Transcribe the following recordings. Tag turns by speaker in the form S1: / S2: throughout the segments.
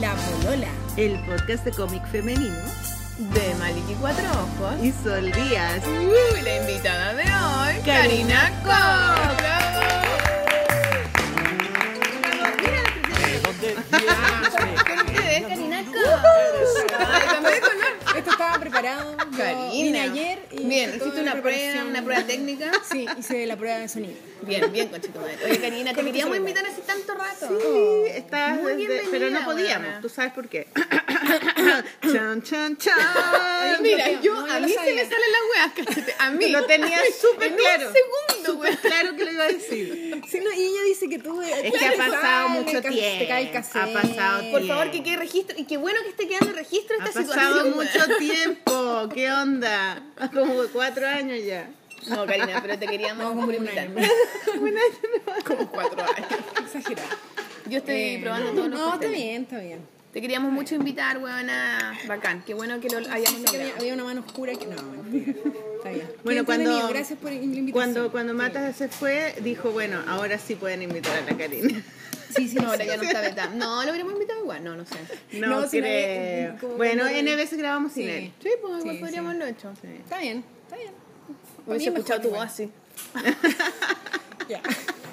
S1: La Polola,
S2: el podcast de cómic femenino
S1: de Maliki Cuatro Ojos.
S2: y Sol Díaz.
S1: Uh, la invitada de hoy,
S2: Karina
S1: Karina Koch. ¡Bravo!
S3: ¿Dónde tienes?
S1: ¿Con ustedes, Karina Koch? Ay, cambié de color.
S4: Esto estaba preparado. Yo
S1: Karina.
S4: vine ayer. y
S1: Bien,
S4: estuve
S1: hiciste
S4: en
S1: eh, una prueba,
S4: preparación.
S1: una prueba técnica.
S4: Sí, hice la prueba de sonido.
S1: Bien, bien, conchito madre. Oye, Karina, te
S4: Con
S1: queríamos
S4: esto se
S1: invitar hace tanto rato.
S2: Sí, estás
S1: Muy
S2: desde-
S1: bienvenida,
S2: pero no podíamos,
S1: buena.
S2: tú sabes por qué. chan, chan, chan.
S1: Ay, mira,
S4: no,
S1: yo,
S4: no, yo
S1: a
S4: lo
S1: mí se
S4: sabía.
S1: me salen las weas, cachete. A mí.
S2: Lo tenía súper
S1: En
S2: claro.
S1: Un segundo, wea.
S2: Claro que lo iba a decir.
S4: Sí, no, y ella dice que tú.
S2: Es que ha pasado mucho
S4: Te cae el
S2: tiempo, ha
S4: cassette.
S2: pasado
S1: Por
S2: Bien.
S1: favor, que quede registro. Y qué bueno que esté quedando registro
S2: Ha
S1: esta
S2: pasado
S1: situación. wea.
S2: mucho tiempo, ¿qué onda? Como cuatro años ya.
S1: No, Karina, pero te queríamos
S4: No, como
S1: como
S4: un
S1: invitar.
S4: año.
S1: como cuatro años.
S4: Exagerado.
S1: Yo estoy
S4: Eh,
S1: probando todos los
S4: No, está
S1: cócteles.
S4: bien, está bien.
S1: Te queríamos mucho invitar, weona. Bacán. Qué bueno que lo hayamos
S4: Pensé que había,
S1: logrado.
S4: había una mano oscura que. No, mentira. Está bien. Qué
S2: Bueno,
S4: entretenido,
S2: cuando,
S4: Gracias por la invitación.
S2: cuando, cuando Matas se fue, dijo, bueno, ahora sí pueden invitar a la Karina.
S4: Sí, sí,
S1: No,
S4: no,
S1: ahora ya no está beta. No, lo hubiéramos invitado igual. No, no sé.
S2: No,
S4: No, si no,
S2: creo.
S4: eh, como
S2: bueno,
S4: que no-
S2: N veces grabamos sin
S4: Sí.
S2: él.
S1: Sí, pues igual
S4: Sí,
S1: podríamos
S4: sí.
S1: lo hecho.
S4: Está bien, está bien.
S1: Hubiese
S4: Para mí
S1: escuchado tu
S4: mejor
S1: voz así.
S4: igual. Ya.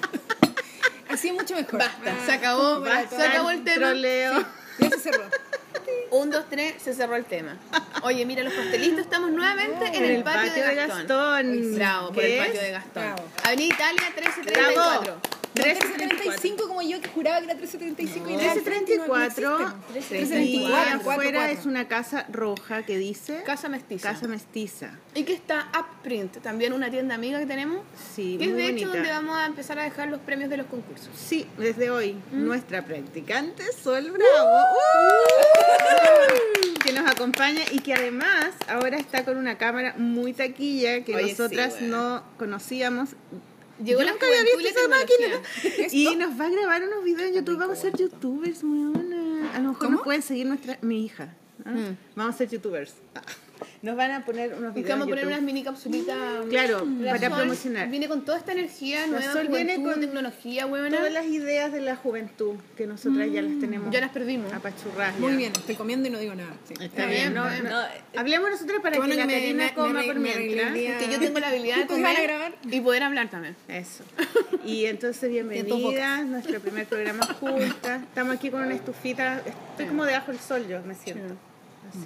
S4: Así es mucho mejor.
S1: Basta,
S4: Ah,
S1: se acabó.
S4: para
S1: Se
S4: todo.
S1: acabó el tema.
S2: Troleo.
S4: Ya se cerró.
S1: Un, dos, tres, se cerró el tema. Oye, mira, los pastelitos estamos nuevamente en
S2: En
S1: el patio de Gastón.
S2: Gastón.
S1: Bravo, por
S2: ¿Qué
S1: el patio
S2: es?
S1: de Gastón.
S4: Bravo.
S1: Avenida Italia
S2: Bravo.
S1: 1334.
S2: 1334.
S4: 1375 como yo que juraba que era 1375 y era
S2: 1334. 1334.
S4: 1334.
S2: Afuera es una casa roja que dice
S1: Casa Mestiza.
S2: Casa Mestiza.
S1: Y que está Upprint, también una tienda amiga que tenemos.
S2: Sí,
S1: que es
S2: muy
S1: de
S2: bonita.
S1: hecho donde vamos a empezar a dejar los premios de los concursos.
S2: Sí, desde hoy,
S1: Mm.
S2: nuestra practicante Sol Bravo, ¡Uh! que nos acompaña y que además ahora está con una cámara muy taquilla que
S1: Oye, sí,
S2: nosotras
S1: weón.
S2: no conocíamos.
S1: Llegó
S2: Yo
S1: la
S2: nunca había
S1: juventud
S2: visto
S1: y la
S2: esa
S1: tecnología.
S2: máquina. Y nos va a grabar unos videos en YouTube. Vamos a ser youtubers, muy buena. A lo mejor nos pueden seguir nuestra, mi hija. ¿ah?
S1: Mm.
S2: Vamos a ser youtubers. Ah. Nos van a poner unos
S1: Y
S2: videos.
S1: que vamos a
S2: en
S1: poner
S2: YouTube.
S1: unas mini capsulitas.
S2: Claro,
S1: La
S2: para
S1: Sol
S2: promocionar.
S1: Viene con toda esta energía nueva,
S2: Sol viene
S1: juventud,
S2: con
S1: tecnología, huevona.
S2: Todas las ideas de la juventud que nosotras ya las tenemos.
S1: Ya Mm. las perdimos.
S2: apachurradas.
S4: Muy
S2: ya.
S4: bien, estoy comiendo y no digo nada. sí.
S2: Está
S1: Está
S2: bien,
S1: bien,
S2: no,
S1: bien.
S2: no, Hablemos nosotros para
S4: Qué bueno
S2: que la
S4: que me-
S2: Karina
S4: me-
S2: coma
S4: me-
S2: por
S4: me arreglé
S2: mientras.
S4: el día.
S1: Que yo tengo la habilidad de
S4: Justo iba a
S1: comer
S4: grabar.
S1: y poder hablar también.
S2: Eso. Y entonces, bienvenidas, nuestro primer programa juntas. Estamos aquí con una estufita. Estoy como debajo del sol, yo me siento.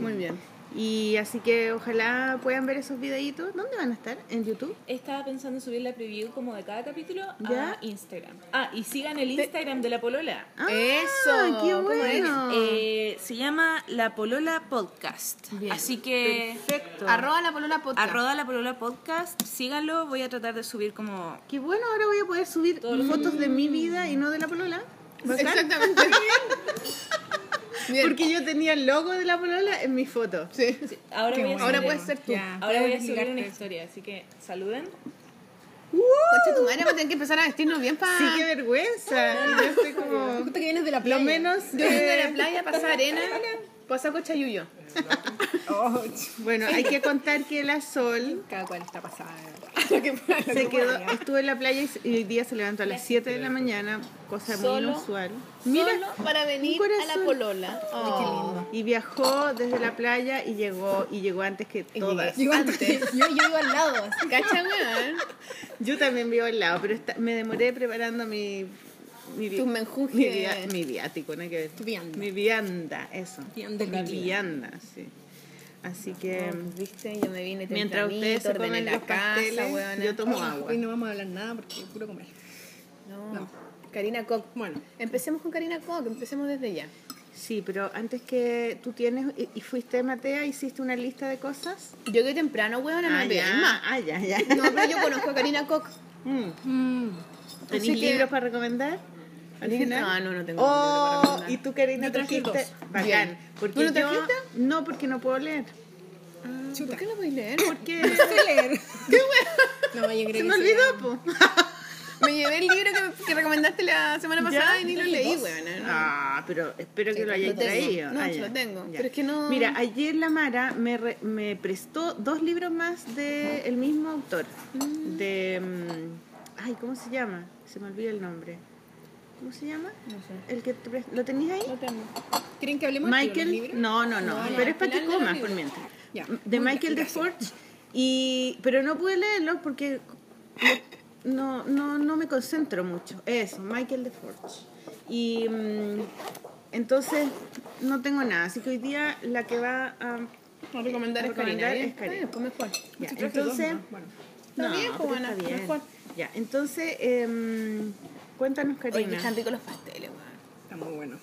S1: Muy bien.
S2: Y así que ojalá puedan ver esos videitos. ¿Dónde van a estar? ¿En YouTube?
S5: Estaba pensando en subir la preview como de cada capítulo
S2: ¿Ya?
S5: a Instagram. Ah, y sigan el Instagram de La Polola.
S2: Ah,
S1: Eso,
S2: ¡Qué
S1: ¿cómo es?
S2: bueno!
S5: Eh, se llama La Polola Podcast. Así que
S2: Perfecto.
S1: Arroba la polola podcast.
S5: arroba La Polola Podcast, síganlo. Voy a tratar de subir como...
S2: Qué bueno, ahora voy a poder subir fotos de mi vida y no de la polola. Bacán.
S1: Exactamente. Bien.
S2: Porque yo tenía el logo de la polola en mi foto.
S1: Sí.
S5: Ahora,
S4: Qué
S5: voy a,
S4: bueno.
S1: Ahora
S5: subir-
S1: puedes ser tú.
S4: Ya,
S5: ahora voy a
S4: puedes
S5: subir una
S4: ligarte.
S5: historia, así que saluden.
S1: Concha tu madre, vamos a tener que empezar a vestirnos bien para...
S2: Sí, qué vergüenza. Yo estoy como...
S4: Justo que vienes de la playa.
S2: Lo menos...
S1: Yo vengo de la
S2: eh,
S1: playa, pasa arena, pasa cochayuyo.
S4: Oh, ch-
S2: Bueno, hay que contar que la Sol
S4: cada cual está pasada.
S2: se quedó, estuvo en la playa y se- y hoy día se levantó a las 7 de la mañana, cosa muy
S5: Solo.
S2: inusual.
S1: Mira,
S2: Mira,
S1: Solo para venir
S2: un
S1: a
S2: corazón.
S1: la polola. Oh.
S2: y viajó desde la playa y llegó y llegó antes que
S1: Y
S2: todas.
S1: llegué.
S4: Yo, antes, yo, yo iba al lado. así.
S1: Cacha, weón.
S2: Yo también vivo al lado, pero esta- me demoré preparando mi mi, vi-
S1: Tu menjunje.
S2: mi, via- mi viático, nada que ver.
S4: Tu vianda.
S2: Mi vianda, eso.
S4: Vianda,
S2: mi
S4: mi
S2: vianda, sí. Así que
S1: Em, Viste, yo me vine
S2: mientras
S1: Ah, tempranito,
S2: ustedes se
S1: ordené
S2: comen
S1: la
S2: los
S1: casa,
S2: pasteles,
S1: weona.
S2: yo tomo agua.
S4: Hoy no vamos a hablar nada porque es puro comer.
S1: No. Karina Koch.
S4: Bueno.
S1: Empecemos con Karina Koch, empecemos desde ya.
S2: Sí, pero antes que tú tienes y, y fuiste Matea, hiciste una lista de cosas.
S1: Yo que temprano, weón, no
S2: Ah,
S1: me peguen
S2: ya,
S1: más.
S2: ah, ya, ya.
S1: No, pero yo conozco a Karina Koch.
S2: Mm.
S1: Así
S2: ¿Tenís
S1: que-
S2: libros para recomendar? ¿Al
S1: Dije-
S2: final?
S1: No, no, no tengo libro para
S2: Oh,
S1: recomendar.
S2: y tú, Karina,
S4: Yo traje
S2: trajiste.
S4: dos.
S2: Bacán.
S1: Bien.
S2: Porque
S1: ¿Tú no
S2: yo-
S1: trajiste?
S2: No, porque no puedo leer.
S1: ¿Por qué no podéis leer?
S2: Porque
S4: ¿Qué leer? ¿Qué No, yo creo
S2: se
S4: que
S2: me
S4: sí.
S2: olvidó, po.
S1: Me llevé el libro que, que recomendaste la semana pasada y ni lo leí, weón.
S2: Ah, pero espero que lo hayáis
S1: lo tengo.
S2: traído.
S1: No,
S2: Ah,
S1: sí
S2: ya,
S1: lo tengo,
S2: ya.
S1: pero es que no-
S2: Mira, ayer la Mara me, re- me prestó dos libros más del mismo mm, autor. De. mm, Ay, ¿cómo se llama? Se me olvida el nombre. ¿Cómo se llama?
S4: No sé.
S2: El que tú pres- ¿Lo tenéis
S1: Ah.
S2: ahí?
S4: No tengo. ¿Quieren que hablemos al tiro del libro?
S2: Michael. No, no, no.
S1: No, Ah, ya,
S2: pero es para que
S1: hablando de
S2: comas
S1: los
S2: por
S1: libros.
S2: mientras.
S4: Ya.
S2: De
S4: Muy
S2: Michael de
S4: gracias.
S2: Forge. Y, pero no pude leerlo porque no, no, no me concentro mucho. Eso, Michael de Forge. Y mm, entonces no tengo nada. Así que hoy día la que va a.
S1: No recomendar
S2: A
S1: es Karina.
S2: recomendar
S1: ¿eh?
S2: es Karina.
S1: Ah, después mejor.
S2: Ya,
S4: Sí, traje dos
S2: entonces.
S4: nomás. Bueno.
S1: Está bien,
S2: pero
S1: pues,
S2: está
S1: bueno,
S2: bien.
S1: mejor.
S2: Ya, entonces, em, cuéntanos,
S5: Oye,
S2: Karina.
S5: que están ricos los pasteles, weón.
S4: Está muy bueno.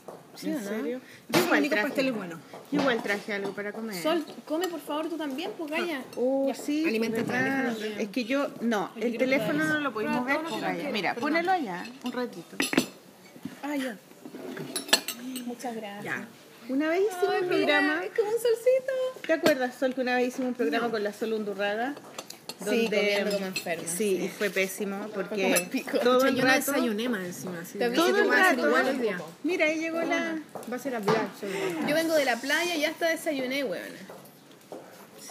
S2: ¿En
S4: Yo
S2: serio? Yo
S4: el
S2: igual,
S4: único pastel
S2: traje,
S4: es bueno.
S2: yo igual traje algo para comer.
S1: Sol, come por favor tú también, pues Gaya.
S2: Oh, sí.
S4: aliméntate,
S2: ¿verdad?
S4: aliméntate.
S2: Es que yo, no, el teléfono no lo podéis
S1: Prueba
S2: mover.
S1: todo lo que
S2: por
S1: tú
S2: allá.
S1: quieras,
S2: Mira,
S1: perdón.
S2: ponelo allá un ratito.
S1: Ah, ya. Muchas gracias.
S2: Ya. Una vez hicimos
S1: Ay,
S2: un
S1: mira,
S2: programa.
S1: Es como un solcito.
S2: ¿Te acuerdas, Sol, que una vez hicimos un programa con la Sol Undurraga?
S4: Sí, comiendo como enferma.
S2: Sí, y fue pésimo
S4: como el
S2: porque
S4: pico.
S2: todo el
S4: Yo no
S2: rato.
S4: desayuné más encima. así de-
S2: Todo el
S4: Voy a hacer igual hoy día.
S2: rato. Mira, ahí llegó la.
S4: Va a ser hablar sobre
S1: Yo vengo de la playa y hasta desayuné, weón.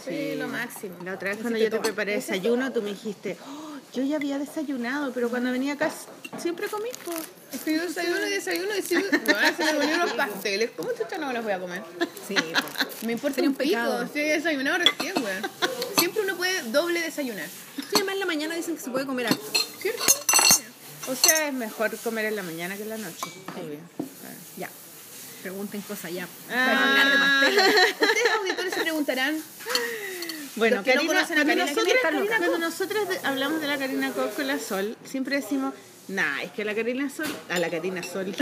S1: Sí, lo máximo.
S2: La otra vez cuando yo te preparé desayuno, tú me dijiste, "Oh, yo ya había desayunado, pero cuando venía acá s- siempre comí. pues". po".
S1: Es que yo desayuno y desayuno y sigo- no, se me volvieron los pasteles. ¿Cómo chucha no me los voy a comer?
S4: Sí, pues.
S1: Me importa
S4: Sería
S1: un
S4: un pecado.
S1: pico. Sí, he desayunado recién, weón. Siempre uno puede doble desayunar.
S4: Sí, además en la mañana dicen que se puede comer harto.
S1: ¿Cierto?
S2: O sea, es mejor comer en la mañana que en la noche. obvio.
S4: Ya. Pregunten cosas ya.
S2: Ah,
S1: Ustedes, auditores, se preguntarán.
S2: bueno,
S1: Los que no
S2: Karina,
S1: conocen a
S2: cuando
S1: Karina, ¿quién
S2: nosotras-
S1: es Carlota?
S2: Karina, cuando nosotras de- hablamos de la Karina Koch con la Sol, siempre decimos, nah, es que la Karina Sol, a la Karina Sol,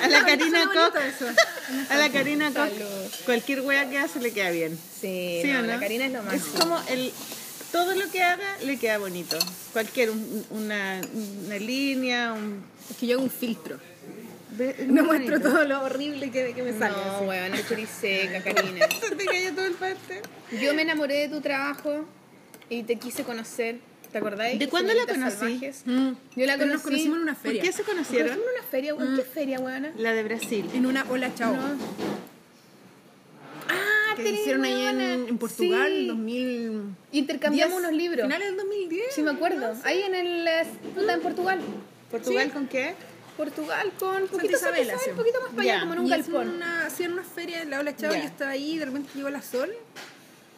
S2: a la Karina
S4: Suena
S2: Koch,
S4: bonito eso.
S2: a la Karina Koch,
S4: Salud.
S2: cualquier wea que hace le queda bien.
S4: Sí,
S2: ¿Sí
S4: no,
S2: o no?
S4: la Karina es lo más.
S2: Es como el. Todo lo que haga le queda bonito. Cualquier, un- una, una línea, un.
S4: Es que yo hago un filtro.
S2: ve-
S4: No
S2: es
S4: muestro
S2: bonito.
S4: todo lo horrible que, que me sale.
S1: No,
S4: así.
S1: weón, es churiseca, Karina.
S2: Se te cayó todo el pastel.
S1: Yo me enamoré de tu trabajo y te quise conocer. ¿Te acordáis?
S2: ¿De cuándo la
S1: Señoritas
S2: conocí?
S1: Salvajes.
S4: Mm.
S1: Yo la
S4: Pero nos
S1: conocí.
S4: conocimos en una
S2: ¿Por
S4: feria.
S2: qué se conocieron?
S1: en una feria, weón. ¿Qué feria, weona?
S2: La de Brasil.
S4: En una hola chao.
S1: Ah,
S4: que hicieron ahí en, en Portugal en 2000.
S1: Intercambiamos
S4: Diez-
S1: unos libros.
S4: Finales Ah, del 2010.
S1: Sí, me acuerdo. Ahí en el. eh, Puta, en Portugal.
S2: ¿Portugal
S1: Sí.
S2: con qué?
S1: Portugal con. Poquito Santa
S4: Isabel,
S1: Isabel,
S4: sí.
S1: un poquito más para allá,
S2: Ya.
S1: como en un
S4: Y hacían
S1: galpón.
S4: una, hacían una feria en la Ola Chao
S2: Ya.
S4: y yo estaba ahí y de repente llegó la sol.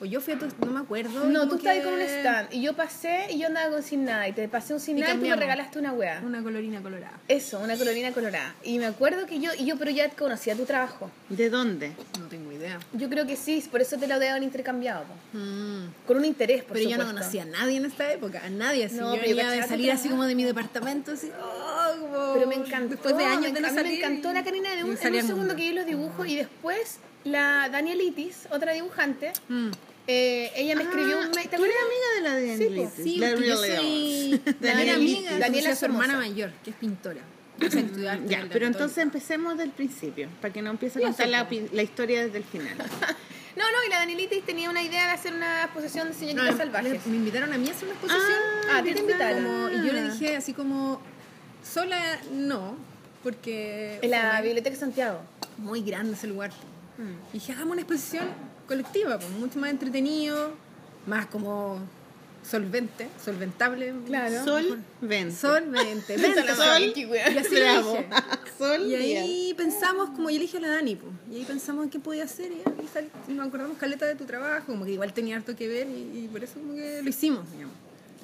S4: O yo fui a tu, no me acuerdo. y
S1: No,
S4: como
S1: tú
S4: que-
S1: estabas con un stand y yo pasé y yo andaba con sin nada y te pasé un sin
S4: Y
S1: nada y tú me
S4: cambiamos.
S1: regalaste una weá.
S4: Una colorina colorada.
S1: Eso, una colorina colorada. Y me acuerdo que yo, y yo pero ya conocía tu trabajo.
S2: ¿De dónde?
S4: No tengo idea.
S1: Yo creo que sí, por eso te lo deben intercambiado. po.
S4: Mm.
S1: Con un interés, por
S4: Pero yo no
S1: supuesto.
S4: conocía a nadie en esta época, a nadie. Así.
S1: No,
S4: yo
S1: pero yo
S4: venía de
S1: cachaba tu
S4: salir así
S1: trabajo.
S4: como de mi departamento, así, oh, como-
S1: Pero me encantó.
S4: Después de años de no
S1: a mí
S4: salir.
S1: me encantó la Karina de un,
S4: no
S1: en
S4: salía
S1: un
S4: al
S1: segundo
S4: mundo.
S1: que yo los dibujo y después la Danielitis, otra dibujante,
S4: Mm.
S1: eh, ella me escribió
S2: Ah,
S1: un mail. ¿Te
S2: ¿Tú eres
S1: acuerdas?
S2: amiga de la de
S1: Sí, po.
S2: Angelitis?
S4: Sí,
S2: la
S4: porque yo
S2: Real
S4: soy
S2: León.
S4: la gran
S1: Daniela-
S4: amiga,
S1: Daniela
S4: Daniela su
S1: Somoza.
S4: hermana mayor, que es pintora. O sea, estudió arte en
S2: Ya,
S4: la
S2: pero
S4: Católica.
S2: entonces empecemos del principio, para que no empiece a contar la,
S1: pues.
S2: pi- la historia desde el final.
S1: No, no, y la Danielitis tenía una idea de hacer una exposición de
S4: No,
S1: señoritas salvajes.
S4: le- me invitaron a mí a hacer una exposición.
S1: Ah, te
S4: ¿verdad?
S1: invitaron.
S4: Como- y yo le dije así como, sola no, porque
S1: En la
S4: fue
S1: Biblioteca de Santiago.
S4: muy grande ese lugar.
S2: Hmm.
S4: Y dije, hagamos una exposición colectiva, pues, mucho más entretenido, más como solvente, solventable.
S1: Claro.
S2: Sol, ven.
S4: Solvente.
S1: Sol,
S4: Sol.
S1: güey.
S4: Y así le
S2: bravo.
S4: dije.
S2: Sol,
S4: Y
S2: bien.
S4: ahí pensamos, como yo le dije a la Dani, po, y ahí pensamos en qué podía hacer, y, ahí sal- nos acordamos caleta de tu trabajo, como que igual tenía harto que ver, y, y por eso como que lo hicimos, digamos.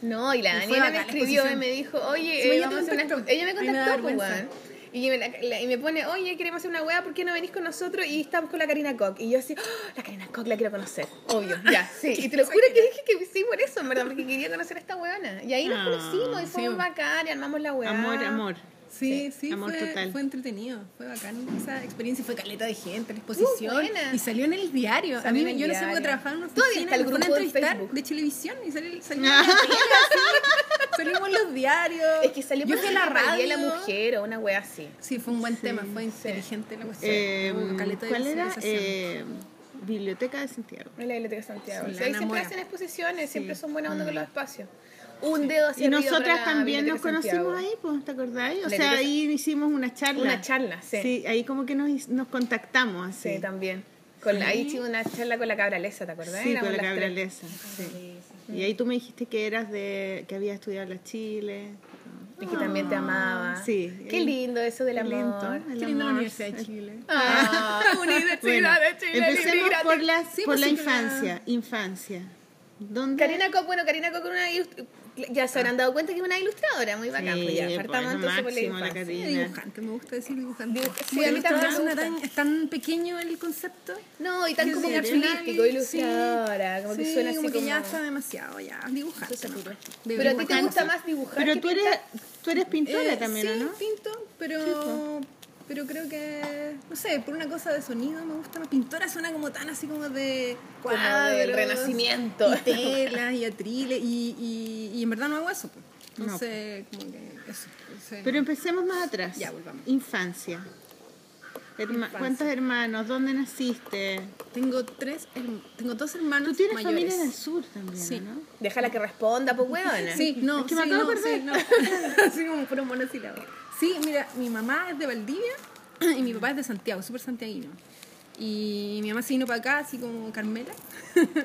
S1: No, y la
S4: Y fue
S1: Daniela me
S4: bacán la
S1: escribió y
S4: exposición.
S1: me dijo, oye,
S4: Sí,
S1: eh,
S4: ella te
S1: vamos a hacer una
S4: contactó.
S1: expo- Ella me
S4: A mí me da
S1: contactó, pues,
S4: vergüenza.
S1: weón. Y me, la- la- y me pone, oye, queremos hacer una weá, ¿por qué no venís con nosotros? Y estamos con la Karina Koch. Y yo así, "Oh, la Karina Koch la quiero conocer. Obvio, ya, sí. Y te lo juro que dije que sí por eso, en verdad, porque quería conocer a esta weona. Y ahí nos
S2: Ah,
S1: conocimos y fue
S4: sí.
S1: muy bacán y armamos la weá.
S2: Amor, amor.
S4: Sí, sí,
S2: amor
S4: fue,
S2: total.
S4: fue entretenido, fue bacán esa experiencia, fue caleta de gente, la exposición,
S1: Uh, buena.
S4: y salió en el diario.
S1: Salió
S4: a
S1: en
S4: mí,
S1: el
S4: yo no sé
S1: diario.
S4: porque trabajaba en una
S1: Todavía
S4: oficina,
S1: está el
S4: me fueron a
S1: grupo en
S4: entrevistar
S1: Facebook.
S4: de televisión y salió, salió en la tele, así. salimos en los diarios.
S1: Es que salió
S4: yo
S1: por
S4: fui a la
S1: el
S4: radio.
S1: Día de la mujer o una weá así.
S4: Sí, fue un buen tema, fue inteligente la cuestión.
S2: Eh,
S1: Em,
S4: hubo caleta de
S2: ¿Cuál era?
S4: visualización.
S2: Eh, Biblioteca de Santiago.
S1: En la Biblioteca de Santiago.
S4: Sí,
S1: O sea,
S4: la
S1: ahí siempre
S4: enamora.
S1: hacen exposiciones, siempre son buena
S4: Mm.
S1: onda con los espacios. Un dedo hacia
S2: Y
S1: arriba para
S2: nosotras
S1: la
S2: también nos
S1: Biblioteca de Santiago.
S2: conocimos ahí, pues, ¿te acordáis? O
S1: La
S2: sea,
S1: biblioteca-
S2: ahí hicimos una charla.
S1: Una charla, sí.
S2: Sí, ahí como que nos, nos contactamos
S1: Sí,
S2: así.
S1: también. Con la, ahí tuve una charla con la cabralesa, ¿te acordás?
S2: Sí,
S1: Éramos
S2: con la
S1: las tres.
S4: Ah,
S2: cabralesa. sí. Y ahí tú me dijiste que eras de que había estudiado en la Chile.
S1: y que también te amaba.
S2: Sí.
S1: Qué lindo eso del amor.
S2: Lindo, el
S4: Qué linda la
S2: amor.
S4: Universidad de Chile.
S1: Ah,
S2: Bueno,
S1: Universidad de Chile,
S2: empecemos
S1: librate.
S2: por la,
S4: Sí,
S2: por
S4: pues
S2: la
S4: sí que la-
S2: infancia. Infancia. ¿Dónde?
S1: Karina Koch, bueno, Karina Koch era una ilust- ya se habrán dado cuenta que es una ilustradora, muy bacán, pues ya,
S2: pues,
S1: partamos
S2: lo
S1: entonces por la
S2: máximo, la
S1: infancia.
S4: Sí,
S2: Karina.
S4: dibujante, me gusta decir dibujante.
S1: sí,
S4: Voy a
S1: a mí
S4: nuestra
S1: también me
S4: persona tan-
S1: gusta.
S4: es tan pequeño el concepto.
S1: No, y tan
S4: que
S1: como
S4: sí, al
S1: artístico,
S4: final,
S1: ilustradora,
S4: sí,
S1: como que
S4: sí,
S1: suena así
S4: como
S1: como...
S4: que ya está demasiado, ya. Dibujante.
S1: Eso se
S4: nomás.
S1: puede.
S4: De
S1: Pero a ti te
S4: dibujante.
S1: gusta más dibujar
S2: Pero
S1: que
S2: tú eres,
S1: pintar.
S2: tú eres pintora
S4: Eh,
S2: también,
S4: sí,
S2: ¿o ¿no?
S4: pinto, pero, pero creo que, no sé, por una cosa de sonido me gusta más. Pintora suena como tan así como de
S1: Como del
S4: cuadros,
S1: Renacimiento.
S4: Y telas y atriles, y, y, y en verdad no hago eso. pues. Entonces, como que eso. entonces-
S2: Pero empecemos más atrás.
S4: Ya, volvamos.
S2: Infancia. Herma- ¿Cuántos hermanos? ¿Dónde naciste?
S4: tengo tres, herm- tengo dos hermanos
S2: Tú tienes
S4: mayores.
S2: familia en el sur también,
S4: Sí.
S2: ¿no?
S1: Déjala que responda, pues huevona.
S4: Sí, no,
S2: Es que me
S4: sí,
S2: acabo
S4: no,
S2: de perder.
S4: sí, no. Así como puro monosílabo. Sí, mira, mi mamá es de Valdivia y mi papá es de Santiago, súper santiaguino. Y mi mamá se vino para acá, así como Carmela.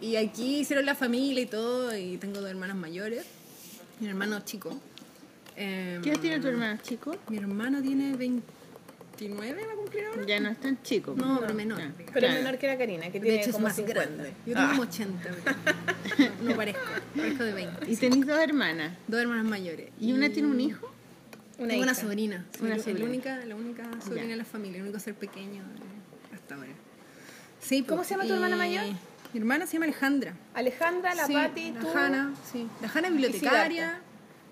S4: y aquí hicieron la familia y todo, y tengo dos hermanas mayores y un hermano chico. Em,
S2: ¿Qué edad tiene tu hermano, chico?
S4: Mi hermano tiene 29, va a cumplir ahora.
S2: Ya no es tan chico.
S4: No, pero menor.
S1: Pero
S2: Claro.
S1: menor que la Karina,
S4: De
S1: que tiene
S4: hecho, es
S1: como
S4: más
S1: 50.
S4: grande. Yo tengo
S1: Ah.
S4: como 80. pero No, no parezco, parezco de 20.
S2: Y tenés dos hermanas.
S4: Dos hermanas mayores.
S2: ¿Y una tiene un hijo?
S1: Una
S4: Tengo una
S1: hija.
S4: sobrina. Soy
S2: Una
S4: la-
S2: sobrina.
S4: La, única, la única sobrina
S2: Ya.
S4: de la familia, el único ser pequeño eh, hasta ahora. Sí,
S1: ¿Cómo
S4: pues,
S1: se llama tu hermana
S4: y-
S1: mayor?
S4: Mi hermana se llama Alejandra.
S1: Alejandra, la
S4: Sí,
S1: Pati,
S4: la
S1: tú. pues.
S4: Hanna, sí. La Hanna es bibliotecaria,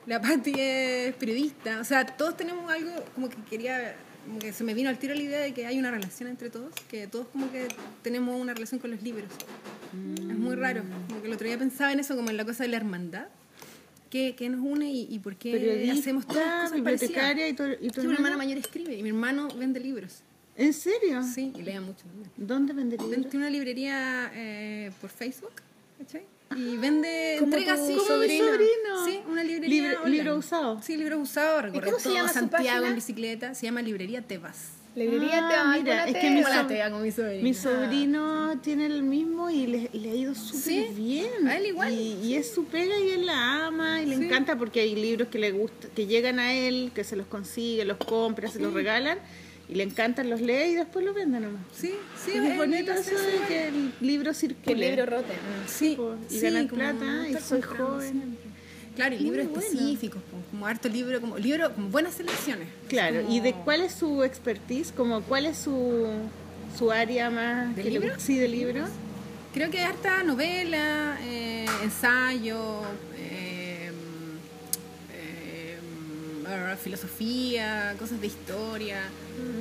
S4: la Pati es periodista. O sea, todos tenemos algo como que quería, como que se me vino al tiro la idea de que hay una relación entre todos, que todos como que tenemos una relación con los libros.
S1: Mm.
S4: Es muy raro. Como que el otro día pensaba en eso, como en la cosa de la hermandad. ¿Qué, qué nos une y, y por qué
S2: Periodista, ah,
S4: hacemos todas cosas parecidas?
S2: bibliotecaria y tu, y tu
S4: Sí, mi hermana
S2: hermana.
S4: mayor escribe y mi hermano vende libros.
S2: ¿En serio?
S4: Sí, y lee mucho también.
S2: ¿Dónde vendería?
S4: Vende- Tiene una librería eh, por Facebook, ¿cachai? Y vende,
S1: Como
S4: entrega
S1: tu
S4: así.
S1: Como mi
S2: sobrino.
S4: Sí, una librería.
S2: Libre-
S4: online.
S2: libro usado.
S4: Sí, libro usado.
S1: ¿Y
S4: Recorre
S1: cómo se
S4: todo
S1: llama su
S4: Santiago
S1: página?
S4: en bicicleta. Se llama Librería Tebas.
S1: Librería
S2: Ah,
S1: te va
S2: mira,
S1: con la
S2: es que mi
S1: tela.
S2: sob-
S4: con mi sobrina.
S2: Mi sobrino tiene el mismo y le, le ha ido súper
S4: Sí,
S2: bien.
S4: a él igual,
S2: Y, y es su pega y él la ama y le encanta porque hay libros que le gusta, que llegan a él, que se los consigue, los compra, se los regalan y le encantan, los lee y después los vende nomás.
S4: Sí, sí,
S2: es
S4: él-
S2: bonito
S4: él hace
S2: eso de
S4: igual.
S2: que el libro
S1: Que el
S2: circule.
S1: libro rote.
S4: Sí,
S2: po, y
S4: sí,
S2: ganar
S4: como
S2: plata y
S4: estar
S2: soy
S4: comprando
S2: joven.
S4: siempre. Claro, y libros
S2: bueno.
S4: específicos, po, como harto libro, como libro, como buenas selecciones.
S2: Claro, ¿y de cuál es su expertise? Como, ¿Cuál es su, su área más?
S4: ¿De
S2: que le-
S4: libros?
S2: Sí, de libros.
S4: Creo que harta novela, eh, ensayo, eh, eh, filosofía, cosas de historia.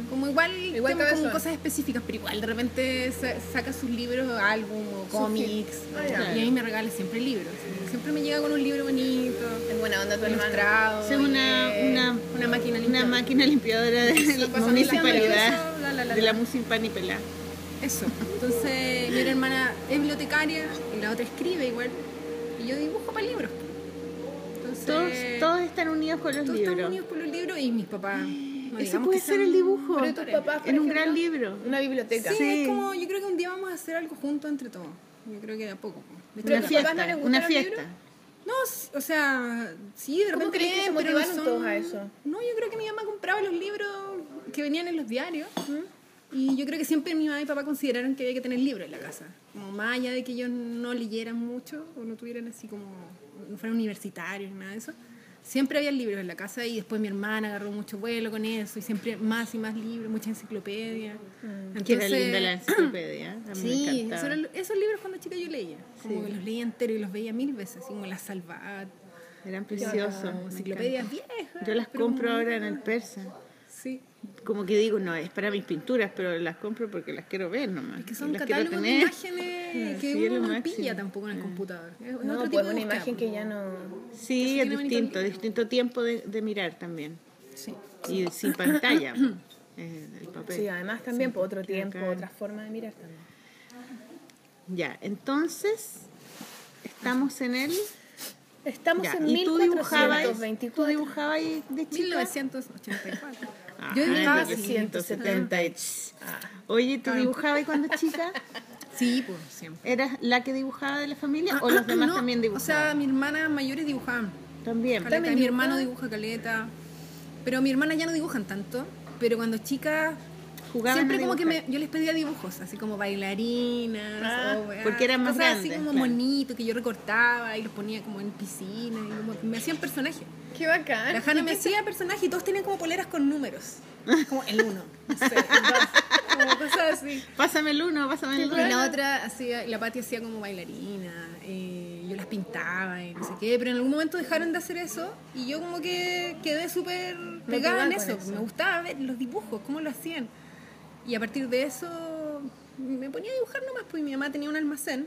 S4: Como igual,
S1: Igual
S4: temas como
S1: cabezón.
S4: cosas específicas, pero igual de repente sa- saca sus libros, álbum o cómics.
S1: Ah, ya.
S4: Y a mí me regala siempre libros. Siempre me llega con un libro bonito,
S1: Es buena onda tu hermana.
S4: ilustrado.
S2: Sí, una-
S4: y, eh,
S2: una-
S4: una máquina
S2: Una
S4: limpiadora.
S2: máquina limpiadora de la
S4: pasa
S2: municipalidad,
S4: maravilloso, la, la, la,
S2: de la
S4: la.
S2: municipalidad.
S4: Eso. Entonces, mi otra hermana es bibliotecaria y la otra escribe igual. Y yo dibujo para libros. Entonces,
S2: Todos, todos están unidos con los
S4: todos
S2: libros.
S4: estamos unidos por los libros y mis papás. no
S2: Ese
S4: digamos
S2: puede
S4: que
S2: ser
S4: sean
S2: el dibujo.
S1: Pero tus papás, por
S2: en un
S1: ejemplo,
S2: gran libro.
S1: Una biblioteca.
S4: Sí,
S2: Sí.
S4: es como, yo creo que un día vamos a hacer algo juntos entre todos. Yo creo que de a poco. De hecho,
S1: Pero
S2: Una
S1: a tus
S2: fiesta.
S1: papás no les gustan
S2: una
S1: los
S2: fiesta.
S1: libros.
S4: No, s- o sea, sí, de
S1: ¿Cómo
S4: repente
S1: crees que se
S4: leen, pero no
S1: motivaron
S4: son-
S1: todos a eso?
S4: No, yo creo que mi mamá compraba los libros que venían en los diarios. Y yo creo que siempre mi mamá y papá consideraron que había que tener libros en la casa. Como más allá de que ellos no leyeran mucho o no tuvieran así como. no fueran universitarios ni nada de eso. Siempre había libros en la casa y después mi hermana agarró mucho vuelo con eso y siempre más y más libros, mucha enciclopedia.
S1: Mm,
S2: Que era
S4: Entonces-
S2: linda la enciclopedia. A mí me
S4: Sí,
S2: encantaba.
S4: sobre lo- esos libros cuando chica yo leía. Como que los leía entero y los veía mil veces, así como La Salvat,
S2: Eran preciosos.
S4: como
S2: me
S4: enciclopedias
S2: encanta.
S4: viejas.
S2: Yo las
S4: pero
S2: compro
S4: muy-
S2: ahora en el persa.
S4: Sí,
S2: Como que digo, no, es para mis pinturas, pero las compro porque las quiero ver nomás.
S4: es que
S2: y
S4: son
S2: las quiero
S4: catálogos de
S2: tener.
S4: imágenes que
S2: Sí, es lo
S4: uno no
S2: máximo. Mm.
S4: pilla tampoco en el computador. Es es
S1: No,
S4: otro
S1: pues
S4: tipo de
S1: una
S4: búsqueda,
S1: imagen
S4: pues.
S1: que ya no.
S2: Sí, es
S4: tiene bonito
S2: distinto,
S4: libro.
S2: distinto tiempo de, de mirar también.
S4: Sí.
S2: Y sin pantalla. eh, el papel.
S1: Sí, además también por otro
S2: porque
S1: tiempo,
S2: acá-
S1: otra forma de mirar también.
S2: Ya, entonces estamos en el.
S1: Estamos
S2: Ya,
S1: en
S2: y tú dibujabas, tú
S1: 1424.
S2: dibujabas ahí de chica.
S4: 1984.
S2: Ah,
S4: Yo dibujaba
S2: en
S4: así.
S2: 1970. Oye, ¿tú dibujabas cuando chica?
S4: Sí, pues siempre.
S2: ¿Eras la que dibujaba de la familia Ah, o los demás
S4: Ah, No,
S2: también
S4: O sea,
S2: dibujaban?
S4: mis hermanas mayores dibujaban.
S2: También.
S4: Caleta,
S1: También
S4: mi
S1: dibuja.
S4: hermano dibuja caleta. Pero mi hermana ya no dibujan tanto. Pero cuando chica,
S2: Jugaban
S4: siempre
S2: a
S4: como que
S2: dibujar.
S4: me, yo les pedía dibujos, así como bailarinas.
S2: Ah,
S4: o weá,
S2: porque eran más
S4: cosas
S2: grandes,
S4: así como
S2: claro.
S4: monito que yo recortaba y los ponía como en piscina. Y como- me hacían personajes.
S1: Qué
S2: Ah,
S1: bacán.
S4: La Hanna me hacía personajes y todos tenían como poleras con números. Como el uno. No sé, el dos, como cosas así.
S2: Pásame el uno, pásame el
S4: Y la
S2: uno.
S4: otra hacía, y la Pati hacía como bailarina, eh, yo las pintaba y no sé qué, pero en algún momento dejaron de hacer eso y yo como que quedé súper pegada en
S1: con
S4: eso.
S1: eso.
S4: Me gustaba ver los dibujos, cómo lo hacían. Y a partir de eso me ponía a dibujar nomás, pues y mi mamá tenía un almacén,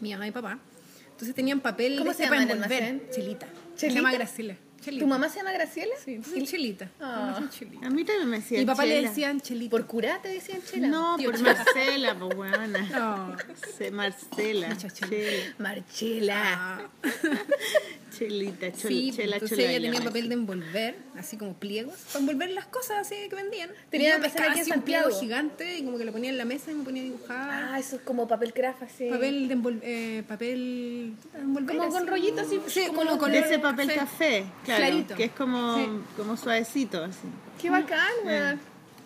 S4: mi mamá y papá. Entonces tenían papel
S1: ¿Cómo
S4: de
S1: se
S4: este
S1: llama
S4: para
S1: el
S4: envolver.
S1: almacén?
S4: Chelita. Se
S1: ¿Chelita?
S4: llama Graciela. Chelita.
S1: ¿Tu mamá se llama Graciela?
S4: Sí, entonces Chelita. me
S1: Ah.
S4: hacían Chelita.
S2: A mí también me decían
S4: Y papá le
S2: Chela.
S4: decían Chelita.
S1: ¿Por cura te decían Chela?
S2: No,
S4: Tío
S2: por
S4: Chela.
S2: Marcela, pues weona.
S4: No.
S2: Se- Marcela.
S4: Mucha Chela.
S2: Chela.
S1: Marchela.
S4: Ah.
S2: Chelita, chol-
S4: Sí,
S2: chela,
S4: entonces
S2: chola.
S4: ella tenía el papel de envolver, así como pliegos, para envolver las cosas así que vendían.
S1: Tenía
S4: Y yo
S1: que empezar
S4: pescaba
S1: aquí en
S4: así un pliego
S1: Santiago.
S4: gigante y como que lo ponía en la mesa y me ponía a dibujar.
S1: Ah, eso es como papel craft así.
S4: Papel de envol- eh, papel puta, envolver
S1: Como con rollitos así,
S4: Sí, como,
S1: como
S4: con
S2: De ese papel café, claro,
S4: Clarito.
S2: que es como,
S4: Sí.
S2: como suavecito, así.
S1: Qué bacán, weón.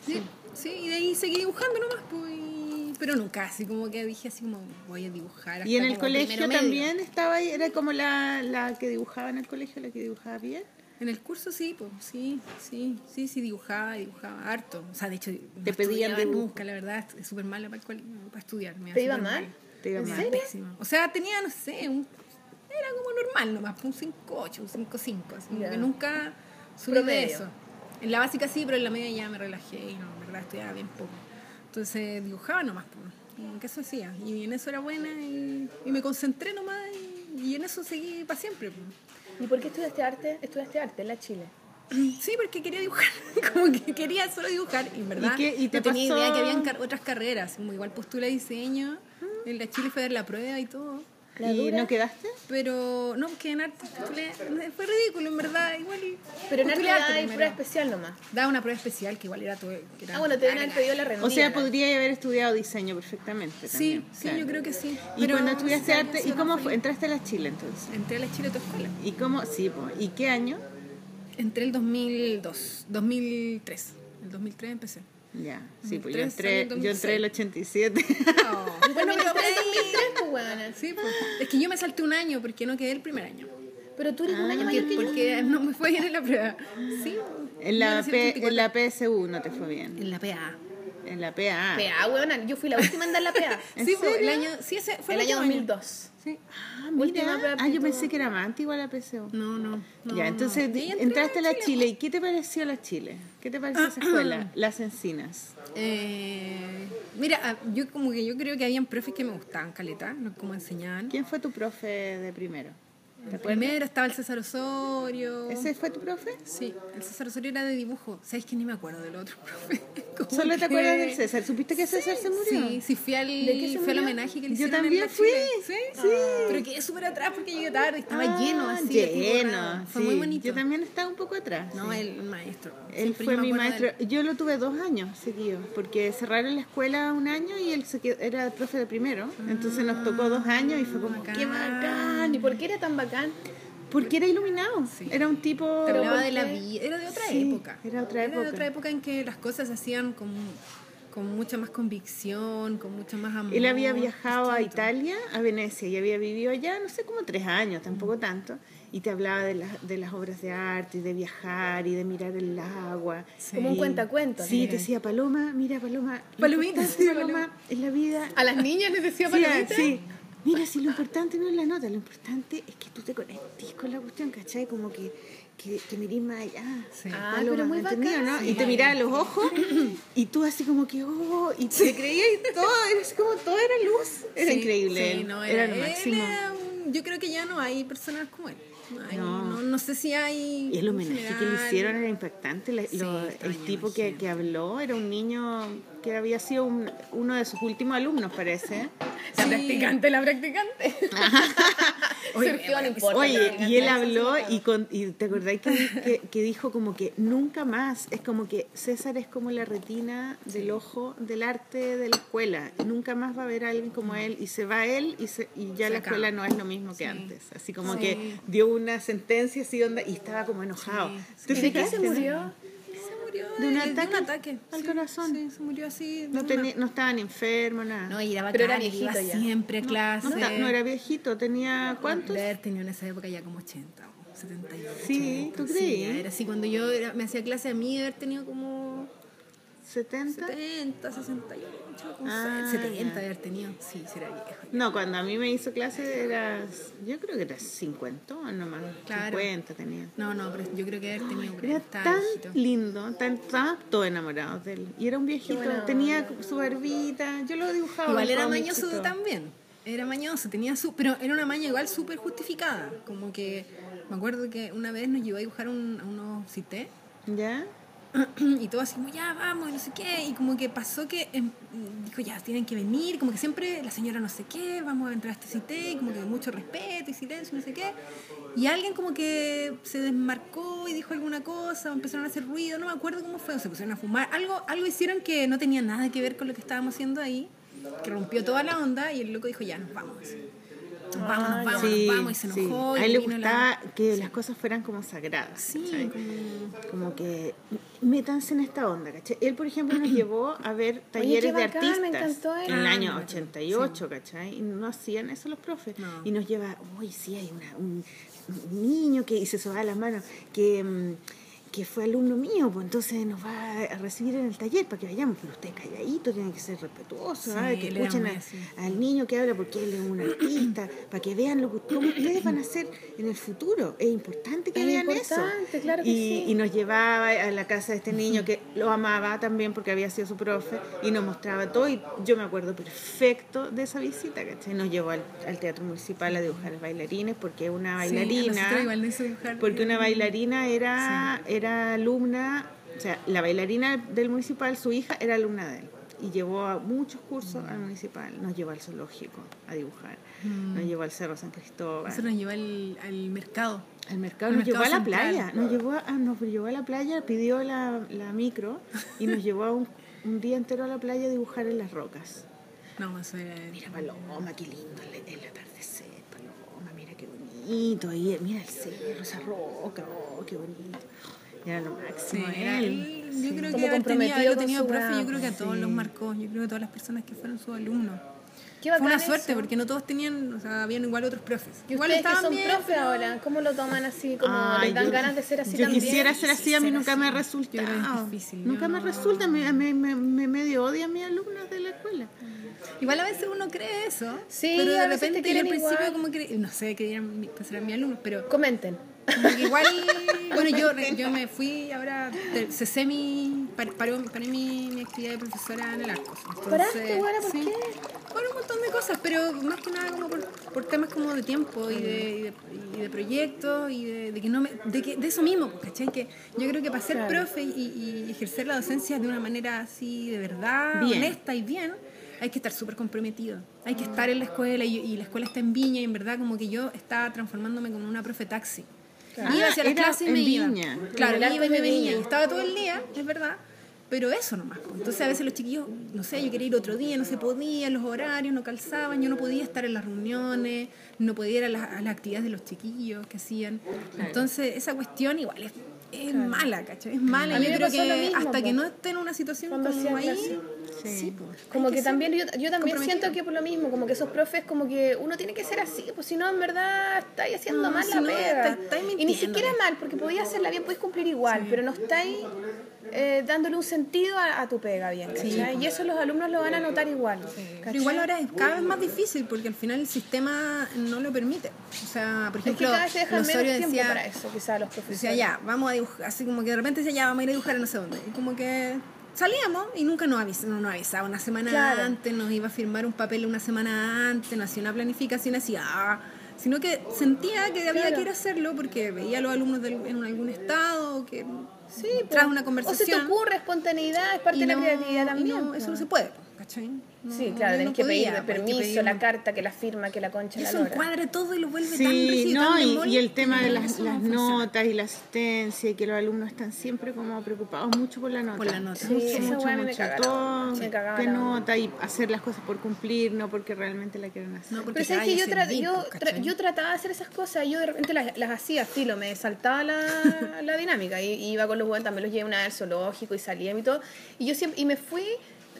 S4: Sí, sí, y de ahí seguí dibujando nomás, pues, y- pero nunca, así como que dije así como voy a dibujar. hasta
S2: Y en el
S4: como
S2: colegio
S4: primero medio.
S2: también estaba ahí, era como la, la que dibujaba en el colegio, la que dibujaba bien.
S4: En el curso sí, pues sí, sí, sí, sí, dibujaba, dibujaba harto. O sea, de hecho,
S2: Te pedían
S4: estudiaba
S2: dibujo.
S4: nunca, la verdad, es súper mala para, el cole- para estudiar. me
S1: ¿Te
S4: iba
S1: iba
S4: súper
S1: mal?
S2: Te iba
S4: Me iba
S2: mal.
S4: pésimo. O sea, tenía, no sé, un- era como normal nomás, un 5-8, un 5-5, así como
S1: Ya.
S4: que nunca subí de
S1: Promedio.
S4: eso. En la básica sí, pero en la media ya me relajé y no, en verdad estudiaba bien poco. Entonces dibujaba nomás, pues, como que eso hacía. Y en eso era buena y, y me concentré nomás y, y en eso seguí para siempre. pues.
S1: ¿Y por qué estudiaste arte? Estudiaste arte en la Chile.
S4: Sí, porque quería dibujar, como que quería solo dibujar, y en verdad.
S2: ¿Y qué- y te
S4: no tenía
S2: pasó?
S4: idea que habían car- otras carreras, como igual postulé diseño, en la Chile fue a dar la prueba y todo.
S1: ¿La
S2: ¿Y
S1: dura?
S2: no quedaste?
S4: Pero no, porque en arte postulé, eh, fue ridículo, en verdad, igual. y-
S1: Pero en arte
S4: postulé
S1: da hay
S4: primero.
S1: prueba especial nomás.
S4: Daba una prueba especial que igual era todo. que era
S1: Ah, bueno, te deben
S4: larga.
S1: haber pedido la
S2: O
S1: renuncia.
S2: sea, podría haber estudiado diseño perfectamente.
S4: Sí,
S2: también,
S4: sí,
S2: claro.
S4: yo creo que sí.
S2: Y cuando estudiaste
S4: sí,
S2: arte,
S4: sí,
S2: ¿y cómo
S4: sí.
S2: fue? entraste a la Chile entonces?
S4: Entré a la Chile a tu escuela.
S2: ¿Y cómo? Sí, po. ¿y qué año?
S4: Entré el 2002, 2003. El 2003 empecé.
S2: Ya, sí, pues yo
S4: Tres,
S2: entré,
S4: año
S2: yo entré el 87.
S4: Ah,
S1: Bueno,
S4: Bueno,
S1: pero
S4: pero por
S1: en
S4: ahí-
S1: 2003, pues, weona.
S4: Sí, pues. es que yo me salté un año porque no quedé el primer año.
S1: Pero tú eres un año
S4: Porque,
S1: mayor Ah, que yo.
S4: Ah, porque no me fue bien en la prueba. Sí.
S2: en,
S4: Yo
S2: la
S4: nací
S2: P- en
S4: 84.
S2: la PSU no te fue bien.
S4: En la PA.
S2: En la PA.
S1: PA, weona. Yo fui la última en dar la PA.
S2: ¿En
S4: Sí, pues, el
S2: serio?
S4: año, sí, ese fue
S1: el año
S4: último
S1: 2002.
S4: Sí.
S2: Ah,
S1: Última
S2: mira.
S1: prueba
S2: Ah, yo
S1: aptitud.
S2: pensé que era más antigua la PSU.
S4: No, no. no,
S2: ya,
S4: no.
S2: entonces
S4: Y ahí entré pues.
S2: entraste a la Chile. ¿Y qué te pareció la Chile? ¿Qué te pareció esa escuela? Las encinas.
S4: Eh, mira, ah, yo como que yo creo que habían profes que me gustaban, caleta, no como enseñaban.
S2: ¿Quién fue tu profe de primero? ¿Te acuerdas?
S4: Primero estaba el César Osorio.
S2: ¿Ese fue tu profe?
S4: Sí, el César Osorio era de dibujo. ¿Sabes que ni me acuerdo del otro profe? Como
S2: Solo te
S4: que-
S2: acuerdas del César. ¿Supiste que César se murió?
S4: Sí, sí, fui al,
S2: qué
S4: fui
S2: se
S4: al
S2: murió?
S4: homenaje que le
S2: Yo
S4: hicieron. en
S2: también
S4: la
S2: fui.
S4: Chile. ¿Sí? Pero quedé súper atrás porque llegué tarde, estaba
S2: Ah,
S4: lleno así. de tipo
S2: Lleno.
S4: nada. Fue
S2: sí.
S4: muy bonito.
S2: Yo también estaba un poco atrás.
S4: No,
S2: sí.
S4: el maestro.
S2: Él
S4: Siempre
S2: fue
S4: yo me
S2: mi
S4: acuerdo de
S2: maestro.
S4: él.
S2: Yo lo tuve dos años seguidos, porque cerraron la escuela un año y él se quedó- era profe de primero. Entonces nos tocó dos años y fue como,
S4: bacán.
S2: ¡qué bacán!
S1: ¿Y por qué era tan bacán?
S2: Porque era iluminado.
S4: Sí.
S2: Era un tipo.
S4: Te hablaba
S2: ¿por
S4: de la
S2: qué?
S4: vida. Era de otra
S2: Sí,
S4: época.
S2: Era otra época.
S4: de otra época en que las cosas se hacían con, con mucha más convicción, con mucho más amor.
S2: Él había viajado a
S4: distinto.
S2: Italia, a Venecia, y había vivido allá, no sé, como tres años,
S4: Mm.
S2: tampoco tanto. Y te hablaba de, las de las obras de arte, y de viajar, y de mirar el agua.
S4: Sí.
S1: Como un
S2: Y-
S1: cuentacuentos.
S2: Sí,
S4: Mira.
S2: te decía, Paloma, mira, Paloma. lo
S4: Palomita,
S2: importante,
S4: sí,
S2: Paloma, en la vida.
S1: A las niñas les decía
S2: Sí,
S1: palomita.
S2: sí. Mira, si lo importante no es la nota, lo importante es que tú te conectes con la cuestión, ¿cachai? Como que, que, que mirís más allá.
S4: Sí.
S1: Ah,
S2: Paloma,
S1: pero muy
S2: ¿me entendí o
S1: bacán.
S2: no? Y te miraba a los ojos y tú así como que, oh, y te creías y todo, era así como todo era luz. Era
S4: Sí,
S2: increíble.
S4: sí, no,
S2: era,
S4: era,
S2: lo
S4: él
S2: máximo.
S4: era un- yo creo que ya no hay personas como él. No, hay-
S2: No.
S4: no- no sé si hay.
S2: Y el homenaje
S4: en
S2: que le
S4: general.
S2: hicieron era impactante. la-
S4: Sí,
S2: lo-
S4: estaba
S2: el
S4: lleno
S2: tipo
S4: de
S2: que,
S4: gente.
S2: que habló era un niño que había sido un- uno de sus últimos alumnos, parece.
S1: La practicante, la practicante. Surgió, no importa.
S2: Oye,
S1: La
S2: y él
S1: practicante.
S2: habló y, con- y te acordáis que, que- que dijo como que nunca más, es como que César es como la retina del ojo del arte de la escuela, nunca más va a haber a alguien como él y se va él y, se- y ya la
S4: acaba.
S2: escuela no es lo mismo que antes, así como que dio una sentencia así onda y estaba como enojado. ¿Te
S1: ¿Y de qué se
S2: fijaste?
S1: murió?
S4: Se murió
S2: De un
S4: eh,
S2: ataque al
S4: Sí,
S2: corazón.
S4: Sí, se murió así.
S2: No, tenía- no estaban enfermos, nada.
S4: No, y era
S1: Pero era
S4: bacán, iba
S1: viejito ya.
S4: siempre a clase.
S2: No esta- no era viejito, tenía ¿cuántos?
S4: De haber tenido en esa época ya como 80 o 78.
S2: Sí, ¿tú creí?
S4: Sí, ya era así. Cuando yo era- me hacía clase a mí, de haber tenido como
S2: ¿70?
S4: 70, 68, como
S2: Ah,
S4: 70
S2: ya.
S4: de haber tenido. Sí, será viejo.
S2: No, cuando a mí me hizo clase era, yo creo que era 50 nomás,
S4: Claro.
S2: 50 tenía.
S4: No, no, pero yo creo que de haber tenido
S2: Era
S4: estaba
S2: tan
S4: viejito.
S2: lindo, tan, estaba todo enamorado de él. Y era un viejito, tenía su barbita, yo lo dibujaba.
S4: Igual
S2: en
S4: era
S2: cómics y
S4: mañoso
S2: todo.
S4: también. Era mañoso, tenía su. Pero era una maña igual súper justificada. Como que. Me acuerdo que una vez nos llevó a dibujar un- a unos cité.
S2: ¿Ya?
S4: y todo así como ya vamos y no sé qué y como que pasó que em, dijo ya tienen que venir como que siempre la señora no sé qué vamos a entrar a este cité y como que mucho respeto y silencio no sé qué y alguien como que se desmarcó y dijo alguna cosa o empezaron a hacer ruido no me acuerdo cómo fue o se pusieron a fumar algo algo hicieron que no tenía nada que ver con lo que estábamos haciendo ahí que rompió toda la onda y el loco dijo ya nos vamos nos vamos nos vamos,
S2: Sí,
S4: nos vamos y se
S2: Ah, sí.
S4: enojó
S2: A
S4: y
S2: él le
S4: vino la-
S2: gustaba que las cosas fueran como sagradas.
S4: sí
S2: ¿cachai? Como que métanse en esta onda, ¿cachai? Él, por ejemplo, nos llevó a ver talleres
S1: qué bacán,
S2: de
S1: me
S2: artistas
S1: encantó él.
S2: en el
S4: Ah,
S2: año
S4: me acuerdo,
S2: 88, ¿cachai? Y no hacían eso los profes.
S4: No.
S2: Y nos lleva, uy, sí, hay una- un, un niño que y se sobaba las manos, que, mm, que fue alumno mío, pues entonces nos va a recibir en el taller para que vayamos, pero usted calladito, tiene que ser respetuoso,
S4: Sí,
S2: ¿ah? que
S4: él era
S2: escuchen
S4: muy
S2: a-
S4: así.
S2: al niño que habla porque él es un artista, para que vean lo que cómo ustedes van a hacer en el futuro. Es importante que
S1: Es
S2: vean eso.
S1: importante, claro que
S2: y,
S1: sí.
S2: y nos llevaba a la casa de este niño que lo amaba también porque había sido su profe y nos mostraba todo. Y yo me acuerdo perfecto de esa visita, ¿cachai? Nos llevó al, al teatro municipal a dibujar bailarines porque una
S4: Sí, a
S2: bailarina.
S4: nosotros igual nos hizo dibujar.
S2: Porque una bailarina era, era alumna, o sea, la bailarina del municipal, su hija era alumna de él. Y llevó a muchos cursos al
S4: Mm.
S2: municipal. Nos llevó al zoológico a dibujar. Nos llevó al Cerro San Cristóbal.
S4: Eso nos llevó Mm. al, al mercado.
S2: Al mercado,
S4: Al
S2: nos llevó
S4: mercado
S2: a la
S4: central.
S2: playa, nos llevó a, nos llevó a la playa, pidió la, la micro y nos llevó a un, un día entero a la playa a dibujar en las rocas.
S4: No, eso era.
S2: Mira Paloma, qué lindo el, el atardecer, Paloma, mira qué bonito, ahí, mira el cerro, esa roca, oh, qué bonito. Era lo
S4: Sí,
S2: máximo,
S4: era
S2: él.
S4: él. Yo creo
S1: Como
S4: que haber tenido,
S1: comprometido
S4: haberlo
S1: con
S4: tenido
S1: su
S4: profe, yo
S1: trabajo,
S4: creo que a todos
S2: sí.
S4: los marcó. Yo creo que a todas las personas que fueron sus alumnos.
S1: Qué
S4: Fue una
S1: bacán
S4: suerte
S1: eso.
S4: porque no todos tenían, o sea, habían igual otros profes.
S1: ¿Y
S4: igual
S1: ustedes que son
S4: bien,
S1: profe
S4: pero-
S1: ahora, ¿cómo lo toman así? Como
S2: Ay,
S1: les dan
S2: yo-
S1: ganas de ser así
S2: Yo
S1: también.
S2: quisiera ser así, a mí
S4: Ser
S2: nunca me
S4: así.
S2: resulta.
S4: Yo creo que es difícil,
S2: Nunca
S4: yo
S2: me
S4: no-
S2: resulta, me, me, me, me medio odia a mis alumnas de la escuela.
S4: Igual a veces uno cree eso.
S1: Sí,
S4: pero de
S1: a veces te
S4: repente yo
S1: quieren
S4: al principio
S1: igual.
S4: como que no sé que eran, mi- pues eran mis alumnos, pero
S1: Comenten.
S4: como que igual bueno, yo, re- yo me fui ahora te- cesé mi par- paró- paré mi, mi actividad de profesora en el Arcos. Entonces,
S1: ¿Paraste, güera? ¿Por qué?
S4: Por un montón de cosas, pero más que nada como por, por temas como de tiempo y de, y de, y de proyectos y de, de que no me, de, que, de eso mismo, pues, ¿cachai? Que yo creo que para ser profe y, y ejercer la docencia de una manera así de verdad,
S2: Bien.
S4: honesta y bien, hay que estar súper comprometido. Hay que estar en la escuela y, y la escuela está en Viña y en verdad como que yo estaba transformándome como en una profe taxi. Iba hacia
S2: Ah,
S4: la
S2: era
S4: clase y
S2: en
S4: me iba.
S2: Viña.
S4: Claro,
S1: En
S4: iba
S1: el
S4: y
S1: Arcos
S4: me
S1: de
S4: venía.
S1: Viña.
S4: Estaba todo el día, es verdad. Pero eso nomás. pues. Entonces a veces los chiquillos, no sé, yo quería ir otro día, no se podía, los horarios no calzaban, yo no podía estar en las reuniones, no podía ir a las, a las actividades de los chiquillos que hacían. Entonces esa cuestión igual es, es mala, ¿cachai? Es mala.
S1: A mí
S4: Yo
S1: me
S4: creo
S1: pasó
S4: que
S1: lo mismo,
S4: hasta
S1: po.
S4: que no esté en una situación
S1: Cuando
S4: como
S1: hacía
S4: ahí,
S1: clase.
S4: sí, po.
S1: Como
S4: Hay
S1: que,
S4: ser-
S1: también, yo, yo también
S4: comprometido.
S1: siento que por lo mismo, como que esos profes, como que uno tiene que ser así, pues si no, en verdad, estáis haciendo
S4: No,
S1: mal
S4: si
S1: la
S4: no,
S1: pega.
S4: estáis- estáis
S1: y ni
S4: mintiéndole.
S1: siquiera mal, porque podías hacerla bien, podías cumplir igual, pero no estáis eh, dándole un sentido a, a tu pega bien, ¿cachai? Y eso los alumnos lo van a notar igual.
S4: pues. Pero igual ahora es cada vez más difícil porque al final el sistema no lo permite. O sea, por
S1: Es que
S4: ejemplo,
S1: cada vez se dejan menos
S4: Osorio
S1: tiempo
S4: decía,
S1: para eso, quizás los profesores.
S4: Decía, ya, vamos a dibujar, así como que de repente decía, ya, vamos a ir a dibujar a no sé dónde. Y como que salíamos y nunca nos avisaban, no nos avisaba una semana
S1: Claro.
S4: antes, nos iba a firmar un papel una semana antes, no hacía una planificación así, ah, sino que sentía que había
S1: Claro.
S4: que ir a hacerlo porque veía a los alumnos del- en algún estado o que
S1: Sí,
S4: tras
S1: pues.
S4: una
S1: O se te
S4: conversación.
S1: ocurre espontaneidad, es parte
S4: Y
S1: de la
S4: no-
S1: creatividad
S4: y
S1: también.
S4: no,
S1: pues.
S4: eso no se puede. ¿cachai? No-
S1: Sí,
S4: no-
S1: claro,
S4: yo no
S1: tenés que pedir
S4: podía, porque
S1: permiso,
S4: pedí
S1: la
S4: un-
S1: carta, que la firma, que la concha, la
S4: Eso
S1: lora.
S4: encuadra todo y lo vuelve tan
S2: Sí,
S4: rígido,
S2: no,
S4: tan
S2: y, y
S4: memórico.
S2: el tema de las,
S4: Eso no
S2: las
S4: funciona.
S2: notas y la asistencia y que los alumnos están siempre como preocupados mucho por la nota.
S4: Por la nota.
S2: Sí,
S4: Sí,
S2: mucho,
S1: esa
S2: mucho,
S1: weá me
S2: mucho.
S1: cagaba la
S2: Todo,
S1: onda, me cagaba
S2: qué
S1: la onda.
S2: nota y hacer las cosas por cumplir, no porque realmente la quieren hacer.
S4: No, porque
S1: Pero
S4: te
S1: sabes que
S4: vaya
S1: yo,
S4: a
S1: tra-
S4: servir,
S1: yo,
S4: pues,
S1: tra-
S4: ¿cachai?
S1: yo trataba de hacer esas cosas, yo de repente las, las hacía, filo, me saltaba la, la dinámica. Y, y iba con los guantes, me los llevé una vez al zoológico y salía y todo. Y yo siempre, y me fui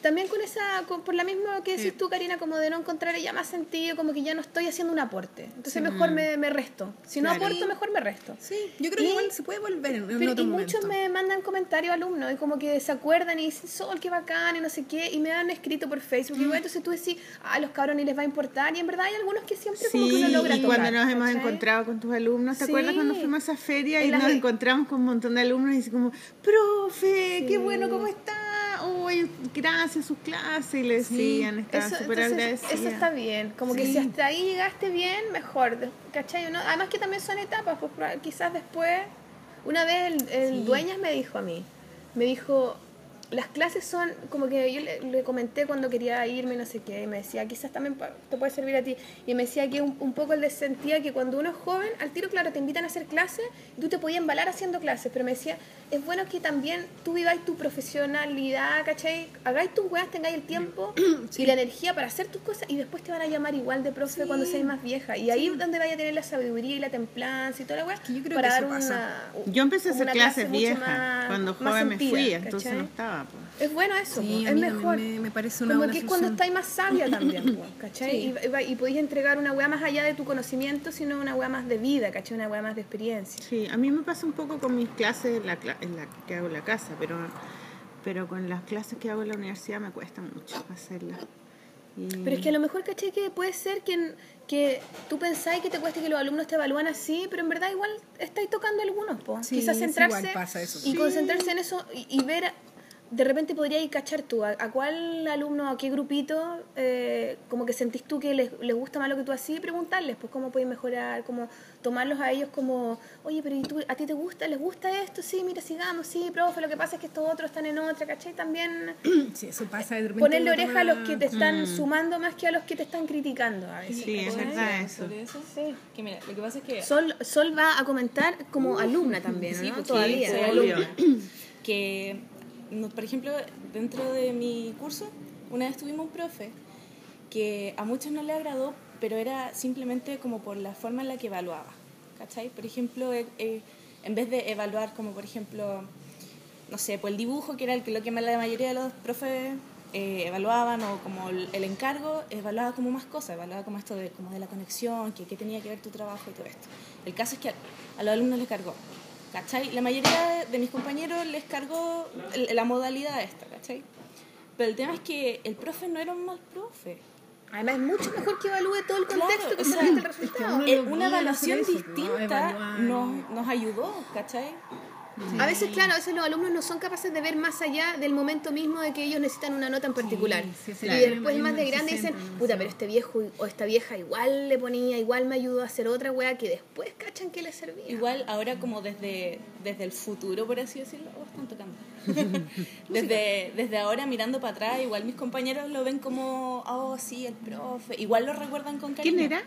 S1: también con esa, con- por la misma que decís tú, Karina, como de no encontrar ya más sentido, como que ya no estoy haciendo un aporte. Entonces mejor me, me resto. Si no
S2: Claro.
S1: aporto, mejor me resto.
S4: Sí, yo creo que
S1: Y-
S4: igual se puede volver en, en
S1: Pero,
S4: otro
S1: y muchos
S4: momento.
S1: me mandan comentarios alumnos y como que se acuerdan y dicen, Sol, qué bacán y no sé qué, y me han escrito por Facebook.
S2: Mm.
S1: Y bueno, entonces tú decís, ah, los cabros ni les va a importar. Y en verdad hay algunos que siempre como que
S2: Sí,
S1: uno logra
S2: y
S1: tocar,
S2: cuando nos hemos
S1: ¿cachai?
S2: encontrado con tus alumnos, ¿te
S1: Sí.
S2: acuerdas cuando fuimos a esa feria y
S1: En las-
S2: nos encontramos con un montón de alumnos y dice como, profe, qué bueno, ¿cómo está? Uy, gracias, sus clases, y le decían, estaban
S1: Eso,
S2: súper
S1: entonces,
S2: agradecidas.
S1: eso está bien, como que si hasta ahí llegaste bien, mejor, de- ¿cachai? Uno- además que también son etapas, pues proba- quizás después, una vez el, el dueñas me dijo a mí, me dijo, las clases son, como que yo le, le comenté cuando quería irme, no sé qué, y me decía, quizás también pa- te puede servir a ti, y me decía que un, un poco él sentía que cuando uno es joven, al tiro, claro, te invitan a hacer clases, y tú te podías embalar haciendo clases, pero me decía, es bueno que también tú viváis tu profesionalidad, ¿cachai? Hagáis tus weas, tengáis el tiempo y la energía para hacer tus cosas y después te van a llamar igual de profe cuando seas más vieja. Y ahí es donde vaya a tener la sabiduría y la templanza y toda la wea
S4: que yo creo
S1: para
S4: que
S1: dar
S4: eso pasa.
S1: una...
S2: Yo empecé a hacer
S1: como una
S2: clases
S1: clase mucho
S2: viejas,
S1: más-
S2: cuando
S1: más
S2: joven me fui,
S1: sentida,
S2: entonces
S1: ¿cachai?
S2: no estaba. pues.
S1: Es bueno eso,
S4: Sí,
S1: po,
S4: a
S1: es
S4: mí me-
S1: mejor.
S4: me- me parece una
S1: Como
S4: buena
S1: que es cuando
S4: solución.
S1: estáis más sabia también, po, ¿cachai? Y, va- y podéis entregar una wea más allá de tu conocimiento, sino una wea más de vida, ¿cachai? Una wea más de experiencia.
S2: Sí, a mí me pasa un poco con mis clases en la, cla- en la que hago en la casa, pero, pero con las clases que hago en la universidad me cuesta mucho hacerlas. Y-
S1: Pero es
S4: Mm.
S1: que a lo mejor, ¿cachai? Que puede ser que, que tú pensáis que te cueste que los alumnos te evalúan así, pero en verdad igual estáis tocando algunos, po.
S4: Sí,
S1: Quizás
S4: sí,
S1: centrarse
S4: igual pasa eso.
S1: y concentrarse en eso y, y ver, de repente podríais cachar tú a, a cuál alumno, a qué grupito, eh, como que sentís tú que les, les gusta más lo que tú así, y preguntarles, pues cómo podéis mejorar, como tomarlos a ellos como, oye, pero ¿y tú, a ti te gusta, les gusta esto? Sí, mira, sigamos, sí, profe, lo que pasa es que estos otros están en otra, ¿cachai? También
S4: Sí, eso pasa de repente
S1: ponerle
S4: uno
S1: oreja a los
S4: toma-
S1: que te están sumando más que a los que te están criticando a veces.
S2: Sí, es
S5: ¿Puedo decir
S2: verdad
S5: algo
S2: eso.
S5: sobre eso?
S1: Sí.
S5: Que mira, lo que pasa es que
S1: Sol, Sol va a comentar como alumna también,
S5: sí,
S1: ¿no?
S5: porque
S1: Todavía.
S5: soy
S2: obvio.
S5: alumna. que, no- por ejemplo, dentro de mi curso, una vez tuvimos un profe que a muchos no le agradó, pero era simplemente como por la forma en la que evaluaba. ¿Cachai? Por ejemplo, eh, eh, en vez de evaluar como, por ejemplo, no sé, pues el dibujo, que era el que- lo que la mayoría de los profes eh, evaluaban, o como el, el encargo, evaluaba como más cosas, evaluaba como esto de, como de la conexión, que qué tenía que ver tu trabajo y todo esto. El caso es que a, a los alumnos les cargó, ¿cachai? La mayoría de mis compañeros les cargó el- la modalidad esta, ¿cachai? Pero el tema es que el profe no era un mal profe.
S1: Además, es mucho mejor que evalúe todo el contexto
S5: Claro,
S1: que
S5: o sea,
S1: solamente el resultado.
S4: uno-
S5: Eh,
S4: lo
S5: Una
S4: vi
S5: evaluación
S4: hacer eso, pues, ¿no?
S5: distinta
S4: Evaluar.
S5: nos, nos ayudó, ¿cachai?
S1: A veces, claro, a veces los alumnos no son capaces de ver más allá del momento mismo de que ellos necesitan una nota en particular.
S4: sí, ese
S1: y
S4: problema
S1: después,
S4: ahí
S1: más
S4: no
S1: de
S4: se
S1: grande, dicen,
S4: centran demasiado.
S1: puta, pero este viejo o esta vieja igual le ponía, igual me ayudó a hacer otra wea que después cachan que le servía.
S5: Igual ahora como desde, desde el futuro, por así decirlo, oh, están tocando. desde, desde ahora mirando para atrás, igual mis compañeros lo ven como, oh sí, el profe. Igual lo recuerdan con cariño.
S2: ¿Quién era?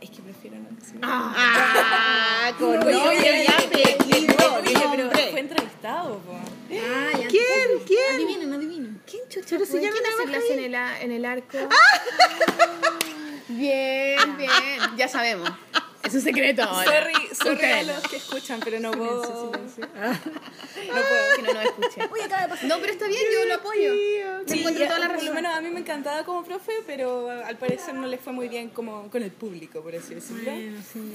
S5: Es que prefiero no decirlo.
S2: Ah, con
S5: Oye,
S2: nombre
S5: oye,
S2: y
S5: oye,
S2: apellido,
S5: oye, pero
S2: nombre.
S5: fue entrevistado, po.
S4: Ah, ya.
S2: ¿Quién? ¿Quién?
S4: Adivinen, adivinen.
S1: ¿Quién chucha
S2: Pero si
S1: fue?
S2: ya no
S1: ¿Quién hace
S2: trabaja
S1: clase
S2: ahí.
S1: en el, a- en el arco? bien, bien. Ya sabemos. Es un secreto ahora.
S5: Sorry, sorry a los que escuchan, pero no puedo. No puedo.
S1: Que no nos escuche.
S4: Oye, acaba de pasar.
S1: No, pero está bien, yo lo apoyo. Te
S5: Sí,
S1: encuentro
S5: ya,
S1: toda la
S5: por lo
S1: razón.
S5: menos a mí me encantaba como profe, pero al parecer no le fue muy bien como con el público, por así decirlo.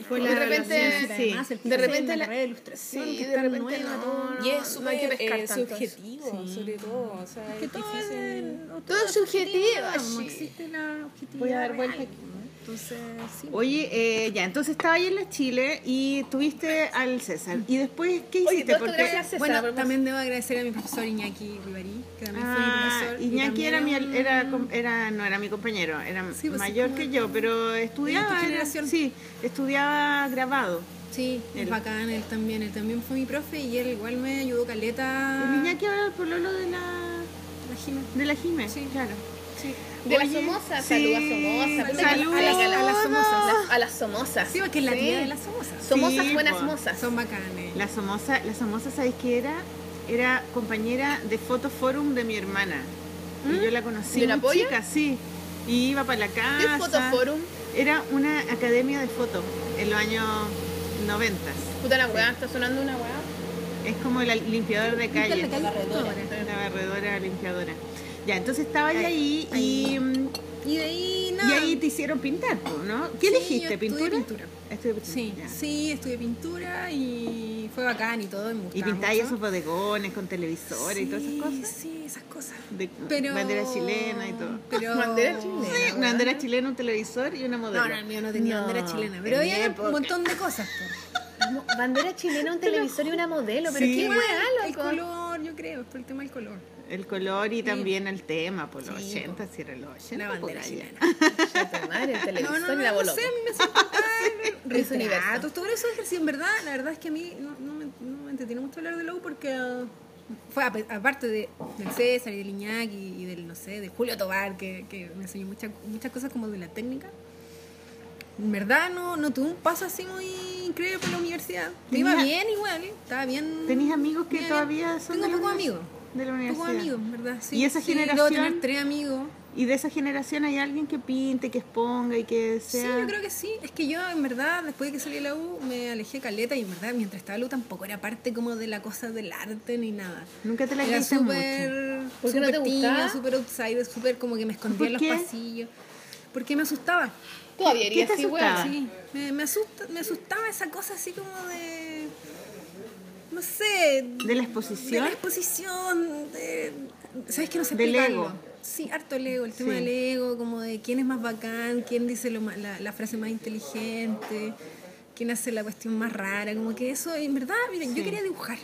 S2: Fue la
S1: De repente-
S2: evaluación, sí.
S4: Además, el
S1: De repente
S4: la
S1: la-
S4: carrera de ilustración
S1: Sí,
S4: que
S1: de
S4: está
S1: repente
S4: nueva.
S1: no, no.
S5: Y es
S1: no hay que
S5: súper
S1: pescar
S5: eh,
S1: tanto eso.
S5: subjetivo, sobre todo. O sea,
S4: Que
S5: es
S4: todo es,
S5: difícil.
S1: Todo es subjetivo,
S4: No
S1: sí.
S4: existe la objetividad.
S2: Voy a dar
S4: real,
S2: vuelta aquí.
S4: ¿no? Entonces, sí.
S2: Oye, eh, ya, entonces estaba ahí en la Chile y tuviste al César. ¿Y después qué
S1: Oye,
S2: hiciste?
S1: todo esto gracias a César.
S4: Bueno,
S1: a propósito.
S4: también debo agradecer a mi profesor Iñaki Rivarí, que también
S2: Ah,
S4: fue mi profesor. y
S2: Iñaki
S4: también
S2: era mi,
S4: un-
S2: era, com- era, no era mi compañero, era
S4: Sí, pues,
S2: mayor
S4: sí,
S2: que
S4: como-
S2: yo, pero estudiaba, era-
S4: generación.
S2: sí, estudiaba grabado.
S4: Sí,
S2: Él.
S4: es bacán, él también. Él también fue mi profe y él igual me ayudó caleta.
S2: El Iñaki era el pololo de la,
S4: Ah. La la Jime.
S2: De la Jime.
S4: Sí.
S2: claro.
S4: Sí.
S1: De la
S2: Oye,
S1: Somoza,
S2: sí.
S1: saluda a Somoza. puta que-
S2: Saludos.
S1: A las, a las
S4: Somozas.
S1: Somozas. A las Somozas.
S4: Sí, porque es la
S1: Sí.
S4: tía de las somosas.
S1: Somozas,
S2: Sí,
S1: buenas
S2: po.
S1: mozas.
S4: Son bacanes.
S2: La Somoza, la Somoza, ¿sabes qué era? Era compañera de fotoforum de mi hermana. Y yo la conocí
S1: ¿De la
S2: muy
S1: polla?
S2: chica, sí. Y iba para la casa.
S1: ¿Qué es Fotoforum?
S2: Era una academia de foto en los años 90.
S1: Puta la weá, está sonando una weá.
S2: Es como el limpiador de
S4: Pintan
S2: calle.
S4: la calle justo ahora.
S2: La barredora limpiadora. Ya, entonces estaba ahí, ahí, y, mm,
S4: Y de ahí
S2: y
S4: nada.
S2: ahí te hicieron pintar, po, ¿no? ¿Qué
S4: Sí, yo
S2: elegiste?
S4: estudié
S2: ¿Pintura?
S4: pintura.
S2: Estudié pintura,
S4: Sí,
S2: ya.
S4: sí, estudié pintura y fue bacán y todo. y me
S2: ¿Y
S4: gustaba
S2: pintáis
S4: mucho.
S2: esos bodegones con televisores y todas esas cosas?
S4: Sí, esas cosas.
S2: De
S4: Pero...
S2: bandera chilena y todo.
S4: Pero...
S1: Bandera chilena.
S2: Sí, una bandera chilena, un televisor y una modelo.
S4: No, no, el mío no tenía
S1: No,
S4: bandera chilena. Pero
S2: en mi
S4: había
S2: época.
S4: un montón de cosas. po.
S1: Bandera chilena, un televisor y una modelo. Pero
S2: Sí.
S1: qué weá,
S4: El
S1: loco.
S4: color, yo creo, es por el tema del color.
S2: El color y también el tema, por los
S4: Sí,
S2: 80, si era los pues, 80.
S4: La
S2: por
S4: bandera
S2: allá.
S4: chilena.
S1: Chata madre, el
S4: No,
S1: televisor
S4: no, no,
S1: y la
S4: no,
S1: voló.
S4: sé, a mí me hacían pintar
S1: universo.
S4: retratos, todo eso ejercicio. En verdad, la verdad es que a mí no, no me, no me entretiene mucho hablar de Lowe porque ah, fue a- aparte de, del César y del Iñaki y del, no sé, de Julio Tobar, que, que me enseñó muchas muchas cosas como de la técnica. En verdad no, no tuve un paso así muy increíble por la universidad. Me iba
S2: Tenía-
S4: bien igual, ¿eh? estaba bien.
S2: ¿Tenías amigos que
S4: bien,
S2: todavía
S4: bien.
S2: son de
S4: Tengo
S2: la
S4: pocos
S2: univers-
S4: amigos.
S2: De la
S4: Pocos
S2: universidad.
S4: amigos, en ¿verdad? Sí.
S2: ¿Y esa
S4: Sí, Debo
S2: generación?
S4: tener tres amigos.
S2: ¿Y de esa generación hay alguien que pinte, que exponga y que sea...?
S4: Sí, yo creo que sí. Es que yo, en verdad, después de que salí de la U, me alejé caleta y, en verdad, mientras estaba en la U tampoco era parte como de la cosa del arte ni nada.
S2: Nunca te la
S4: Era
S2: creíste mucho.
S4: súper
S1: ¿Por qué no
S4: súper
S1: te
S4: tímida,
S1: gustaba?
S4: súper outsider, súper como que me escondía en los
S2: qué?
S4: pasillos. Porque me asustaba.
S1: Todavía iría
S2: ¿Qué te
S1: así,
S2: asustaba?
S1: weón.
S4: Sí, me, me, asusta- me asustaba esa cosa así como de... No sé,
S2: ¿De la
S4: de
S2: exposición?
S4: la exposición, de, ¿sabes que no sé
S2: Del
S4: explicarlo?
S2: ego.
S4: Sí, harto el ego, el tema
S2: Sí.
S4: del ego, como de quién es más bacán, quién dice lo ma- la, la frase más inteligente, quién hace la cuestión más rara, como que eso, en verdad, mira, yo quería dibujar.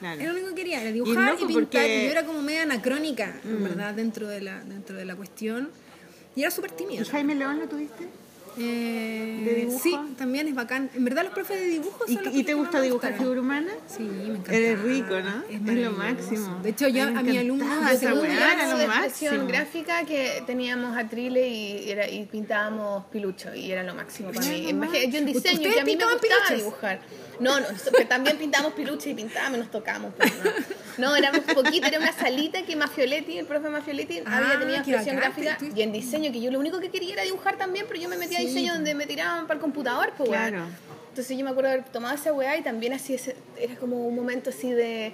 S4: Era lo
S2: Claro.
S4: único que quería, era dibujar y,
S2: loco,
S4: pintar.
S2: porque- Mm.
S4: Y yo era como media anacrónica, en verdad, dentro de la, dentro de la cuestión. Y era súper tímida.
S2: ¿Y Jaime León lo tuviste?
S4: Eh,
S2: ¿De dibujo?
S4: Sí, también es bacán. En verdad los profes de dibujo son
S2: ¿Y,
S4: los
S2: y
S4: profes
S2: te
S4: que más
S2: gusta
S4: me
S2: dibujar
S4: gustaron.
S2: figura humana?
S4: Sí, me encanta.
S2: Eres rico, ¿no? Es lo
S4: maravilloso.
S2: máximo.
S4: De hecho, yo
S2: Ay, me
S4: a mi
S2: encantaba
S4: alumno,
S2: esa
S4: yo tengo un
S2: weá,
S4: gran-
S2: era lo
S1: de expresión
S2: máximo.
S1: gráfica que teníamos atriles y, era- y pintábamos pilucho y era lo máximo para mí. Imagínate, yo en diseño
S4: ¿Ustedes
S1: que a mí me
S4: pintaban
S1: gustaba
S4: piluchos?
S1: dibujar. No, no, so- que también pintábamos pilucho y pintábamos, nos tocábamos. pero no. no, éramos poquito, era una salita que Mafioletti, el profe Mafioletti,
S4: Ah,
S1: había tenido
S4: qué
S1: expresión
S4: bacán,
S1: gráfica
S4: tú- tú-
S1: y en diseño, que yo lo único que quería era dibujar también, pero yo me metía a diseño donde me tiraban para el computador, pues weón.
S2: Claro.
S1: Entonces yo me acuerdo de haber tomado esa weá y también así ese- era como un momento así de...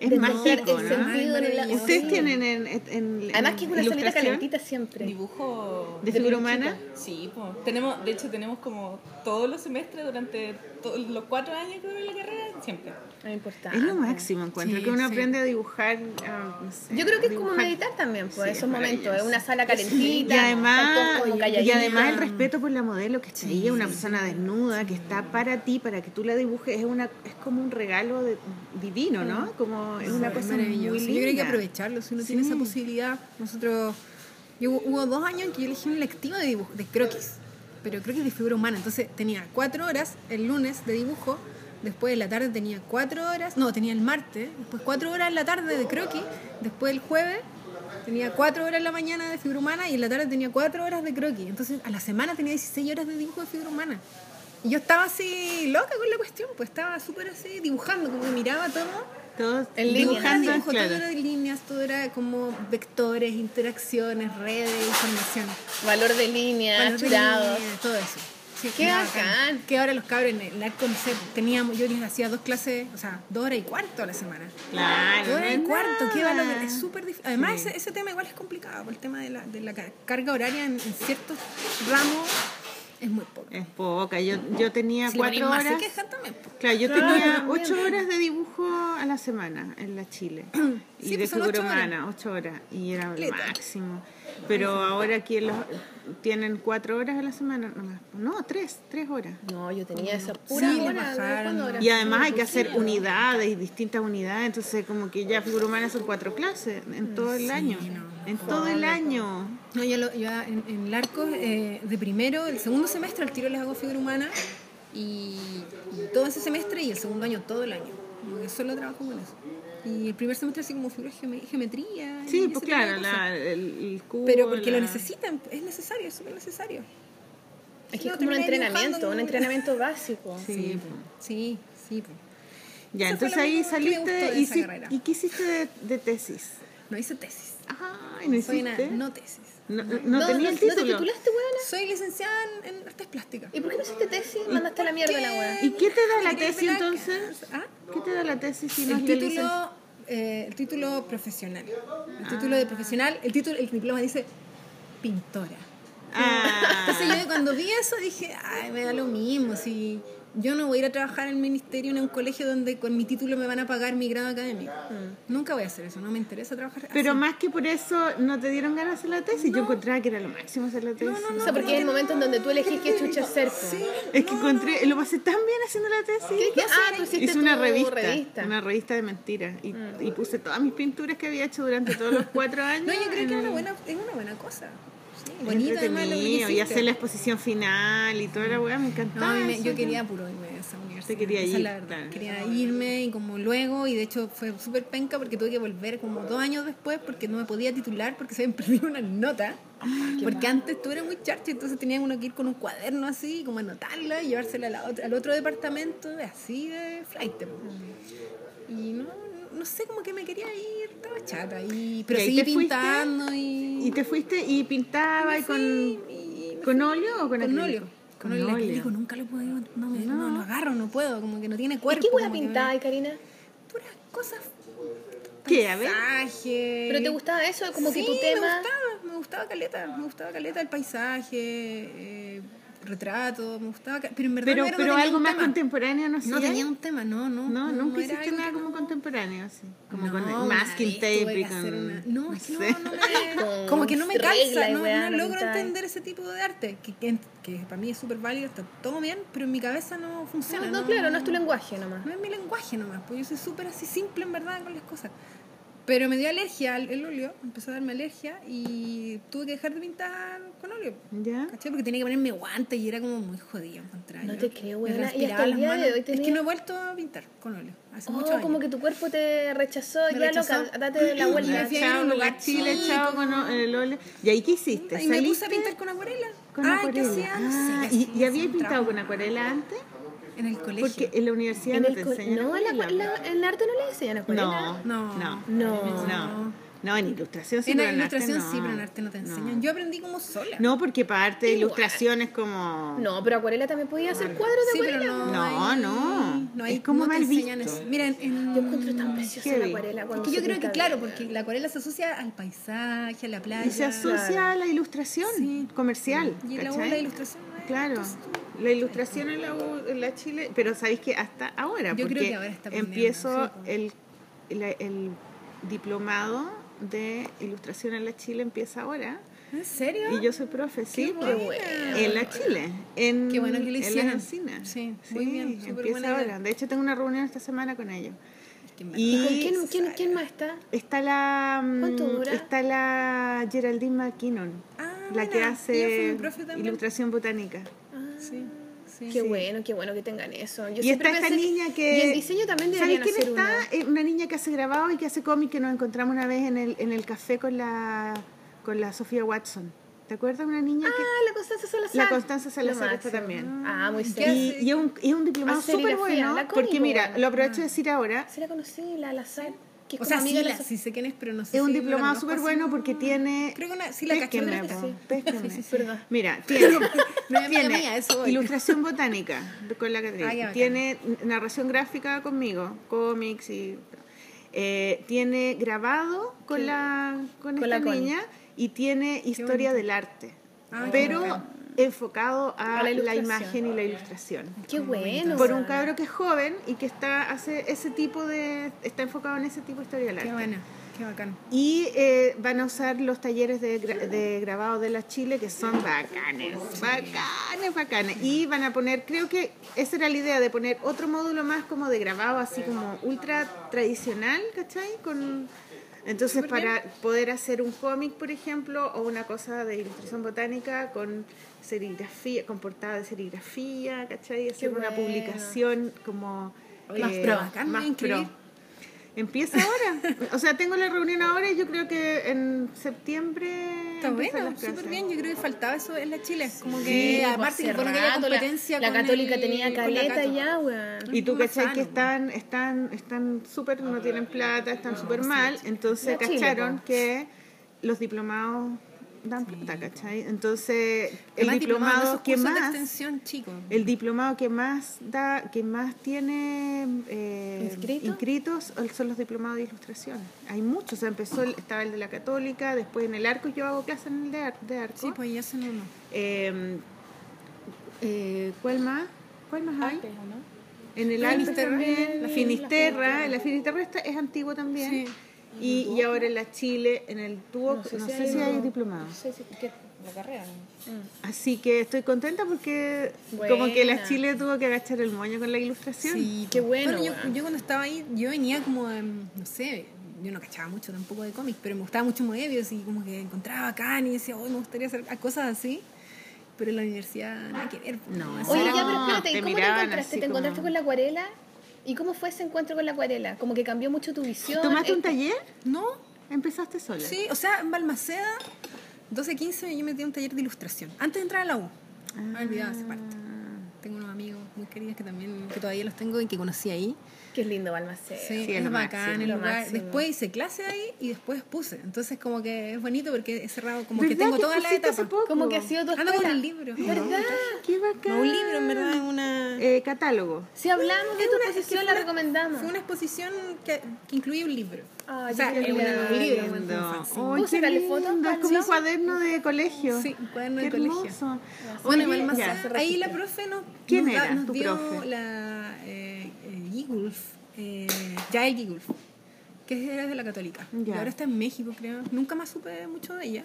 S2: Es
S1: de
S2: mágico,
S1: tener el
S2: ¿no?
S1: sentido en la-
S4: Maravilloso.
S2: ¿Ustedes
S1: Sí.
S2: tienen en, en- en
S1: Además que es una salita
S2: ilustración?
S1: calentita siempre.
S5: Dibujo.
S2: ¿De figura humana?
S5: Sí, po. tenemos, de hecho tenemos como todos los semestres durante to- los cuatro años que dura la carrera, siempre.
S1: No importa.
S2: Es lo máximo, encuentro,
S4: Sí,
S2: que uno
S4: sí.
S2: aprende a dibujar, a, no sé,
S1: Yo creo que es como
S2: dibujar.
S1: meditar también, por
S2: Sí,
S1: esos
S2: es
S1: momentos. Es
S2: maravilloso.
S1: una sala
S2: Y
S1: calentita. están
S2: además,
S1: todos como
S2: y
S1: calladitos.
S2: además el respeto por la modelo que está ahí, es una persona desnuda que está para ti, para que tú la dibujes, es una es como un regalo de- divino, ¿no? Como es una
S4: Es
S2: cosa muy
S4: maravilloso.
S2: linda.
S4: Yo creo que hay que aprovecharlo si uno tiene esa posibilidad. Nosotros. Yo, hubo- hubo dos años en que yo elegí un electivo de dibujo, de croquis, pero croquis de figura humana. Entonces tenía cuatro horas el lunes de dibujo, después de la tarde tenía cuatro horas, no, tenía el martes, después cuatro horas en la tarde de croquis, después el jueves tenía cuatro horas en la mañana de figura humana y en la tarde tenía cuatro horas de croquis. Entonces a la semana tenía 16 horas de dibujo de figura humana. Y yo estaba así loca con la cuestión, pues estaba súper así dibujando, como que miraba todo.
S2: Todos
S1: En línea.
S2: dibujando,
S4: Era dibujo,
S2: claro.
S4: todo era de líneas, todo era como vectores, interacciones, redes, información.
S1: Valor de línea,
S4: Valores de
S1: churados.
S4: líneas, todo eso. Sí,
S1: Qué
S4: nada,
S1: bacán.
S4: Que ahora los cabros en el arco, no sé, teníamos, yo les hacía dos clases, o sea, dos horas y cuarto a la semana.
S2: Claro,
S4: Dos
S2: no
S4: horas
S2: es
S4: y cuarto, qué
S2: nada.
S4: valor, es súper difícil. Además, ese, ese tema igual es complicado, por el tema de la, de la ca- carga horaria en, en ciertos ramos es muy poco.
S2: Es poca, yo, yo tenía
S4: Si lo ponís
S2: cuatro
S4: más, se
S2: horas.
S4: quejan también, po.
S2: Claro, yo
S1: Claro,
S2: tenía
S1: también.
S2: ocho horas de dibujo a la semana en la Chile. y
S4: Sí,
S2: de
S4: pues son
S2: figura
S4: ocho horas.
S2: humana, ocho horas. Y era el
S4: Completa.
S2: máximo. Pero ahora aquí en los, tienen cuatro horas a la semana nomás. No, tres, tres horas.
S1: No, yo tenía esa pura
S4: Sí, le
S1: hora.
S4: bajaron,
S1: ¿cuándo era?
S2: Y además hay que
S4: pues
S2: hacer unidades y distintas unidades. Entonces, como que ya figura humana son cuatro clases en todo el año. En todo el año.
S4: No, yo, lo- yo en, en el arco eh, de primero, el segundo semestre al tiro les hago figura humana y, y todo ese semestre y el segundo año todo el año. Como que solo trabajo con eso. Y el primer semestre así como figuras geome- geometría. y
S2: Sí,
S4: ese
S2: pues
S4: tipo de
S2: claro,
S4: cosas.
S2: la- el, el cubo.
S4: Pero porque lo
S2: la-
S4: necesitan, es necesario, es súper necesario.
S1: Es que
S4: No,
S1: es como un
S4: termináis
S1: entrenamiento,
S4: dibujando
S1: un
S4: un-
S1: entrenamiento básico.
S2: Sí, pues.
S4: Sí, sí. pues.
S2: Ya,
S4: Eso fue
S2: entonces
S4: lo
S2: ahí
S4: único que me
S2: saliste
S4: gustó de
S2: y,
S4: esa
S2: si-
S4: carrera.
S2: ¿y qué hiciste de, de tesis?
S4: No hice tesis.
S2: Ay, no
S4: Soy una
S2: hiciste.
S4: no tesis.
S2: no, no tenía el
S1: no te
S2: título.
S1: titulaste, weona.
S4: Soy licenciada en, en artes plásticas.
S1: ¿Y por qué no hiciste tesis? Mandaste a la mierda la weona.
S2: ¿Y qué te da la
S4: Porque
S2: tesis
S4: me la-
S2: entonces?
S4: ¿Ah?
S2: ¿Qué te da la tesis si no
S4: El
S2: es la
S4: título,
S2: licencia?
S4: eh, el título profesional. El título de profesional, el título, el diploma dice pintora. Entonces
S2: Ah,
S4: yo cuando vi eso dije, ay, me da lo mismo, si yo no voy a ir a trabajar en el ministerio en un colegio donde con mi título me van a pagar mi grado académico. Nunca voy a hacer eso, no me interesa trabajar
S2: Mm. pero
S4: así.
S2: más que por eso no te dieron ganas de hacer la tesis. Yo encontraba que era lo máximo hacer la tesis.
S1: O sea, porque es el momento en donde tú elegís qué chucha hacer. po.
S2: Es que encontré, lo pasé tan bien haciendo la tesis.
S1: ¿Qué? Ah, tú hiciste
S2: Hice una
S1: tu
S2: revista,
S1: revista.
S2: una revista de mentiras y, y puse todas mis pinturas que había hecho durante todos los cuatro años.
S4: Mm. No, yo creo que
S2: en-
S4: es una buena, es una buena cosa. Sí,
S2: en
S4: bonito además lo que
S2: entretenido, y
S4: hiciste.
S2: hacer la exposición final y toda la weá, me
S4: No,
S2: encantaba.
S4: a mí me-
S2: eso,
S4: yo
S2: ¿no?
S4: quería puro irme a esa universidad.
S2: Te quería
S4: esa es
S2: ir,
S4: la verdad.
S2: claro.
S4: Quería irme y como luego, y de hecho fue súper penca porque tuve que volver como dos años después porque no me podía titular porque se me perdió una nota.
S2: Ah,
S4: Porque antes tú eras muy charcha, entonces tenía uno que ir con un cuaderno así, como anotarla y llevársela a la otra- al otro departamento, así de flight. po.
S2: Mm.
S4: Y no, no sé cómo que me quería ir, estaba chata. Y, pero
S2: ¿Y ahí
S4: seguí
S2: te fuiste?
S4: pintando y.
S2: Y te fuiste y pintaba y con, con óleo o con,
S4: Con
S2: acrílico?
S4: óleo. Con óleo. El acrílico nunca lo puedo, no, me, no. lo agarro, no puedo, como que no tiene cuerpo.
S1: ¿Qué hueá
S4: como que
S1: pintada, Karina?
S4: me- Puras cosas,
S2: ¿Qué? A ver.
S4: paisaje.
S1: ¿Pero te gustaba eso? Como que
S4: Sí,
S1: tu tema...
S4: me gustaba, me gustaba Caleta, me gustaba Caleta el paisaje, eh, retrato, me gustaba, ca- pero en verdad
S2: Pero,
S4: no era- no
S2: pero
S4: tenía
S2: algo
S4: un
S2: más
S4: tema.
S2: contemporáneo no sé.
S4: No tenía un tema, no, no. no
S2: No, nunca
S4: era
S2: hiciste
S4: algo
S2: nada
S4: que-
S2: como contemporáneo, así. Como
S4: No,
S2: con el
S4: una
S2: masking
S4: vez tuve
S2: tape
S4: que
S2: y
S4: hacer
S2: con.
S4: una- No, es que no,
S2: sé.
S4: no me-
S1: Con
S4: como que no me
S1: regla
S4: calza,
S1: y
S4: no, no
S1: weá, no
S4: logro
S1: pintáis.
S4: entender ese tipo de arte, que, que, que para mí es súper válido, está todo bien, pero en mi cabeza no
S1: No,
S4: funciona.
S1: no, claro, no es tu lenguaje nomás.
S4: No es mi lenguaje nomás, porque yo soy súper así simple en verdad con las cosas. Pero me dio alergia al el óleo, empezó a darme alergia y tuve que dejar de pintar con óleo.
S2: ¿Ya?
S4: ¿Cachai? Porque tenía que ponerme guantes y era como muy jodido encontrar.
S1: No
S4: yo.
S1: te creo,
S4: Me
S1: weona, y
S4: transpiraba
S1: hasta el
S4: las
S1: día de
S4: manos.
S1: hoy
S4: Es
S1: tenía-
S4: que no he vuelto a pintar con óleo. Hace mucho
S1: Oh, como que tu cuerpo te rechazó,
S4: Me
S1: ya
S4: rechazó.
S1: loca, date la vuelta.
S2: Ya,
S4: fui a
S2: chao,
S4: un
S2: lugar
S4: lugar
S2: Chile,
S4: chico.
S2: chao con o- el óleo. ¿Y ahí qué hiciste?
S4: Y me puse
S2: ¿Saliste
S4: a pintar con acuarela.
S2: con
S4: ah,
S2: acuarela?
S4: ¿qué hacía?
S2: Ah,
S4: No sé,
S2: ¿y-
S4: hacía
S2: ¿Y, había
S4: un
S2: pintado
S4: trabajo
S2: con acuarela antes?
S4: En el colegio.
S2: Porque en la universidad
S1: En
S2: no
S1: el
S2: te
S1: co-
S2: enseñan
S1: no, en la,
S2: acuarela.
S1: la- en el arte no le enseñan acuarela.
S2: No,
S4: No.
S2: no,
S1: No.
S2: no. No, en ilustración sí,
S4: en
S2: pero
S4: la
S2: arte
S4: ilustración
S2: no.
S4: sí, pero en arte no te enseñan. Yo aprendí como sola.
S2: No, porque para arte de
S1: Igual.
S2: ilustración es como...
S1: No, pero acuarela también podía hacer cuadros
S4: Sí,
S1: de
S4: pero no.
S1: acuarela.
S2: No,
S4: hay-
S2: no.
S4: No hay
S2: Es como
S4: no te
S2: mal
S4: enseñan
S2: visto.
S4: eso. Miren, en-
S1: Yo encuentro tan preciosa la
S2: Heavy.
S1: acuarela cuando
S4: que yo
S1: se
S4: creo que
S1: pinta
S4: claro,
S1: bien.
S4: porque la acuarela se asocia al paisaje, a la playa.
S2: Y se asocia a la ilustración comercial.
S4: Y en la U
S2: ¿cachai?
S4: la ilustración. no es-
S2: Claro. La ilustración en la, U- en la Chile, pero sabéis que hasta ahora,
S4: Yo creo
S2: porque
S4: que ahora está aprendiendo,
S2: empiezo
S4: sí,
S2: el, la- el diplomado de ilustración en la Chile empieza ahora
S4: ¿En serio?
S2: y yo soy profe, sí,
S1: Qué
S2: pues,
S1: bueno.
S2: en la Chile, en,
S4: Qué bueno que lo
S2: en las
S4: hicieron.
S2: encinas.
S4: Sí, muy bien, súper
S2: empieza
S4: buena idea.
S2: ahora. De hecho tengo una reunión esta semana con ellos.
S4: Qué mal.
S1: ¿Y
S2: Y
S1: con quién, quién, quién más está?
S2: está la mm,
S1: ¿Cuánto dura?
S2: está la Geraldine McKinnon,
S4: Ah,
S2: la que
S4: mira, ella fue
S2: hace
S4: mi profe también.
S2: ilustración botánica.
S4: Sí, sí.
S1: Qué bueno, qué bueno que tengan eso. Yo
S2: y está
S1: siempre
S2: esta
S1: pensé
S2: niña que...
S1: Y en diseño también
S2: ¿Sabes
S1: deberían
S2: quién
S1: hacer Ah,
S2: está?
S1: uno.
S2: Eh, Una niña que hace grabado y que hace cómic que nos encontramos una vez en el, en el café con la, con la Sofía Watson. ¿Te acuerdas? Una niña
S1: Ah,
S2: que...
S1: la Constanza Salazar.
S2: La Constanza Salazar
S1: Lo
S2: está
S1: máximo.
S2: también.
S1: Ah, muy
S4: ¿Qué Ah,
S1: seria.
S2: Y, y es un, y es un diplomado
S1: Hace
S2: súper
S1: serigrafía,
S2: bueno.
S1: la cómic,
S2: Porque mira,
S1: bueno.
S2: lo aprovecho de decir ahora.
S1: Sí la conocí, la Salazar. Que es
S4: O
S1: como
S4: sea, sí,
S1: amiga de la
S4: la,
S1: Sofía.
S4: sí sé quién es, pero no sé.
S2: Es un
S4: si la
S2: diplomado
S4: conozco
S2: súper
S4: así.
S2: bueno porque tiene...
S4: Creo que una- sí, la caché,
S2: Pésquenme,
S4: creo que
S2: po,
S4: sí.
S2: pésquenme.
S1: Perdón.
S2: Mira, tiene,
S4: No es amiga
S2: tiene
S4: mía, eso voy.
S2: ilustración botánica con la Catrina.
S4: Ah, ya, bacán.
S2: tiene narración gráfica conmigo, cómics y eh, tiene grabado con la con
S1: Con
S2: esta
S1: la Connie.
S2: niña y tiene historia del arte,
S4: Ah, qué
S2: pero
S4: bacán.
S2: enfocado a,
S1: A la
S2: la,
S1: ilustración.
S2: imagen y la ilustración.
S1: Qué bueno.
S2: Por un cabro que es joven y que está hace ese tipo de está enfocado en ese tipo de historia del arte.
S4: Qué bueno, qué bacán.
S2: Y eh, van a usar los talleres de, gra- de grabado de la Chile que son bacanes, bacanes, bacanes. Y van a poner, creo que esa era la idea, de poner otro módulo más como de grabado, así como ultra tradicional, ¿cachai? Con, entonces, para poder hacer un cómic, por ejemplo, o una cosa de ilustración botánica con serigrafía, con portada de serigrafía, ¿cachai? Hacer una
S1: bueno.
S2: publicación como...
S1: Eh,
S2: eh,
S4: Más pro, bacán, me voy a
S2: más pro.
S4: inscribir.
S2: Empieza ahora. o sea, tengo la reunión ahora y yo creo que en septiembre.
S4: Está
S2: empiezan
S4: bueno,
S2: las clases.
S4: súper bien. Yo creo que faltaba eso en la Chile. Como que,
S1: Sí, pues,
S4: aparte,
S1: hace
S4: que bueno que había
S1: rato la-
S4: competencia
S1: La,
S4: con
S1: católica
S4: el-
S1: tenía
S4: con la
S1: caleta
S4: Cato.
S1: ya, weón.
S2: Y tú
S4: Más
S2: cachai que
S4: sano.
S2: están están están súper no tienen plata, están súper mal, entonces
S1: Ya Chile,
S2: cacharon
S1: po.
S2: que los diplomados dan plata, ¿cachai? Entonces, el
S4: Además,
S2: diplomado
S4: esos
S2: que
S4: cursos de
S2: más
S4: extensión, chicos.
S2: el diplomado que más da que más tiene eh,
S1: ¿Inscrito?
S2: inscritos eh, son los diplomados de ilustración. Hay muchos, o sea, empezó el- estaba el de la Católica, después en el Arco yo hago clases en el de, ar- de Arco.
S1: Oh.
S4: Sí, pues ya son uno.
S2: Eh, eh, ¿cuál más? ¿Cuál más hay?
S5: Antes, ¿o no?
S2: En el Alpes
S4: Finisterre,
S2: también, la
S4: la
S2: Finisterra, la Finisterra esta es antigua también.
S4: Sí.
S2: Y, y ahora en la Chile, en el Tuoc, no sé, si, hay,
S1: uno.
S2: diplomado. Mm.
S5: No sé si que la carrera. ¿no?
S2: Así que estoy contenta porque como que la
S1: Buena.
S2: Chile tuvo que agachar el moño con la ilustración.
S4: Sí,
S1: Qué
S4: pues.
S1: bueno,
S4: yo,
S1: weón.
S4: yo cuando estaba ahí, yo venía como, de, no sé, yo no cachaba mucho tampoco de cómics, pero me gustaba mucho Moebius y como que encontraba bacán y decía, hoy me gustaría hacer cosas así. Pero en la universidad nada que ver. pues,
S2: No.
S4: así
S1: Oye,
S4: era
S1: ya,
S4: como-
S1: pero
S2: te
S1: espérate, ¿y ¿cómo te
S2: miraban
S1: encontraste?
S2: así
S1: ¿Te encontraste
S2: como-
S1: con la acuarela? ¿Y cómo fue ese encuentro con la acuarela? Como que cambió mucho tu visión.
S2: ¿Tomaste un
S1: Eh,
S2: taller?
S4: No,
S2: ¿Empezaste sola?
S4: sí, o sea, en Balmaceda, 12-15, yo metí a un taller de ilustración. Antes de entrar a la U. Me había olvidado esa parte. Tengo unos amigos muy queridos que también, que todavía los tengo y que conocí ahí.
S1: Qué lindo,
S6: Eh,
S1: Balmaceda.
S4: Sí,
S2: Sí, es
S4: es,
S2: lo
S4: bacán
S2: máximo.
S4: el
S1: Lo
S4: lugar.
S1: máximo.
S4: Después hice clase ahí y después puse. Entonces como que es bonito porque he cerrado, como que
S2: ¿Verdad
S4: tengo todas las
S2: pusiste hace
S4: etapas.
S2: poco? Ah,
S1: Como que ha sido tu
S4: Ando
S1: escuela.
S4: con los libros.
S1: ¿Verdad?
S2: Qué bacán.
S4: No, un libro, en verdad, es una...
S2: Eh, catálogo.
S1: Si hablamos de
S4: Es
S1: tu
S4: una- es que
S1: exposición,
S4: fue
S1: la
S4: una-
S1: recomendamos.
S4: Fue una exposición que, que incluía un libro.
S1: Ah,
S4: o sea,
S1: yo
S4: es
S1: creo que
S4: una-
S1: la-
S4: un libro.
S2: Lindo.
S4: un fanzine.
S2: Ay,
S1: ¿Puedo
S2: qué
S1: sacarle
S2: lindo.
S1: fotos,
S2: Es como un
S1: Pancho?
S2: cuaderno de colegio.
S4: Ah, Sí, un cuaderno
S2: Qué
S4: de colegio.
S2: hermoso.
S4: Bueno,
S2: Oye,
S4: igual más
S2: ya.
S4: allá, ahí la profe nos,
S2: ¿Quién
S4: nos da-
S2: era
S4: nos
S2: tu
S4: dio
S2: profe?
S4: la eh, eh, Gigulf, eh, Yael Gigulf, que era de la católica. Y
S2: Ya.
S4: ahora está en México, creo. Nunca más supe mucho de ella.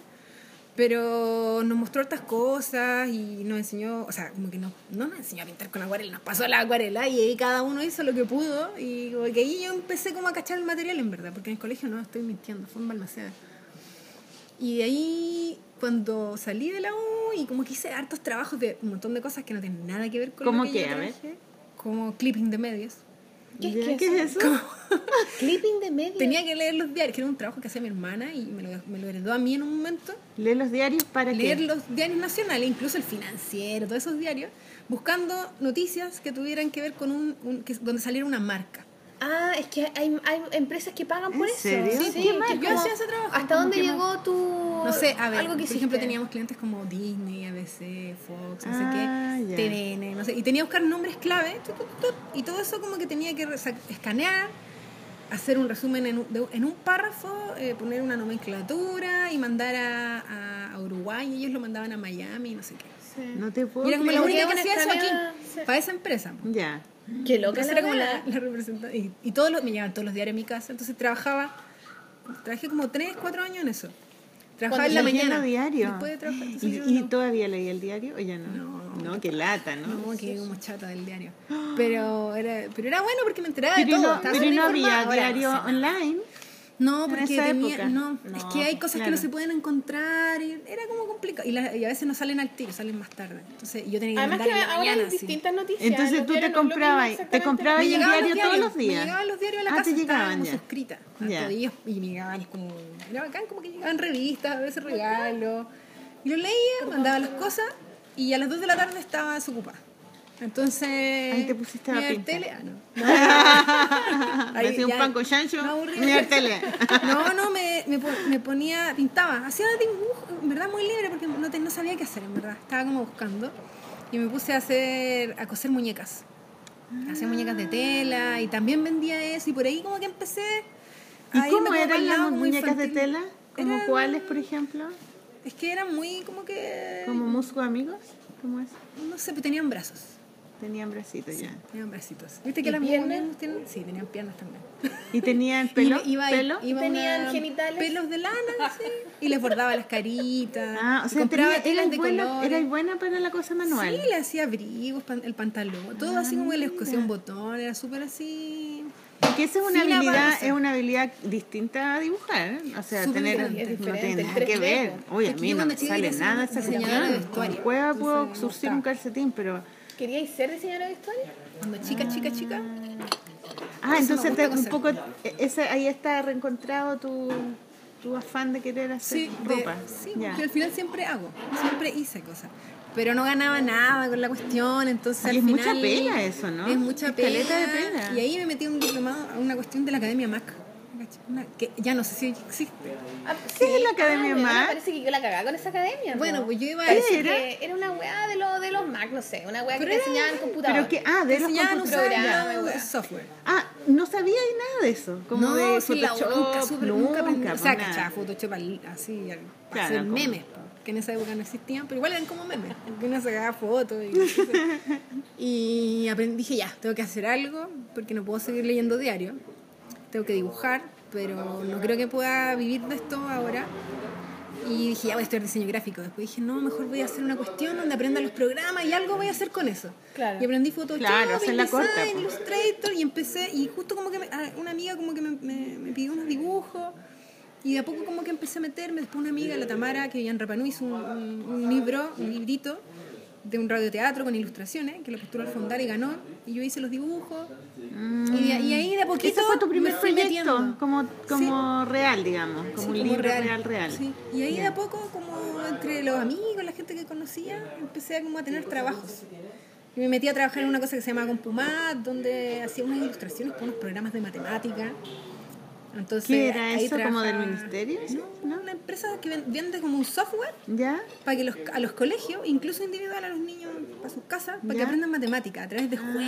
S4: Pero nos mostró hartas cosas y nos enseñó, o sea, como que no, no nos enseñó a pintar con acuarela, nos pasó la acuarela y ahí cada uno hizo lo que pudo y como que ahí yo empecé como a cachar el material en verdad, porque en el colegio no estoy mintiendo, fue en Balmaceda. Y de ahí, cuando salí de la U y como que hice hartos trabajos de un montón de cosas que no tienen nada que ver con
S2: ¿Cómo
S4: lo que
S2: qué?
S4: yo
S2: A ver.
S4: trabajé, como clipping de medios.
S1: ¿Qué es
S2: Ya,
S1: que
S2: ¿Qué
S1: eso?
S2: es eso?
S1: Clipping de medio.
S4: Tenía que leer los diarios, que era un trabajo que hacía mi hermana y me lo, me lo heredó a mí en un momento.
S2: Lee los diarios para qué?
S4: Leer los diarios nacionales, incluso el financiero, todos esos diarios, buscando noticias que tuvieran que ver con un, un- que- donde saliera una marca.
S1: Ah, es que hay, hay empresas que pagan por
S2: ¿En
S1: eso.
S2: serio?
S1: Sí,
S4: Sí,
S1: que
S4: yo
S1: como-
S4: hacía ese trabajo,
S1: ¿Hasta
S4: como
S1: dónde
S4: que
S1: llegó tu.?
S4: No sé, a ver, por ejemplo,
S1: hiciste?
S4: teníamos clientes como Disney, ABC, Fox, no
S2: Ah,
S4: sé qué,
S2: ya.
S4: TVN, no sé, y tenía que buscar nombres clave, tu, tu, tu, tu, y todo eso como que tenía que resa- escanear, hacer un resumen en un, de- en un párrafo, eh, poner una nomenclatura y mandar a, a- a Uruguay, y ellos lo mandaban a Miami, no sé qué.
S2: No te puedo.
S4: Y era como la
S1: Como
S4: única
S1: que
S4: que hacía eso aquí,
S1: escanea- sí.
S4: para esa empresa. po.
S2: Ya.
S1: Qué loca
S4: Entonces
S1: la
S4: era como
S1: weá.
S4: la, la representante. Y, y todos los, me llevaban todos los diarios a mi casa. Entonces trabajaba, trabajé como 3, 4 años en eso. Trabajaba en la
S2: Leyendo
S4: mañana.
S2: diario.
S4: Después de trabajar. entonces
S2: ¿Y,
S4: yo
S2: y
S4: no-
S2: todavía leí el diario o ya no?
S4: No.
S2: qué lata, ¿no?
S4: no, que como chata del diario. Pero era, pero era bueno porque me enteraba de
S2: Pero,
S4: todo.
S2: no,
S4: estaba
S2: pero no había
S4: informada. Ahora no
S2: diario
S4: sé nada.
S2: online.
S4: No,
S2: en
S4: porque
S2: esa
S4: tenía,
S2: época.
S4: no,
S2: No,
S4: es que hay cosas que
S2: claro.
S4: no se pueden encontrar. y era como complicado. Y, la- y a veces no salen al tiro, salen más tarde. Entonces yo tenía que
S1: Además,
S4: mandar
S1: que
S4: en la
S1: ahora
S4: mañana,
S1: hay
S4: así.
S1: distintas noticias.
S2: Entonces
S1: los
S2: tú te
S1: diarios no es lo
S2: comprabas,
S1: mismo
S2: te
S1: exactamente.
S2: comprabas el
S4: llegaban
S2: diario todos los
S4: Me
S2: días.
S4: llegaban los diarios a la
S2: ah,
S4: casa,
S2: te
S4: estaba
S2: llegaban
S4: como
S2: ya.
S4: suscrita a
S2: Ya.
S4: todos ellos, y me llegaban como, era bacán, como que llegaban revistas, a veces regalos, y lo leía, mandaba las cosas, y a las 2 de la tarde estaba desocupada. Entonces,
S2: Ahí te pusiste a
S4: miraba el
S2: pintar.
S4: tele, ah, no.
S2: Me
S4: Ahí
S2: hacía un
S4: ya-
S2: pan con chancho,
S4: me aburrí.
S2: mira tele.
S4: No, no, me, me, po- me ponía, pintaba, hacía dibujo, en verdad muy libre porque no, te- no sabía qué hacer, en verdad, estaba como buscando. Y me puse a hacer, a coser muñecas. Hacía muñecas de tela y también vendía eso y por ahí como que empecé.
S2: ¿Y
S4: a irme
S2: cómo
S4: como para
S2: eran
S4: el
S2: las
S4: lado como
S2: muñecas de
S4: infantil.
S2: tela? ¿Como
S4: Eran-
S2: cuáles, por ejemplo?
S4: Es que eran muy como que,
S2: ¿Como musgo amigos? ¿Cómo es?
S4: no sé, pues tenían brazos.
S2: Tenían bracitos ya.
S4: Tenían bracitos. ¿Viste que las mujeres tienen? Sí, tenían piernas también.
S2: ¿Y tenían pelo?
S4: Iba- iba-
S2: ¿Pelo?
S4: iba
S1: ¿Tenían
S4: una-
S1: genitales?
S4: Pelos de lana, sí. Y les bordaba las caritas.
S2: Ah, o
S4: y
S2: sea,
S4: compraba
S2: tenía-
S4: telas
S2: eras
S4: de
S2: buena,
S4: colores.
S2: eras buena para la cosa manual.
S4: Sí, le hacía abrigos, pan- el pantalón, todo así como que les cosía
S2: Ah.
S4: un botón, era súper así.
S2: Porque esa es una
S4: Sí, la
S2: habilidad,
S4: avanza.
S2: es una habilidad distinta a dibujar, ¿eh? o sea,
S4: Súper
S2: tener
S4: grande, es
S2: no
S1: diferente,
S2: tiene
S1: es
S2: nada que
S1: 3D,
S2: ver. Uy, a
S4: Es que
S2: mí
S4: yo
S2: no
S4: cuando
S2: me
S4: chica
S2: sale
S4: era
S2: nada esa
S4: diseñadora de
S2: cuestión. Con
S4: vestuario,
S2: cueva
S4: entonces
S2: puedo
S4: me
S2: surcir un
S4: gustaba.
S2: calcetín, pero ah,
S1: ¿Queríais ser diseñadora de historia?
S4: Cuando chica, chica, chica,
S2: Ah,
S4: Eso
S2: entonces
S4: me gusta
S2: te- un
S4: hacer.
S2: poco, e- ese, ahí está reencontrado tu, tu afán de querer hacer
S4: Sí, de-
S2: ropa.
S4: sí,
S2: Ya.
S4: yo al final siempre hago, siempre hice cosas. Pero no ganaba nada con la cuestión, entonces
S2: Y
S4: al
S2: es mucha
S4: final-
S2: pena eso, ¿no?
S4: Es mucha
S2: Es
S4: pena.
S2: caleta de pena.
S4: Y ahí me metí a un diplomado, a una cuestión de la Academia MAC, ¿cachai? Una- que ya no sé si existe.
S2: ¿Qué es la Academia
S1: Ah, weona,
S2: Mac?
S1: Parece que yo la cagaba con esa academia. po.
S4: Bueno, pues yo iba a
S1: Parece
S4: decir
S2: era?
S1: que era una weá de, lo, de los Mac, no sé. Una weá que
S4: Pero
S1: te
S4: era-
S1: enseñaban computador.
S2: Pero que, ah, de los
S4: enseñaban a usar
S2: computadores.
S1: computadora,
S4: ya,
S1: wea.
S4: software.
S2: Ah, no sabía ahí nada de eso. Como
S4: no,
S2: de
S4: sí, la-
S2: Photoshop,
S4: nunca, supe, nunca aprendí. O sea,
S2: pues, nada.
S4: cachaba Photoshop al- así, al, para
S2: Claro,
S4: hacer
S2: como-
S4: memes, que en esa época no existían, pero igual eran como memes, porque uno sacaba fotos y, y aprendí, dije, ya, tengo que hacer algo, porque no puedo seguir leyendo diario, tengo que dibujar, pero no creo que pueda vivir de esto ahora. Y dije, ya voy a estudiar diseño gráfico. Después dije, no, mejor voy a hacer una cuestión donde aprenda los programas y algo voy a hacer con eso.
S1: Claro.
S4: Y aprendí Photoshop,
S2: Claro, hacerla
S4: InDesign,
S2: corta, pues. po.
S4: Illustrator y empecé y justo como que me- ah, una amiga como que me, me- me pidió unos dibujos y de a poco como que empecé a meterme después una amiga la Tamara que vivía en Rapanui hizo un, un- un libro un librito de un radioteatro con ilustraciones que lo postuló al Fondar y ganó y yo hice los dibujos
S2: Mm.
S4: y, de- y ahí de a poquito
S2: Ese fue tu primer
S4: me fui
S2: proyecto,
S4: metiendo.
S2: como, como real, digamos, como
S4: Sí,
S2: un
S4: como
S2: libro real, real.
S4: Sí. Y ahí de a poco, como entre los amigos, la gente que conocía, empecé a, como a tener trabajos. Y me metí a trabajar en una cosa que se llamaba Compumat, donde hacía unas ilustraciones para unos programas de matemática. Entonces,
S2: ¿Qué era
S4: ahí
S2: eso, como del
S4: trabajaba-
S2: ministerio?
S4: No,
S2: ¿No?
S4: una empresa que ven- vende como un software
S2: ¿Ya?
S4: para que los, a los colegios, incluso individual a los niños, a sus casas, para que
S2: ¿Ya? Ah.
S4: aprendan matemática a través de juegos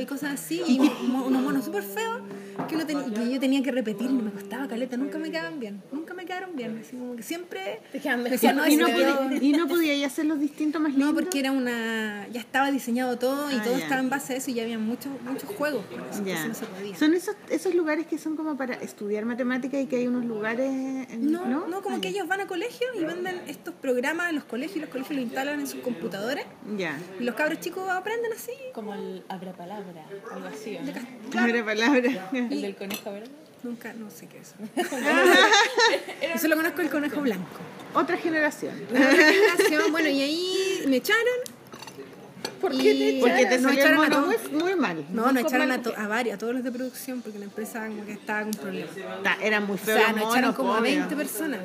S4: y cosas así, y mo- unos monos súper feos que, uno tenía- que yo tenía que repetir y me costaba caleta, nunca me quedaban bien, nunca me quedaron bien, así como que siempre
S1: Te quedan
S4: me
S1: mejor.
S4: decían, no,
S2: y,
S4: ese
S2: no
S4: te quedó-
S2: podía, y no podía ya hacer los distintos más
S4: no,
S2: lindos.
S4: porque era una, ya estaba diseñado todo y
S2: Ah,
S4: todo
S2: ya.
S4: estaba en base a eso y ya había muchos muchos juegos, con eso, entonces
S2: Ya.
S4: no se podía.
S2: Son esos, esos lugares que son como para estudiar matemática y que hay unos lugares... en-
S4: No, no, como
S2: Ah,
S4: que
S2: ya.
S4: ellos van a colegios y venden estos programas a los colegios y los colegios los instalan en sus computadores
S2: Ya.
S4: y los cabros chicos aprenden así
S5: Como el abra palabra, algo así, ¿o ¿no?
S2: Primera palabra.
S5: El del conejo, ¿verdad?
S4: Nunca, no sé qué es. Yo solo conozco el conejo blanco.
S2: Otra generación.
S4: Una generación, bueno, y ahí me echaron.
S1: ¿Por qué
S4: Y-
S1: te echaron?
S2: Porque te
S4: No
S2: salió el
S4: echaron a
S2: mono muy,
S4: todos.
S2: muy mal.
S4: No, nos
S2: Muy
S4: echaron a,
S2: mal.
S4: to- a varios, a todos los de producción, porque la empresa como que estaba con problemas.
S2: Ta- Eran muy
S4: O
S2: feos
S4: sea,
S2: los
S4: nos echaron
S2: monos,
S4: como a
S2: obvio.
S4: 20 personas.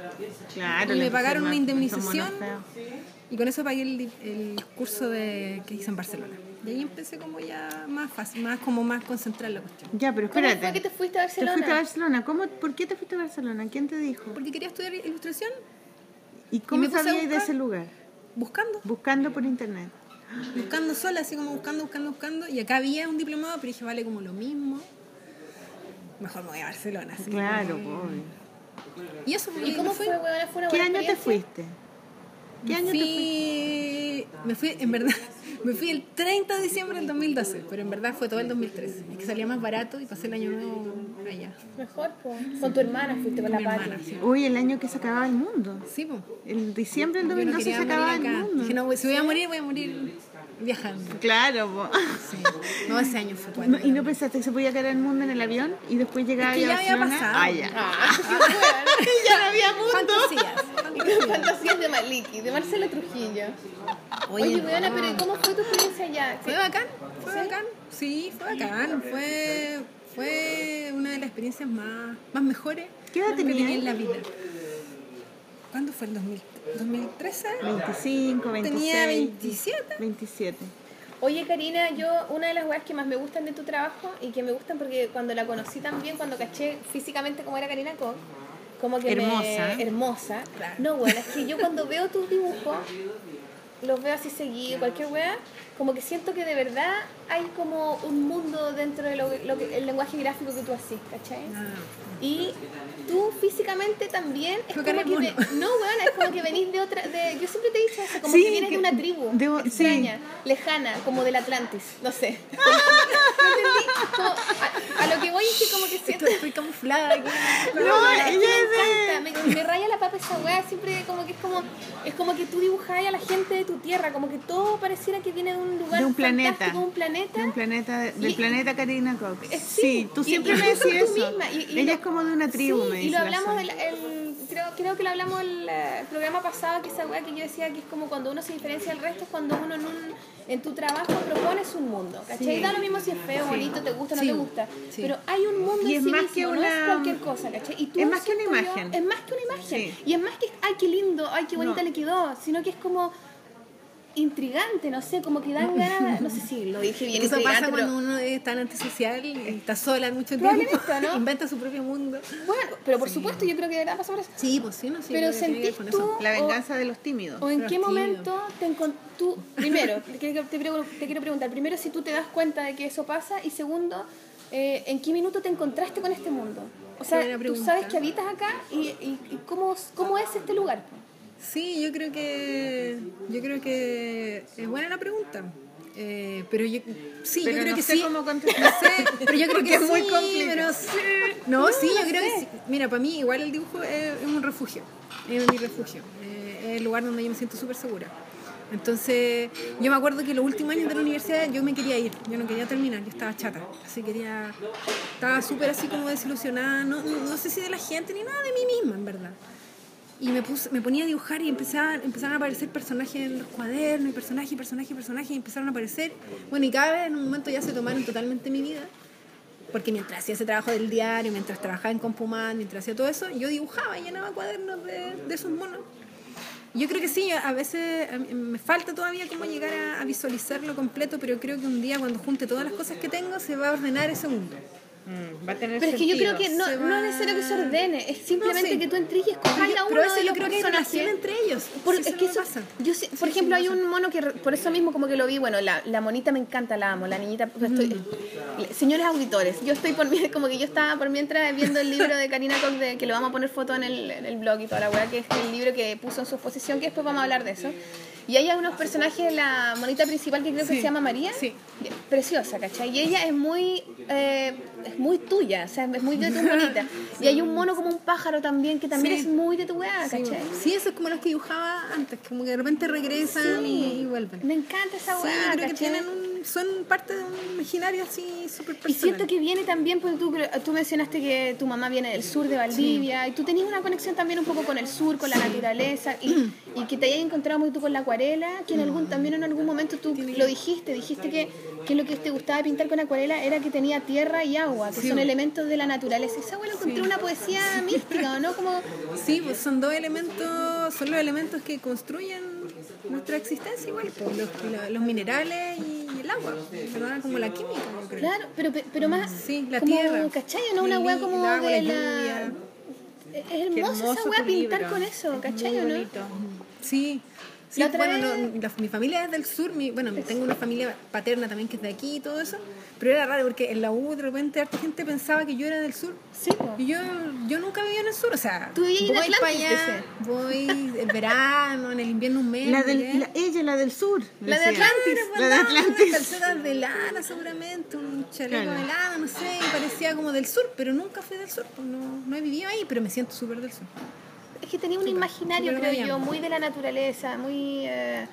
S2: Claro,
S4: y
S2: les
S4: me pagaron
S2: pusieron
S4: una
S2: más- esos monos
S4: indemnización
S2: feos.
S4: y con eso pagué el, di- el curso de, que hice en Barcelona. Y ahí empecé como ya más fácil, más como más concentrar la cuestión.
S2: Ya, pero
S1: ¿Cómo
S2: espérate.
S1: fue que te fuiste
S2: Te
S1: a Barcelona?
S2: fuiste a Barcelona. ¿Cómo, ¿Por qué te fuiste a Barcelona? ¿Quién te dijo?
S4: Porque quería estudiar ilustración
S2: ¿Y cómo
S4: me puse a
S2: sabías de
S4: buscar.
S2: ese lugar?
S4: buscando.
S2: Buscando por internet.
S4: buscando sola, así como buscando, buscando, buscando. Y acá había un diplomado, pero dije, vale como lo mismo. Mejor me voy a Barcelona. así.
S2: Claro, obvio.
S4: Y eso fue.
S1: ¿Y cómo
S4: me
S1: fue,
S4: fui.
S1: weona? ¿Fue una
S2: ¿Qué
S1: buena
S2: año te
S1: experiencia?
S2: fuiste? ¿Qué año te fuiste?
S4: fui... Me fui, en verdad, me fui el 30 de diciembre del 2012, pero en verdad fue todo el 2013. Es que salía más barato y pasé el año nuevo allá.
S1: Mejor, po. Con tu hermana fuiste
S4: Con
S1: con la
S4: mi
S1: Pati.
S4: hermana. Sí,
S2: Uy, el año que se acababa el mundo.
S4: sí po.
S2: En diciembre del
S4: Yo no
S2: 2012
S4: quería
S2: se acababa el
S4: morir acá.
S2: mundo.
S4: Dije, no, si voy a morir, voy a morir viajando.
S2: Claro, po.
S4: Sí. No, ese año fue cuando.
S2: No, ¿Y no pensaste que se podía caer el mundo en el avión y después llegaba
S4: Es que
S2: ahí a
S4: ya había
S2: Barcelona?
S4: pasado.
S2: Ah, ya.
S1: ya no había
S4: Fantasías. fantasías.
S1: Fantasías de Maliki, de Marcela Trujillo. Oye,
S4: Oye,
S1: weona, pero ¿y ¿cómo fue tu experiencia allá?
S4: Fue bacán, fue bacán. Sí, fue bacán. Fue, fue una de las experiencias más, más mejores
S2: ¿Qué edad
S4: que
S2: tenía?
S4: tenía en la vida. ¿Cuándo fue el 2000? 2013?
S2: 25, 26.
S4: Tenía 27.
S2: 27.
S1: Oye, Karina, yo una de las weas que más me gustan de tu trabajo y que me gustan porque cuando la conocí también, cuando caché físicamente cómo era Karina Koch, como que
S2: Hermosa.
S1: me... Hermosa.
S4: Claro.
S1: No, bueno, es que yo cuando veo tus dibujos, los veo así seguido, cualquier wea, como que siento que de verdad hay como un mundo dentro del lenguaje gráfico que tú haces, ¿cachai? Y tú físicamente también es
S4: Fue
S1: como que
S4: cara de
S1: ve- no, weona, es como que venís de otra de, yo siempre te he dicho eso, como
S2: Sí,
S1: que vienes
S2: que-
S1: de una tribu
S2: de un- sí.
S1: extraña, lejana, como del Atlantis, no sé. No entendí, como- a, a lo que voy es que como que siento
S4: Estoy, estoy camuflada aquí.
S2: No,
S1: weona, es que
S2: ella es de-
S1: me encanta, me, me raya la papa esa weá siempre como que es como es como que tú dibujáis a la gente de tu tierra, como que todo pareciera que viene de un lugar
S2: De un planeta.
S1: fantástico, un planeta.
S2: De un planeta, del
S1: Y-
S2: planeta Karina Cox.
S1: Eh,
S2: sí,
S1: sí,
S2: tú
S1: y-
S2: siempre
S1: y
S2: me
S1: incluso
S2: decís eso.
S1: tú misma, y- y
S2: Ella
S1: lo-
S2: es como de una tribu,
S1: Sí,
S2: me dice
S1: y lo
S2: la
S1: hablamos
S2: Sara.
S1: del, el- creo, creo que lo hablamos el, eh, programa pasado que esa weá que yo decía que es como cuando uno se diferencia del resto es cuando uno en, un- en tu trabajo propones un mundo ¿cachai?
S2: Sí.
S1: da lo mismo si es feo bonito te gusta
S4: Sí.
S1: no te gusta
S4: Sí.
S1: pero hay un mundo
S2: Y
S1: en
S2: es
S1: sí
S2: más
S1: mismo,
S2: que
S1: no es
S2: una-
S1: cualquier cosa ¿cachai? Y tú
S2: es más que una
S1: siento yo-
S2: imagen.
S1: es más que una imagen
S2: Sí.
S1: y es más que ay qué lindo ay qué bonita
S2: No.
S1: le quedó sino que es como intrigante no sé como que dan ganas no sé si lo dije bien
S4: Eso
S1: intrigante
S4: pasa
S1: pero-
S4: cuando uno es tan antisocial y está sola mucho tiempo.
S1: Probablemente, ¿no?
S4: Inventa su propio mundo.
S1: bueno pero por supuesto yo creo que de verdad pasa por eso
S4: Sí, pues sí, no sé.
S1: Pero
S4: creo que tiene que ver
S1: sentís
S4: con
S1: tú-
S4: eso.
S2: La
S1: o-
S2: venganza de los tímidos.
S1: ¿O en qué
S4: Fastidio.
S1: momento te encon- tú, primero, te, quiero- te pregu- te quiero preguntar, primero si tú te das cuenta de que eso pasa y segundo, eh, ¿en qué minuto te encontraste con este mundo? O sea,
S4: Buena
S1: tú
S4: pregunta.
S1: sabes que habitas acá y, y- y cómo, cómo es este lugar. po?
S4: Sí, yo creo que yo creo que es buena la pregunta. Eh, pero yo sí,
S2: Pero
S4: yo creo
S2: no
S4: que
S2: sé
S4: sí.
S2: cómo contestar.
S4: No sé, pero yo creo
S2: Porque
S4: que
S2: es muy
S4: sí,
S2: complicado.
S4: pero sí. No, sí, yo creo que sí. Mira, para mí igual el dibujo es, es un refugio. Es mi refugio. Eh, es el lugar donde yo me siento súper segura. Entonces, yo me acuerdo que los últimos años de la universidad yo me quería ir, yo no quería terminar, yo estaba chata, así quería, estaba súper así como desilusionada, no, no sé si de la gente ni nada de mí misma, en verdad. Y me, puse, me ponía a dibujar y empezaban, empezaron a aparecer personajes en los cuadernos, y personajes, y personajes, y personajes, y empezaron a aparecer. Bueno, y cada vez en un momento ya se tomaron totalmente mi vida. Porque mientras hacía ese trabajo del diario, mientras trabajaba en Compuman, mientras hacía todo eso, yo dibujaba, y llenaba cuadernos de, de esos monos. Yo creo que sí, a a veces a mí- me falta todavía cómo llegar a, a visualizarlo completo, pero creo que un día cuando junte todas las cosas que tengo se va a ordenar ese mundo.
S2: Mm, va a tener
S1: Pero es que yo creo
S2: sentido.
S1: que no,
S4: se
S1: no es
S4: va-
S1: necesario que se ordene, es simplemente
S4: sí.
S1: que tú entres y escojas
S4: Yo-
S1: la uno
S4: pero eso
S1: de
S4: yo
S1: los
S4: creo que hay relación
S1: personajes.
S4: entre ellos.
S1: Por,
S4: Sí,
S1: es que
S4: no me
S1: eso,
S4: pasa.
S1: yo sé- por
S4: sí,
S1: ejemplo,
S4: me
S1: hay
S4: pasa.
S1: un mono que re- por eso mismo como que lo vi, bueno, la, la monita me encanta, la amo, la niñita, pues, estoy- le- señores auditores, yo estoy por mí, como que yo estaba por mientras viendo el libro de Karina Cox, de, que le vamos a poner foto en el, en el blog y toda la weá, que es el libro que puso en su exposición, que después vamos a hablar de eso. Y ahí hay unos personajes, la monita principal que creo que se llama María, preciosa, ¿cachai? Y ella es muy, eh, es muy tuya, o sea, es muy de tu monita. Y hay un mono como un pájaro también, que también
S4: Sí.
S1: es muy de tu weá,
S4: Sí,
S1: ¿cachai?
S4: Sí, eso es como los que dibujaba antes, como que de repente regresan y, y vuelven.
S1: Me encanta esa
S4: Sí,
S1: weá.
S4: yo creo que
S1: ¿cachai?
S4: tienen un- son parte de un imaginario así súper
S1: Y
S4: personal.
S1: siento que viene también, porque tú, tú mencionaste que tu mamá viene del sur de Valdivia y tú tenías una conexión también un poco con el sur, con la naturaleza y, y que te hayas encontrado muy tú con la acuarela, que en algún, también en algún momento tú lo dijiste, dijiste que, que lo que te gustaba pintar con acuarela era que tenía tierra y agua, que son elementos de la naturaleza. Esa weá lo encontré una poesía mística, ¿o no? Como,
S4: Sí, pues son dos elementos, son los elementos que construyen nuestra existencia igual, pues, los, la- los minerales y, el agua, ¿verdad? como la química, yo creo.
S1: claro, pero, pero más...
S4: Sí, la
S1: como,
S4: tierra.
S1: ¿Cachai? ¿O ¿No? Una
S4: El
S1: weá
S4: li-
S1: como
S4: el agua,
S1: de
S4: la
S1: la...
S4: lluvia.
S1: Es hermoso esa
S2: hermoso
S1: weá
S2: tu
S1: pintar
S2: libro.
S1: con eso, ¿cachai?
S2: Muy
S1: ¿O no?
S2: bonito.
S4: Sí. Sí,
S1: La otra
S4: bueno,
S1: vez-
S4: no, la- mi familia es del sur, mi, bueno, tengo una familia paterna también que es de aquí y todo eso, pero era raro porque en la U de repente harta gente pensaba que yo era del sur.
S1: Sí, po.
S4: Y yo, yo nunca viví en el sur, o sea,
S1: Tú vivías
S4: voy
S1: en Atlantis,
S4: para allá,
S1: dice.
S4: voy en verano, en el invierno un mes.
S2: La
S4: llegué.
S2: del, la- ella, la del sur.
S1: La de
S2: decía.
S1: Atlantis.
S2: La de
S4: Andaba con unas
S2: Atlantis.
S4: calcetas de lana seguramente, un chaleco
S2: Claro.
S4: de lana, no sé, y parecía como del sur, pero nunca fui del sur, pues no, no he vivido ahí, pero me siento súper del sur.
S1: Es que tenía un imaginario,
S4: súper
S1: creo
S4: bien.
S1: yo, muy de la naturaleza, muy... eh,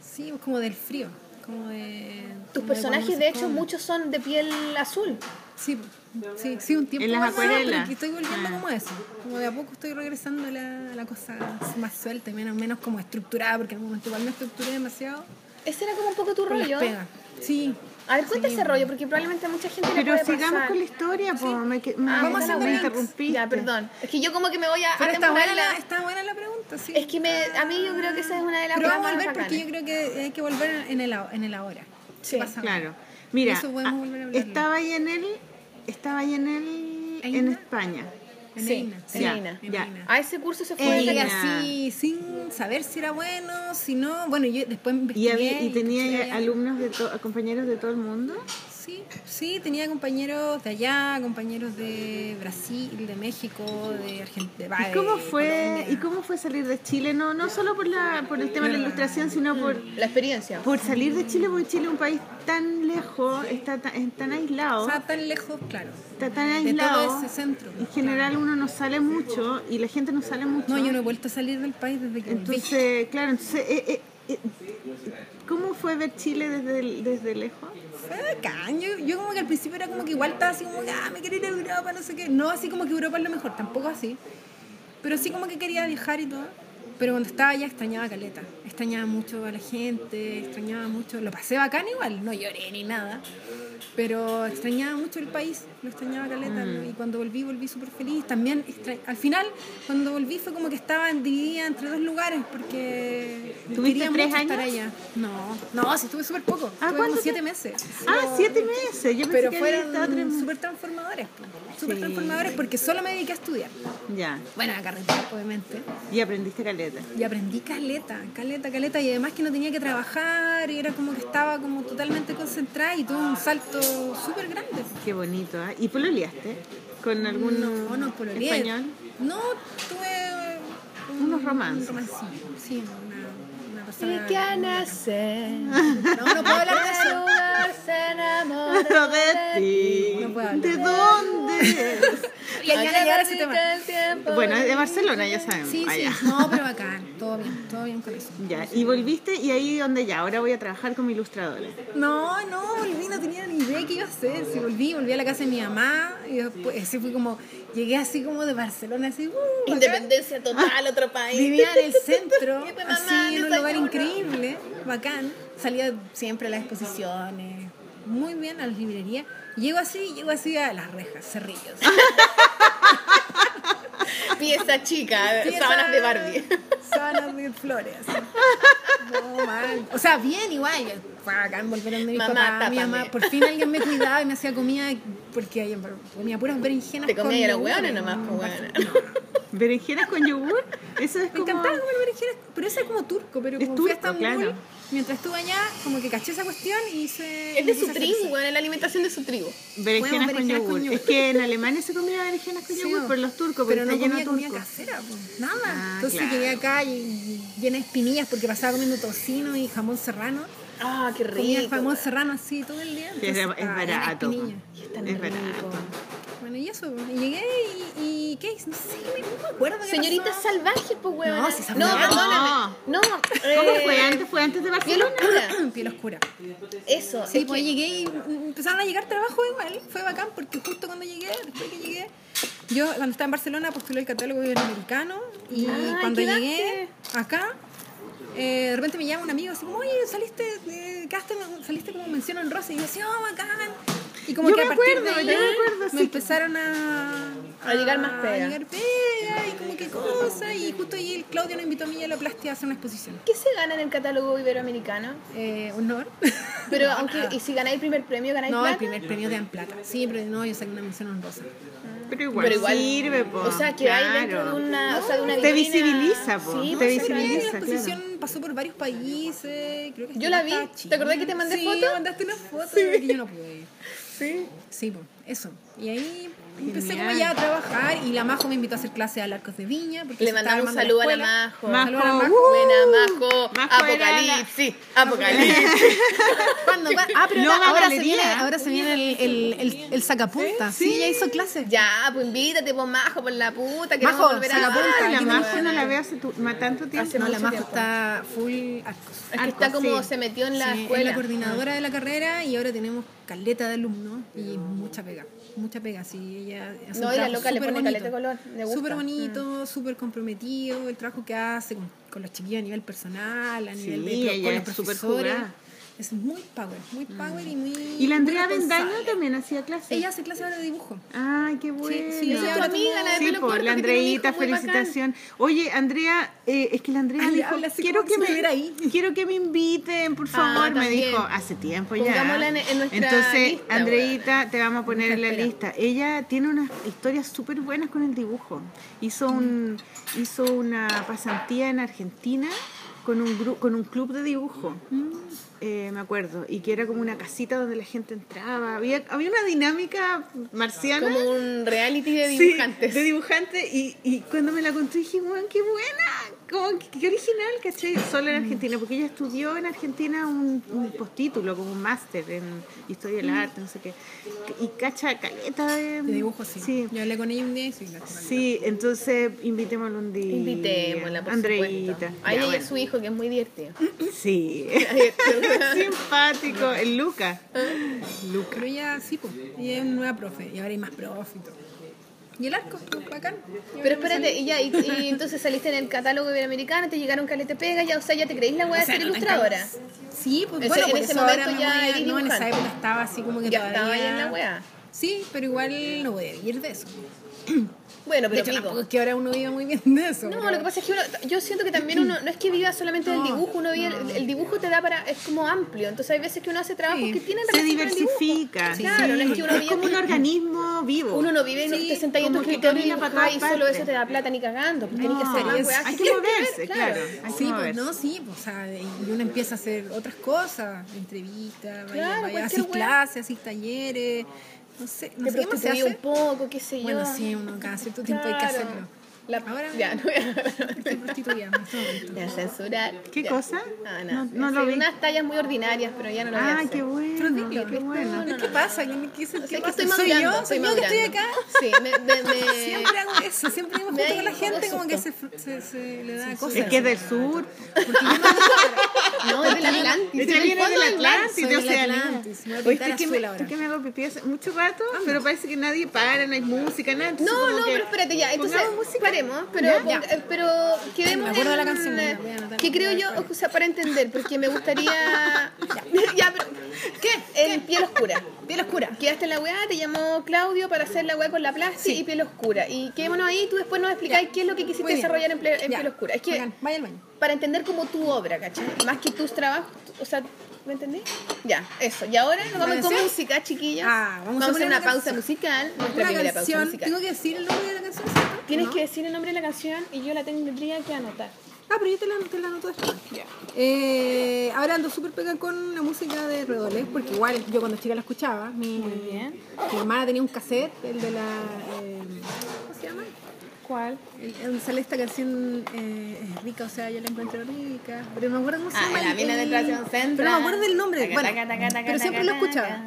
S4: Sí, pues como del frío, como de...
S1: Tus
S4: como
S1: personajes,
S4: cuando
S1: de
S4: se
S1: hecho,
S4: come.
S1: muchos son de piel azul.
S4: Sí, pues, sí, sí, un tiempo.
S2: En las
S4: más, pero
S2: acuarelas.
S4: que estoy volviendo como eso, como de a poco estoy regresando a la, a la cosa más suelta y menos, menos como estructurada, porque en un momento igual me estructuré demasiado.
S1: Ese era como un poco tu
S4: con las
S1: rollo.
S4: pegas. Sí.
S1: A ver, cuenta ese rollo, porque probablemente a mucha gente le
S2: Pero
S1: puede
S2: sigamos
S1: pasar.
S2: con la historia, po, me, que- me,
S1: Ah,
S2: me
S4: Vamos haciendo links.
S2: interrumpiste.
S1: Ya, perdón. Es que yo como que me voy a, a
S4: Pero está
S1: temporal
S4: buena,
S1: Ah, la-
S4: la, está buena la pregunta, sí.
S1: Es que me, a mí yo creo que esa es una de las
S4: Pero
S1: weas
S4: vamos a
S1: más
S4: volver porque
S1: bacanes.
S4: yo creo que hay que volver en el, a- en el ahora.
S1: Sí,
S4: Pasa ahora.
S2: Claro. Mira,
S4: Eso podemos
S2: ah,
S4: volver a hablarlo.
S2: estaba ahí en el, estaba ahí en el,
S4: ¿Ahí
S2: en
S4: no?
S2: España.
S4: En
S1: Sí,
S4: Eina.
S2: ya,
S1: Ah, en Eina.
S2: ya.
S4: En Eina.
S1: A ese curso se
S4: Fue
S1: fue...
S2: Ey,
S4: llegar
S1: Karina.
S4: así sin saber si era bueno, si no. Bueno, yo después investigué.
S2: Y, había, y tenía
S4: caché que había-
S2: alumnos de to- compañeros de todo el mundo.
S4: sí, sí, tenía compañeros de allá, compañeros de Brasil, de México, de Argentina.
S2: ¿Y cómo fue, ¿Y cómo fue salir de Chile? No, no solo por, la, por el tema de la ilustración, sino por,
S1: La experiencia.
S2: por salir de Chile, porque Chile es un país tan lejos, está tan, es tan aislado,
S4: O sea, tan lejos, claro.
S2: está tan
S4: de todo
S2: aislado.
S4: ese centro.
S2: En general uno no sale mucho y la gente no sale mucho.
S4: No, yo no he vuelto a salir del país desde que volví.
S2: Entonces, claro, entonces, eh, eh, eh, ¿cómo fue ver Chile desde, el- desde lejos?
S4: Fue bacán. Eh, Yo, yo como que al principio era como que igual estaba así como, que, ah, me quiero ir a Europa, no sé qué. No, así como que Europa es lo mejor, tampoco así. Pero sí como que quería viajar y todo. Pero cuando estaba allá extrañaba Caleta. Extrañaba mucho a la gente, extrañaba mucho... Lo pasé bacán igual, no lloré ni nada. Pero extrañaba mucho el país, lo extrañaba Caleta. ¿no?
S2: Mm.
S4: Y cuando volví, volví súper feliz. También extra- al final, cuando volví fue como que estaba dividida entre dos lugares porque...
S2: ¿Tuviste
S4: quería
S2: tres
S4: mucho estar
S2: años?
S4: allá. No, no, sí, estuve súper poco.
S2: Ah,
S4: estuve como
S2: ¿cuánto
S4: siete
S2: te-
S4: meses.
S2: Ah, siete meses. Yo pensé
S4: Pero
S2: que había estado tres
S4: fueron
S2: meses.
S4: súper transformadores. pues, Súper transformadores porque solo me dediqué a estudiar.
S2: Ya,
S4: Bueno, a carretera, obviamente.
S2: y aprendiste caleta.
S4: Y aprendí caleta, caleta, caleta. Y además que no tenía que trabajar y era como que estaba como totalmente concentrada y tuve un salto súper grande.
S2: Qué bonito, ¿ah? ¿Y pololeaste? ¿Con algún
S4: No, no, pololeé.
S2: español?
S4: No, tuve un-
S2: Unos romances.
S4: un romancillo, sí, una, una persona...
S6: Y que a nacer,
S4: No, no puedo hablar de
S6: en
S4: eso.
S6: lugar se enamora
S2: De ti.
S4: No puedo hablar.
S2: ¿De dónde?
S4: Y allá
S6: de
S4: llegar
S6: la
S4: a ese tema.
S6: música del tiempo.
S2: bueno, es de Barcelona, ya sabemos.
S4: Sí, sí,
S2: allá.
S4: no, pero bacán, todo bien, todo bien con eso.
S2: Ya, y volviste y ahí donde ya, ahora voy a trabajar como ilustradora.
S4: No, no, volví, no tenía ni idea qué iba a hacer. Sí, volví, volví a la casa de mi mamá y después así fui como, llegué así como de Barcelona, así, uh, bacán.
S1: Independencia total,
S6: Ah,
S1: otro país.
S4: Vivía en el centro,
S1: Y mi mamá,
S4: así en un
S1: desayuno.
S4: lugar increíble, bacán. Salía siempre a las exposiciones, muy bien a las librerías. Llego así, llego así a las rejas, cerrillos.
S1: Pieza chica,
S4: Pieza-
S1: sábanas de Barbie.
S4: Sábanas de flores. así. No, mal. O sea, bien igual. Fue bacán volver a donde mi
S1: Mamá,
S4: papá, mi
S1: tápame.
S4: mamá. Por fin alguien me cuidaba y me hacía comida porque ahí comía puras berenjenas.
S1: Te comía
S4: con
S1: y era
S4: yogur,
S1: hueona nomás, pues, hueona.
S2: ¿Berenjenas con yogur? Eso es
S4: Me
S2: como...
S4: encantaba comer berenjenas, pero eso es como turco, pero
S2: Es
S4: como fui a
S2: turco,
S4: Estambul,
S2: claro.
S4: mientras estuve allá, como que caché esa cuestión y hice...
S1: Es de su tribu, bueno, es la alimentación de su tribu.
S2: Berenjenas
S4: Huevos,
S2: con
S4: berenjenas
S2: yogur.
S4: con yogur.
S2: Es que en Alemania se comía berenjenas con yogur por los turcos,
S4: pero
S2: pero,
S4: no
S2: está lleno
S4: comía comida
S2: turco.
S4: casera, pues, nada.
S2: Ah,
S4: Entonces
S2: claro.
S4: llegué acá y, y llena de espinillas porque pasaba comiendo tocino y jamón serrano.
S1: Ah, qué
S4: Comía el
S1: rico.
S4: jamón serrano así todo el día.
S2: Sí, es,
S4: entonces ah,
S2: es
S4: estaba llena de
S2: barato.
S4: espinilla.
S2: Es barato.
S4: Bueno, y eso, y llegué y, y ¿qué? No sé, no me acuerdo qué
S1: Señorita
S4: pasó.
S1: salvaje, pues, huevona.
S4: No, si esa
S1: no,
S4: huevona-
S1: perdóname. No,
S2: ¿Cómo
S1: eh,
S2: fue antes? ¿Fue antes de
S1: Piel
S2: Barcelona?
S1: oscura.
S4: Piel oscura.
S1: eh, Eso.
S4: Sí,
S1: es
S4: pues
S1: que-
S4: llegué y mm, empezaron a llegar trabajo igual. Fue bacán porque justo cuando llegué, después que llegué, yo cuando estaba en Barcelona postulé el catálogo iberoamericano y
S1: Ah,
S4: cuando
S1: ¿quedaste?
S4: llegué acá, eh, de repente me llama un amigo así como, oye, saliste, de casting, saliste como mención honrosa y yo decía, oh, bacán. Y como
S2: Yo
S4: que
S2: me
S4: a partir de
S2: acuerdo,
S4: ahí
S2: yo me acuerdo, sí.
S4: empezaron a,
S1: A llegar más
S4: A
S1: pega.
S4: llegar pega y como que cosas. Y justo ahí el Claudio nos invitó a mí y a la Plasti a hacer una exposición.
S1: ¿Qué se gana en el catálogo iberoamericano?
S4: Eh, honor.
S1: Pero
S6: Ah.
S1: aunque, y si ganáis el primer premio, ganáis
S4: No, el
S1: plata.
S4: primer premio de plata. Sí, pero no, yo saqué una mención honrosa.
S2: Pero igual,
S1: Pero igual-
S2: sirve, po.
S1: O sea, que hay dentro de
S2: claro.
S1: una. O sea, de una
S2: Te
S1: vitrina-
S2: visibiliza, po.
S1: Sí,
S2: te
S1: pues,
S4: La
S2: visibiliza,
S4: exposición
S2: claro.
S4: pasó por varios países. Creo que
S1: Yo la vi.
S4: hasta China.
S1: ¿Te acordás que te mandé
S4: sí,
S1: foto?
S4: mandaste una foto que yo no pude ir.
S1: Sí.
S4: Sí, pues, eso. Y ahí empecé como ya a trabajar y la Majo me invitó a hacer clases al Arcos de Viña. Porque
S1: Le
S4: se estaba
S1: mandamos un
S4: armando
S1: saludo a la
S4: escuela.
S1: Majo.
S4: Saludo
S2: Majo,
S4: a la Majo.
S2: uh,
S1: Buena, Majo.
S2: Majo era la-
S1: Apocalipsis. Apocalipsis.
S4: ¿Cuándo? Ah, pero
S2: No,
S4: ahora, ahora se
S2: galería.
S4: viene, ahora se viene el, el, el, el sacapunta. Sí, ya hizo clases.
S1: Ya, pues invítate, pues Majo, por la puta. Que
S4: Majo,
S1: no volver a
S4: saca punta,
S2: Ah,
S1: Ay,
S2: la
S4: aquí
S1: que
S4: no-
S2: Majo no la veo hace tu- ma- tanto tiempo.
S4: No, la Majo está full Arcos.
S1: Es que está
S2: Arco,
S1: como
S2: sí.
S1: se metió en la
S4: Sí,
S1: escuela.
S4: Es la coordinadora de la carrera y ahora tenemos caleta de alumnos y mucha pega, mucha pega. Sí, ella hace
S1: No,
S4: un
S1: y la
S4: trabajo
S1: loca
S4: súper
S1: le pone
S4: bonito.
S1: caleta de color, me gusta. Mm.
S4: Súper bonito, súper comprometido el trabajo que hace con, con los chiquillos a nivel personal, a
S2: Sí,
S4: nivel de, con
S2: ella
S4: los
S2: es súper
S4: profesores.
S2: jugada.
S4: Es muy power, muy power y muy...
S2: Y la Andrea
S4: muy
S2: Bendaño
S4: responsable.
S2: también hacía clases.
S4: Ella hace clase ahora de dibujo.
S2: Ay, qué bueno.
S4: sí, ella es tu amiga, la de
S2: Sí,
S1: pelo
S2: po,
S1: corto,
S2: la
S1: que tiene un
S2: Andreita,
S1: hijo muy bacán.
S2: felicitación. Oye, Andrea, eh, es que la Andrea
S4: Ay,
S2: dijo,
S4: habla así
S2: quiero
S4: como
S2: que
S4: si
S2: me
S4: estuviera ahí". Ah,
S2: quiero que me inviten, por favor, me
S1: también.
S2: dijo hace tiempo
S1: Pongámosla
S2: ya.
S1: en- en nuestra
S2: Entonces,
S1: lista,
S2: Andreita, te vamos a poner en la
S1: Espera.
S2: lista. Ella tiene unas historias súper buenas con el dibujo. Hizo un hizo una pasantía en Argentina con un gru- con un club de dibujo. eh, me acuerdo, y que era como una casita donde la gente entraba. Había, había una dinámica marciana.
S6: Como un reality de
S2: ¿Ah? Sí,
S6: dibujantes.
S2: de dibujantes. Y, y cuando me la contó dije, weón, qué buena, como, que- qué original, ¿cachai? Solo en Argentina, porque ella estudió en Argentina un, un postítulo, como un máster en historia del arte, no sé qué. Y cacha caleta de,
S4: De dibujo, sí.
S2: Sí,
S4: Yo hablé con ella un día y sí, la
S2: sí, entonces invitémosla un día.
S6: Invitémosla, por
S2: Andreita.
S6: supuesto.
S2: Ya,
S6: Ahí hay
S2: bueno. Ah,
S6: su hijo, que es muy divertido.
S2: Sí. Simpático, el Luca. Luca.
S4: Pero ella sí, pues. Y es nueva profe. Y ahora hay más profe y todo. Y el arco, pues, bacán. Y
S6: Pero
S4: ahora me
S6: espérate, y ya, y, y entonces saliste en el catálogo iberoamericano, te llegaron calete pega, ya, o sea, ya te creís la weá de
S4: O sea,
S6: ser
S4: no, no
S6: ilustradora.
S4: estamos- Sí, pues
S6: Ese-
S4: bueno,
S6: en
S4: por
S6: ese
S4: eso ahora
S6: momento
S4: me
S6: ya
S4: voy a-
S6: eres
S4: No, en esa
S6: dibujante.
S4: época estaba así como que
S6: Ya
S4: todavía...
S6: estaba ahí en la weá.
S4: Sí, pero igual no voy a vivir de eso.
S6: Bueno,
S4: De
S6: pero
S4: hecho,
S6: amigo.
S4: tampoco es que ahora uno viva muy bien de eso.
S6: No,
S4: pero-
S6: lo que pasa es que uno, yo siento que también uno no es que viva solamente del dibujo, uno vive, el, el dibujo te da para, es como amplio, entonces hay veces que uno hace trabajos
S4: Sí.
S6: que tienen
S2: Se
S6: relación con el dibujo.
S2: diversifica.
S6: Sí, claro, no es que uno vive-
S2: como un organismo vivo.
S6: Uno no vive, no te sentáis en tu
S2: como que
S6: escritorio y
S2: camina para
S6: dibujás y
S2: todas
S6: solo
S2: partes.
S6: eso te da plata ni cagando, pues tenés que
S2: No,
S6: hacer más weá.
S2: hay que moverse, claro. Hay que
S4: Sí, pues
S2: moverse.
S4: no, sí, pues, o sea, y uno empieza a hacer otras cosas, entrevistas, vaya,
S6: Claro,
S4: vaya,
S6: cualquier
S4: asís
S6: weá.
S4: clases, asís talleres, no sé, no
S6: Te
S4: sé qué más se
S6: prostituí un
S4: hace.
S6: poco, qué sé yo.
S4: Bueno, sí, uno cada cierto tiempo hay que
S6: Claro.
S4: hacerlo.
S6: La-
S4: Ahora-
S6: ya, no voy a-
S4: Estoy prostituida. en este momento.
S6: voy a censurar.
S2: ¿Qué
S6: Ya.
S2: cosa?
S6: Ah,
S2: No-
S6: no,
S2: no lo vi.
S6: Unas tallas muy ordinarias, pero ya no lo voy a
S2: Ah,
S6: hacer.
S2: qué
S4: Pero
S2: bueno.
S4: dilo.
S2: Qué bueno.
S6: No, no,
S4: ¿Qué
S6: no.
S4: pasa? ¿Qué, qué, qué,
S6: O sea, que
S4: pasa?
S6: estoy
S4: ¿Soy yo?
S6: madurando,
S4: ¿Soy yo
S6: estoy
S4: que estoy acá?
S6: madurando. Sí, me... me, me-
S4: Siempre hago eso, siempre me
S6: Me
S4: junto
S6: da
S4: con la
S6: un poco
S4: gente
S6: de
S4: como que se,
S6: susto.
S4: se, se le da cosas.
S2: Es que es del sur.
S6: No, es del Atlantis.
S2: Ella
S6: en el
S2: viene
S6: fondo
S2: del
S6: del
S2: Atlántico,
S4: soy
S2: de
S4: del
S2: Oceanía.
S4: Atlantis, me voy a
S2: Oye,
S4: pintar
S2: estoy que
S4: azul
S2: me-
S4: ahora.
S2: estoy que me hago pipí hace mucho rato, pero parece que nadie para, no hay música, nada. Entonces,
S6: No,
S2: como
S6: no,
S2: que-
S6: pero espérate ya. Entonces,
S2: pongamos música.
S6: paremos, pero, ponga- eh, pero quedemos
S4: Me acuerdo de la
S6: en,
S4: canción,
S6: eh,
S4: bueno, voy a anotar.
S6: que creo yo, o sea, para entender, porque me gustaría... ya, pero... ¿Qué? En piel oscura. Piel oscura. Quedaste en la weá, te llamó Claudio para hacer la weá con la plástica y piel oscura. Y quedémonos ahí, tú después nos explicáis qué es lo que quisiste
S4: Muy bien.
S6: desarrollar en, ple- en
S4: Ya.
S6: piel oscura. Es que...
S4: Bacán, Vaya al baño.
S6: para entender como tu obra, ¿cachai? Más que tus trabajos, tu- o sea, ¿me entendí? Ya, eso. Y ahora nos vamos
S4: ¿Puede
S6: con
S4: ser?
S6: música, chiquillas.
S4: Ah, vamos a
S6: a hacer
S4: poner
S6: una,
S4: una
S6: pausa
S4: canción.
S6: musical, nuestra
S4: Una
S6: primera pausa
S4: canción.
S6: musical.
S4: Tengo que decir el nombre de la canción, ¿cierto?
S6: Tienes
S4: ¿No?
S6: que decir el nombre de la canción y yo la tendría que anotar.
S4: Ah, pero yo te la, te la anoto después. Eh, ahora ando súper pega con la música de Redolés, porque igual yo cuando chica la escuchaba. Mi, mi hermana tenía un cassette, el de la. eh, ¿Cómo se llama?
S6: ¿Cuál?
S4: El- el Donde sale esta canción eh, es rica, o sea, yo la encuentro rica. Pero no me acuerdo cómo se
S6: Ah,
S4: llama.
S6: la
S4: el-
S6: mina de
S4: el-
S6: Tracción Central.
S4: Pero no me acuerdo del nombre.
S6: Taca,
S4: bueno,
S6: taca, taca, taca,
S4: pero siempre lo
S6: taca,
S4: escuchaba.
S6: taca.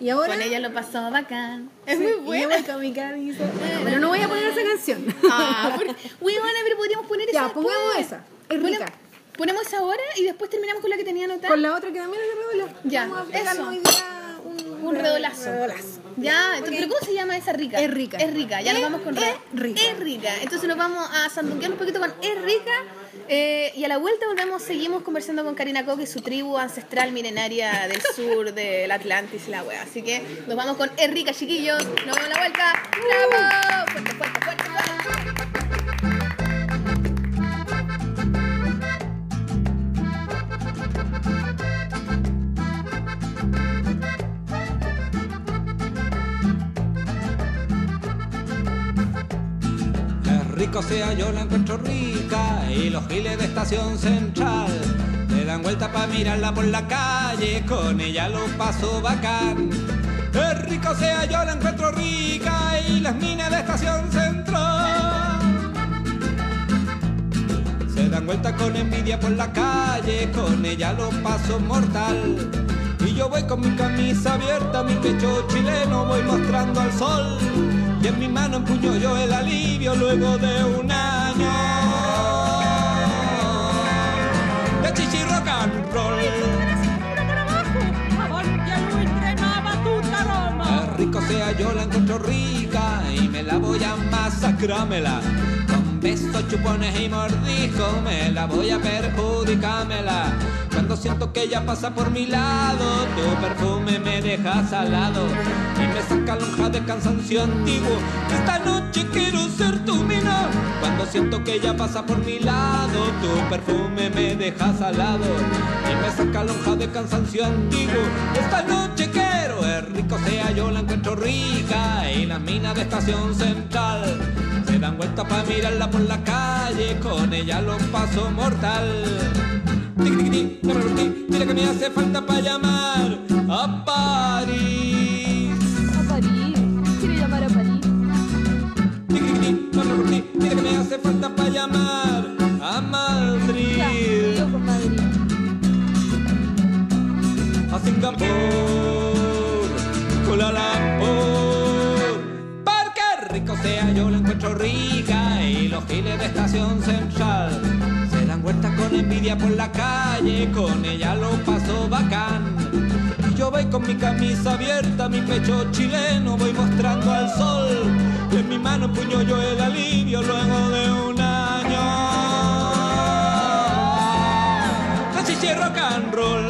S4: Y ahora.
S6: Con ella lo pasó bacán.
S4: Es muy buena. Bueno, no voy a poner esa canción.
S6: Ah, porque, huevona, pero podríamos poner esa
S4: ya, pues. pongamos
S6: después.
S4: esa. Es
S6: Ponem-
S4: rica.
S6: Ponemos esa ahora y después terminamos con la que tenía anotada.
S4: Con la otra que también es de redolar.
S6: Ya,
S4: Vamos a pegar
S6: eso.
S4: hoy día un,
S6: Un redolazo.
S4: redolazo.
S6: Ya, entonces, ¿pero cómo se llama esa rica?
S4: Es rica.
S6: Es rica, ya nos
S4: Es-
S6: vamos con
S4: es rica.
S6: Es rica. Entonces nos vamos a sandunquear un poquito con Es rica. eh, y a la vuelta volvemos, seguimos conversando con Karina Koch y su tribu ancestral milenaria del sur del Atlantis y la wea. Así que nos vamos con Es rica, chiquillos. Nos vemos a la vuelta. ¡Bravo! Fuerte, fuerte, fuerte, fuerte.
S7: Es rico o sea, yo la encuentro rica y los giles de estación central le dan vuelta para mirarla por la calle, con ella lo paso bacán. Es rico o sea, yo la encuentro rica y las minas de estación central se dan vuelta con envidia por la calle, con ella lo paso mortal. Y yo voy con mi camisa abierta, mi pecho chileno voy mostrando al sol. Y en mi mano empuño yo el alivio luego de un año. De chichirroca and roll. Más rico sea yo la encuentro rica y me la voy a masacrámela. Con besos, chupones y mordiscos me la voy a perjudicámela. Cuando siento que ella pasa por mi lado, tu perfume me deja salado y me saca lonja de cansancio antiguo. Esta noche quiero ser tu mina. Cuando siento que ella pasa por mi lado, tu perfume me deja salado y me saca lonja de cansancio antiguo. Esta noche quiero es rico sea yo la encuentro rica y las minas de estación central se dan vuelta para mirarla por la calle con ella lo paso mortal. tiquitiquití, me revolví, mira que me hace falta para llamar a París.
S8: A París. Quiero llamar a París.
S7: Tiquitiquití, me revolví, mira que me hace falta para llamar
S8: Ya,
S7: a Madrid,
S8: yo con Madrid.
S7: a Singapur, Kuala Lumpur. Porque rico sea, yo la encuentro rica y los giles de estación central. Se dan vueltas con envidia por la calle, con ella lo paso bacán. Y yo voy con mi camisa abierta, mi pecho chileno voy mostrando al sol. Y en mi mano puño yo el alivio luego de un año. Transiche rock and roll.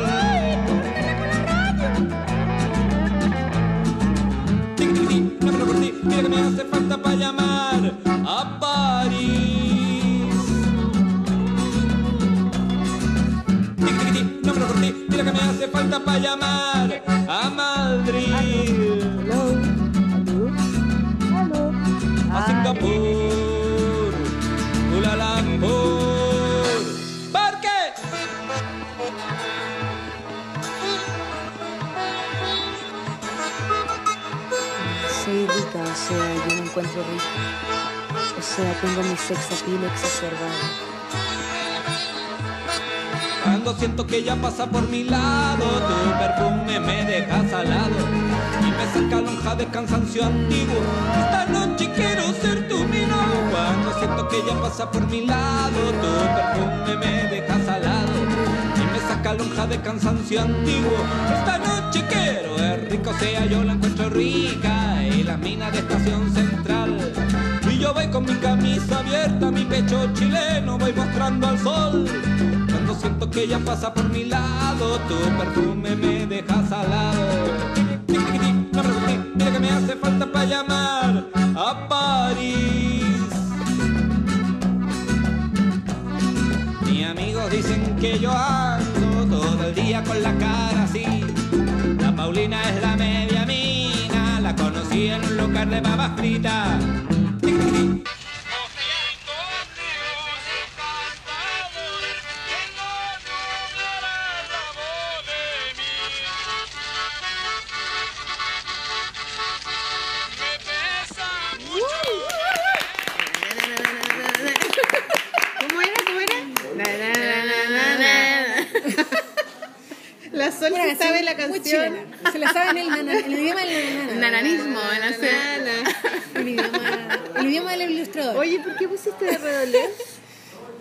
S7: Tiquitiquití, no me lo cortí, mira que me hace falta para llamar a París. Tiquitiquití, no me lo cortí, mira que me hace falta para llamar a Madrid. A Singapur, Kuala Lumpur, Parque.
S8: Soy rica, o sea, yo me encuentro rica. O sea, tengo mi sex appeal exacerbado.
S7: Cuando siento que ya pasa por mi lado, tu perfume me deja salado y me saca lonja de cansancio antiguo. Esta noche quiero ser tu mino. Cuando siento que ya pasa por mi lado, tu perfume me deja salado y me saca lonja de cansancio antiguo. Esta noche quiero es rico sea yo la encuentro rica y la mina de estación central. Y yo voy con mi camisa abierta, mi pecho chileno voy mostrando al sol. Cuando siento que ella pasa por mi lado, tu perfume me deja salado. Tiquitiquití, no pregunté, mira que me hace falta para llamar a París. Mis amigos dicen que yo ando todo el día con la cara así. La Paulina es la media mina, la conocí en un local de papas fritas. Tiquitiquití.
S2: ¿Cómo era? ¿Cómo era? Na, na, na, na, na, na. La Sol se sabe la
S4: Muy
S2: canción.
S4: chilena. Se la sabe en el, nana- en el idioma del nanana.
S6: Nananismo, no sé.
S4: El idioma, el idioma del ilustrador.
S2: Oye, ¿por qué pusiste de redoler?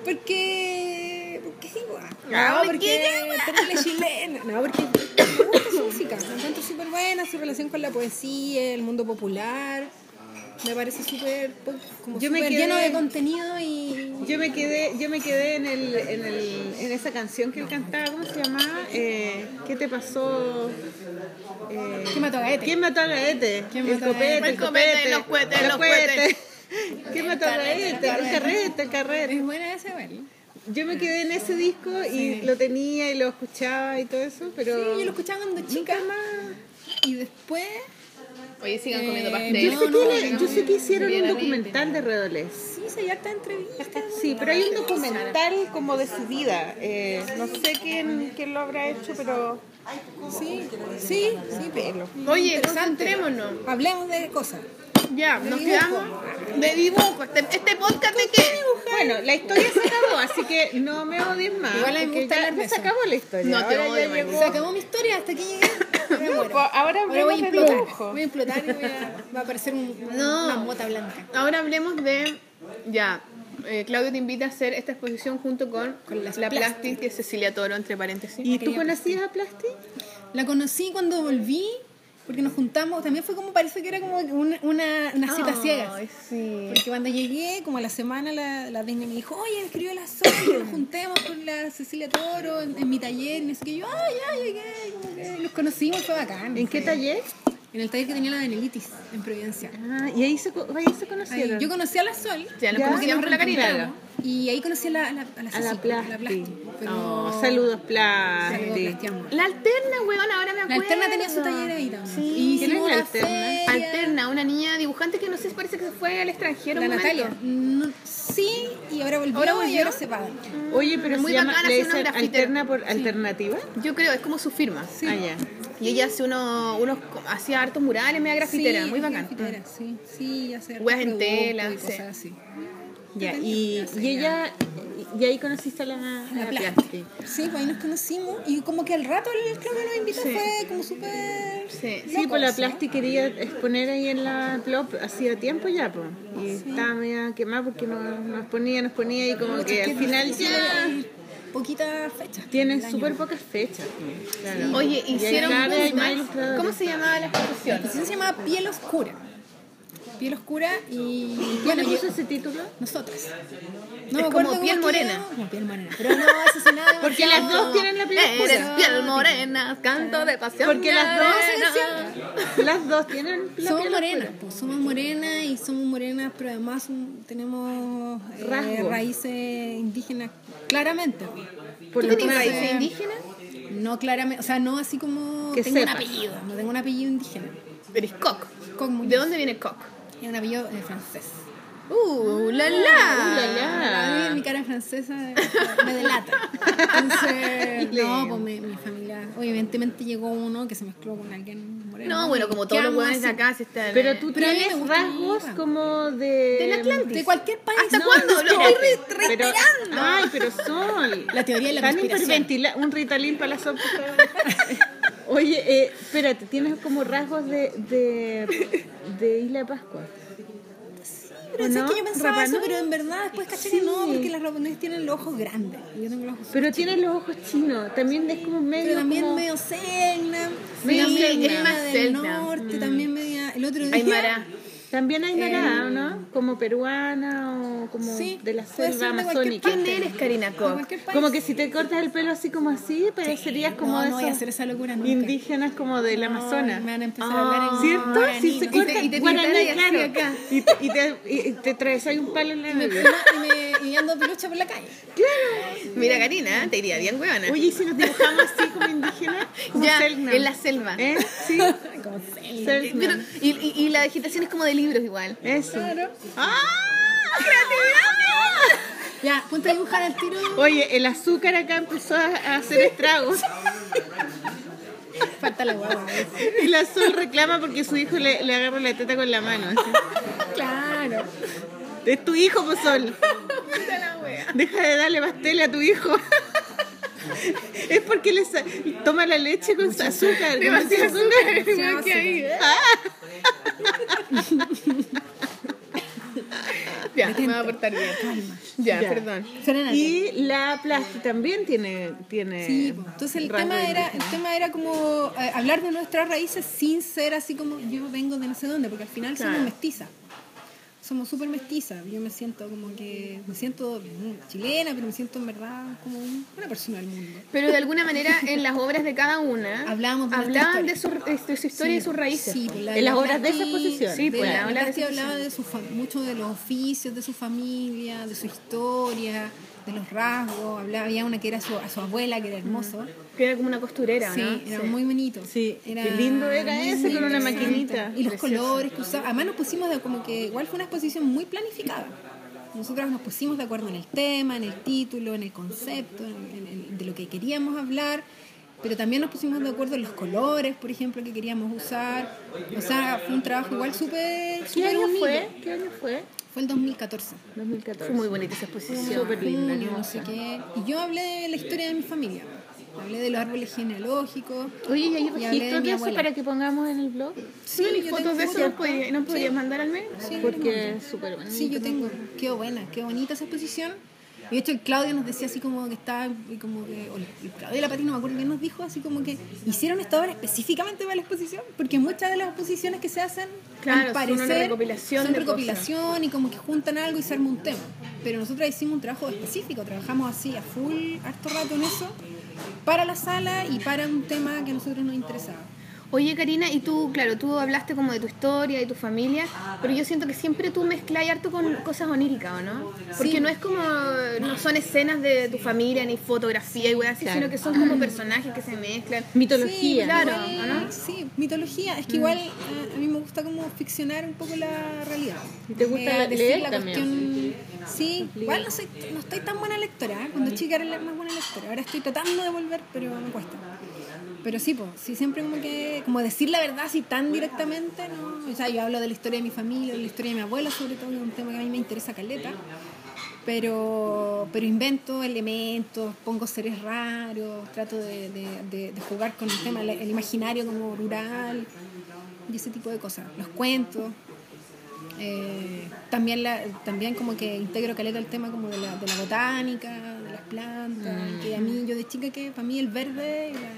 S4: Porque. Porque sí, guau. No, porque. Terrible chilena. No, porque. Me gusta su música. La encuentro súper buena, su relación con la poesía, el mundo popular. Me parece súper. po- Como
S2: Yo me
S4: súper
S2: quedé-
S4: lleno de contenido y.
S2: Yo me quedé, yo me quedé en, el, en, el, en esa canción que él cantaba, ¿cómo se llamaba? Eh, ¿Qué te pasó? Eh,
S4: ¿Quién mató a Gaete?
S2: ¿Quién mató a Gaete?
S4: ¿Quién
S2: el
S4: mató a
S2: copete,
S4: Gaete?
S2: el
S6: El copete,
S2: copete,
S6: los cohetes, los
S2: cohetes. ¿Quién mató a Gaete? El carrete, el carrete.
S4: Es buena esa, ¿vale?
S2: Yo me quedé en ese disco y lo tenía y lo escuchaba y todo eso, pero...
S4: Sí, yo lo escuchaba cuando chica. Y después.
S6: Oye, sigan
S4: Eh,
S6: comiendo
S2: Yo
S6: pastel.
S2: sé,
S4: No,
S2: que
S4: no,
S2: le-
S4: no,
S2: yo sé que hicieron un
S6: Hubiera
S2: documental de Redolés.
S4: Sí, se hay harta entrevista.
S2: Sí, pero hay un documental como de su vida. eh, no sé quién, quién lo habrá hecho, pero...
S4: Sí, sí, sí, pero.
S6: Oye,
S4: interesante.
S6: concentrémonos.
S4: Hablemos de cosas.
S6: Ya, nos
S4: dibujo.
S6: quedamos de dibujo. Este, este podcast de qué?
S2: Bueno, la historia se acabó, así que no me odien más.
S4: Igual a mí me
S2: porque
S4: gusta
S2: ya,
S4: hablar de
S2: ya se
S4: eso.
S2: acabó la historia.
S6: No te
S2: ahora ya
S6: odio, María.
S2: llegó-
S4: Se acabó mi historia, hasta aquí llegué. Me muero.
S2: pues,
S4: Ahora voy a
S2: ahora Oh. hablemos de
S4: implotar.
S2: dibujo.
S4: Voy a implotar y voy a- va a aparecer un-
S6: No.
S4: una mota blanca.
S6: Ahora hablemos de. Ya. eh, Claudio te invita a hacer esta exposición junto con,
S4: las plásticas.
S6: la Plastic, que es Cecilia Toro, entre paréntesis. pues
S2: ¿Y tú conocías a Plasti?
S4: La conocí cuando volví, porque nos juntamos. También fue como, parece que era como una, una, una cita ciega.
S6: Ay, sí.
S4: Porque cuando llegué, como a la semana, la, la Disney me dijo, oye, escribió la Sol, nos juntemos con la Cecilia Toro en, en mi taller. Y no sé qué. Y yo, ah, ya llegué. y Como que nos conocimos, fue bacán.
S2: ¿En qué
S4: Sí.
S2: taller?
S4: En el taller que tenía la Danielitis, en Providencia.
S2: Ah, y ahí se, co- ahí se
S4: Ahí,
S2: conocieron.
S4: yo conocí a la Sol.
S6: Ya, nos
S2: Ya.
S6: conocíamos por la Karina.
S4: Claro. Y ahí conocí a la, a la, a la,
S2: A la
S4: Ceci,
S2: Plasti.
S4: a la Plasti, pero-
S2: Oh, saludos, Plasti.
S4: Saludos, Plastiamo.
S1: pues.
S6: La alterna, weón, ahora me
S4: La
S6: acuerdo.
S4: alterna tenía su taller ahí también.
S6: Sí.
S4: Y
S2: ¿Quién es
S4: hicimos
S2: la
S4: una
S2: Alterna?
S4: feria.
S6: Alterna, una niña dibujante que no sé, parece que se fue al extranjero.
S4: La
S6: un momento.
S4: Natalia. No, sí, y y ahora volvió,
S1: Ahora volvió.
S4: y ahora se va.
S2: Oye, pero
S1: Muy
S2: se llama,
S1: bacana,
S2: le
S1: hace unos
S2: dicen
S1: grafiteros.
S2: alterna por alternativa.
S1: Yo creo, es como su firma.
S2: Ah, ya.
S1: Y ella hace uno, unos, hacía hartos murales, media grafitera,
S4: Sí,
S1: muy bacán. Mm.
S4: Grafitera, sí, sí, hacer
S1: Weas en
S4: productos
S1: tela,
S4: y
S1: sí.
S4: cosas así.
S2: Ya,
S4: tenía
S2: y,
S4: clase,
S2: y ella, y, y ahí conociste a la, a la
S4: Plá.
S2: Plástica.
S4: Sí, pues ahí nos conocimos y como que al rato el club nos invitó, fue como súper...
S1: Sí.
S2: Sí, pues la plástica quería exponer ahí en la plop hacía tiempo ya, pues. Y estaba media quemada porque nos, nos ponía, nos ponía y como que al final ya
S4: Poquitas fechas.
S2: tienen súper pocas fechas. po. Claro.
S1: Oye,
S2: Y ahí
S1: hicieron
S2: cada vez hay
S1: juntas-
S2: más ilustradores.
S1: ¿Cómo se llamaba la exposición?
S4: La exposición se llama Piel Oscura. Piel Oscura y...
S2: ¿Quién
S4: bueno,
S2: le
S4: yo-
S2: puso ese título?
S4: Nosotras. No me
S1: como
S4: acuerdo cómo
S1: piel
S4: quedó,
S1: morena.
S4: Como piel morena. Pero no, eso sí nada.
S2: Porque las dos tienen la piel
S1: Eres
S6: Mm.
S2: oscura.
S1: piel morena, canto de pasión.
S2: Porque las dos-
S1: morena.
S2: Las dos tienen la
S4: Somos
S2: piel
S4: morenas,
S2: oscura.
S4: pues, somos morenas y somos morenas, pero además mm, tenemos eh,
S2: Rasgos.
S4: raíces indígenas claramente. pues.
S2: Por
S1: ¿Tú
S2: lo
S1: tenés
S2: tanto,
S1: raíces indígenas?
S4: No claramente, o sea, no así como
S2: Que
S4: tengo
S2: sepas.
S4: un apellido, no tengo un apellido indígena.
S1: Eres cock.
S4: Cock Muñoz.
S1: ¿De dónde viene cock?
S4: Es un apellido eh, francés. Ah,
S1: Uh, la
S2: uh, la,
S1: la.
S4: A mí
S2: la.
S4: mi cara francesa eh, me delata. Entonces, no,
S2: Leo.
S4: pues mi, mi familia, oye, evidentemente llegó uno que se mezcló con alguien moreno.
S1: No, bueno, como todos los
S4: Quedamos
S1: hueones de
S4: así.
S1: acá, si están.
S2: Pero tú
S4: Pero a mí me
S2: tienes
S4: gusta
S2: rasgos
S4: mucho.
S2: como de...
S1: Del Atlántico.
S4: De cualquier país.
S1: ¿Hasta
S4: No,
S1: cuándo? Lo
S2: Espérate,
S1: estoy re-
S2: pero-
S1: reiterando.
S2: Ay, pero Sol.
S4: La teoría de la
S2: Están
S4: conspiración.
S2: hiperventila- Un ritalín para la sopa. Oye, eh, espérate, tienes como rasgos de, de, de Isla de Pascua.
S4: Pero es
S2: ¿No?
S4: que yo pensaba
S2: Rapa
S4: eso,
S2: Nui.
S4: pero en verdad después caché que no, porque las rapones tienen los ojos grandes. y Yo tengo los ojos.
S2: Pero tienes los ojos chinos. También es como medio.
S4: Pero también
S2: como-
S4: medio Selna,
S2: Medio Selknam.
S4: medio
S2: Es
S1: más
S4: del
S1: Selknam.
S4: norte,
S2: Mm.
S4: también media. El otro día.
S1: Aymara.
S2: También hay narada, ¿no? Como peruana o como
S4: em, sí,
S2: de la
S4: puede
S2: selva
S4: ser de cualquier
S2: amazónica.
S1: ¿Quién eres, Karina
S4: de
S1: Koch?
S4: cualquier país.
S2: Como que si te cortas el pelo así como así, parecerías como
S4: no,
S2: de
S4: no voy a
S2: esos
S4: hacer esa locura nunca.
S2: indígenas como del Amazonas. Ah.
S4: Ay, Me van a empezar a hablar en
S2: ¿Cierto?
S4: guaraní,
S2: Si se
S4: no sé.
S2: corta
S1: y te
S2: guaraní,
S1: pintáis así
S2: claro.
S1: acá.
S2: Y, te- y te, y te traes ahí un palo en la
S4: Y me,
S2: nariz.
S4: y me- y ando pelucha por la calle.
S1: Mira, Karina, te iría bien, huevona.
S2: Oye, ¿y si nos dibujamos así como indígenas? Como
S1: Ya,
S2: Selknam.
S1: en la selva.
S2: ¿Eh? Sí.
S4: Como Selknam.
S2: Selknam.
S1: Pero- y, y- y la vegetación es como de libros igual.
S2: Eso.
S1: ¡Ah! ¡Creatividad!
S4: Ya, ponte a dibujar al tiro
S2: Oye, el azúcar acá empezó a- a hacer estragos.
S4: falta la guagua. ¿eh?
S2: Y la Sol reclama porque su hijo le, le agarra la teta con la mano. así.
S4: Claro.
S2: Es tu hijo, pues Sol.
S1: Puta la wea.
S2: Deja de darle pastel a tu hijo. Es porque le sa- toma la leche con azúcar. con mucho azúcar.
S1: Igual que ahí, ¿eh? Ya, me va a portar bien. Ya,
S2: Ya.
S1: perdón.
S4: Suena
S2: Y la plástica también tiene. tiene
S4: Sí, po. entonces el
S2: rasgos
S4: tema, era, el
S2: indígenas.
S4: tema era como eh, hablar de nuestras raíces sin ser así como yo vengo de no sé dónde, porque al final somos mestizas. Somos súper mestizas. Yo me siento como que, me siento mm, chilena, pero me siento en verdad como un- una persona del mundo.
S1: Pero de alguna manera en las obras de cada una
S4: Hablábamos de nuestra
S1: hablaban de su, de su historia y sus raíces.
S4: Sí, pues, la-
S2: En las
S4: la
S2: obras de esa
S4: Blatty-
S2: exposición.
S1: Sí, pues,
S4: de
S1: la
S4: la
S1: obra de
S4: Blatty
S1: esa
S4: hablaba de su fa- mucho de los oficios, de su familia, de su historia, de los rasgos. Hablaba, había una que era su, a su abuela, que era hermoso.
S1: Que era como una costurera,
S4: Sí,
S1: ¿no?
S4: era muy bonito.
S2: Sí, qué lindo era
S4: muy
S2: ese con una
S4: interesante.
S2: maquinita.
S4: Y los
S2: Precioso.
S4: colores que usaba. Además nos pusimos de como que igual fue una exposición muy planificada. Nosotras nos pusimos de acuerdo en el tema, en el título, en el concepto, en, en- en- de lo que queríamos hablar. Pero también nos pusimos de acuerdo en los colores, por ejemplo, que queríamos usar. O sea, fue un trabajo igual súper
S2: ¿Qué
S4: súper
S2: año
S4: unido.
S2: fue? ¿Qué año fue?
S4: Fue el 2014.
S2: 2014.
S1: Muy bonita esa exposición.
S2: Súper linda,
S4: Junio, no sé qué. Y yo hablé de la historia de mi familia. Hablé de los árboles genealógicos.
S2: Oye, ¿y hay
S4: hablé de
S2: registros
S4: mi
S2: de eso
S4: abuela.
S2: para que pongamos en el blog?
S4: Sí,
S1: ¿Y
S4: yo
S1: fotos
S4: tengo
S1: de eso
S4: fotos.
S1: nos podrías, nos podrías mandar al mail?
S4: Sí,
S2: Porque es súper bonito.
S4: Sí, yo tengo. Qué buena, qué bonita esa exposición. Y de hecho el Claudio nos decía así como que estaba, y como que, o el el Claudio de la Pati, no me acuerdo quién nos dijo, así como que hicieron esta obra específicamente para la exposición, porque muchas de las exposiciones que se hacen,
S1: Claro,
S4: al
S1: son
S4: parecer,
S1: una recopilación
S4: son
S1: de
S4: recopilación y como que juntan algo y se arma un tema. Pero nosotros hicimos un trabajo específico, trabajamos así a full, harto rato en eso, para la sala y para un tema que a nosotros nos interesaba.
S1: Oye, Karina, y tú, claro, tú hablaste como de tu historia, de tu familia, pero yo siento que siempre tú mezclas harto con cosas oníricas, ¿o no? Porque
S4: Sí.
S1: no es como, no son escenas de tu familia, ni fotografía y weas así, sino que son como personajes que se mezclan.
S2: Mitología. ¿Ah? Mm.
S1: Sí, claro,
S4: Sí,
S1: ¿o no?
S4: Sí, mitología. Es que igual eh, a mí me gusta como ficcionar un poco la realidad.
S2: ¿Y te gusta
S4: Eh,
S2: la-
S4: decir
S2: leer
S4: la
S2: también?
S4: cuestión Sí, igual no, soy, no estoy tan buena lectora. ¿eh? Cuando chica era la más buena lectora. Ahora estoy tratando de volver, pero me cuesta. Pero sí, pues, sí, siempre como que, como decir la verdad así tan directamente, ¿no? O sea, yo hablo de la historia de mi familia, de la historia de mi abuela, sobre todo, que es un tema que a mí me interesa caleta. Pero, pero invento elementos, pongo seres raros, trato de, de, de- de jugar con el tema, el imaginario como rural y ese tipo de cosas. Los cuentos. Eh, también la, también como que integro caleta el tema como de la, de la botánica, de las plantas, que a mí yo de chica que para mí el verde, y la-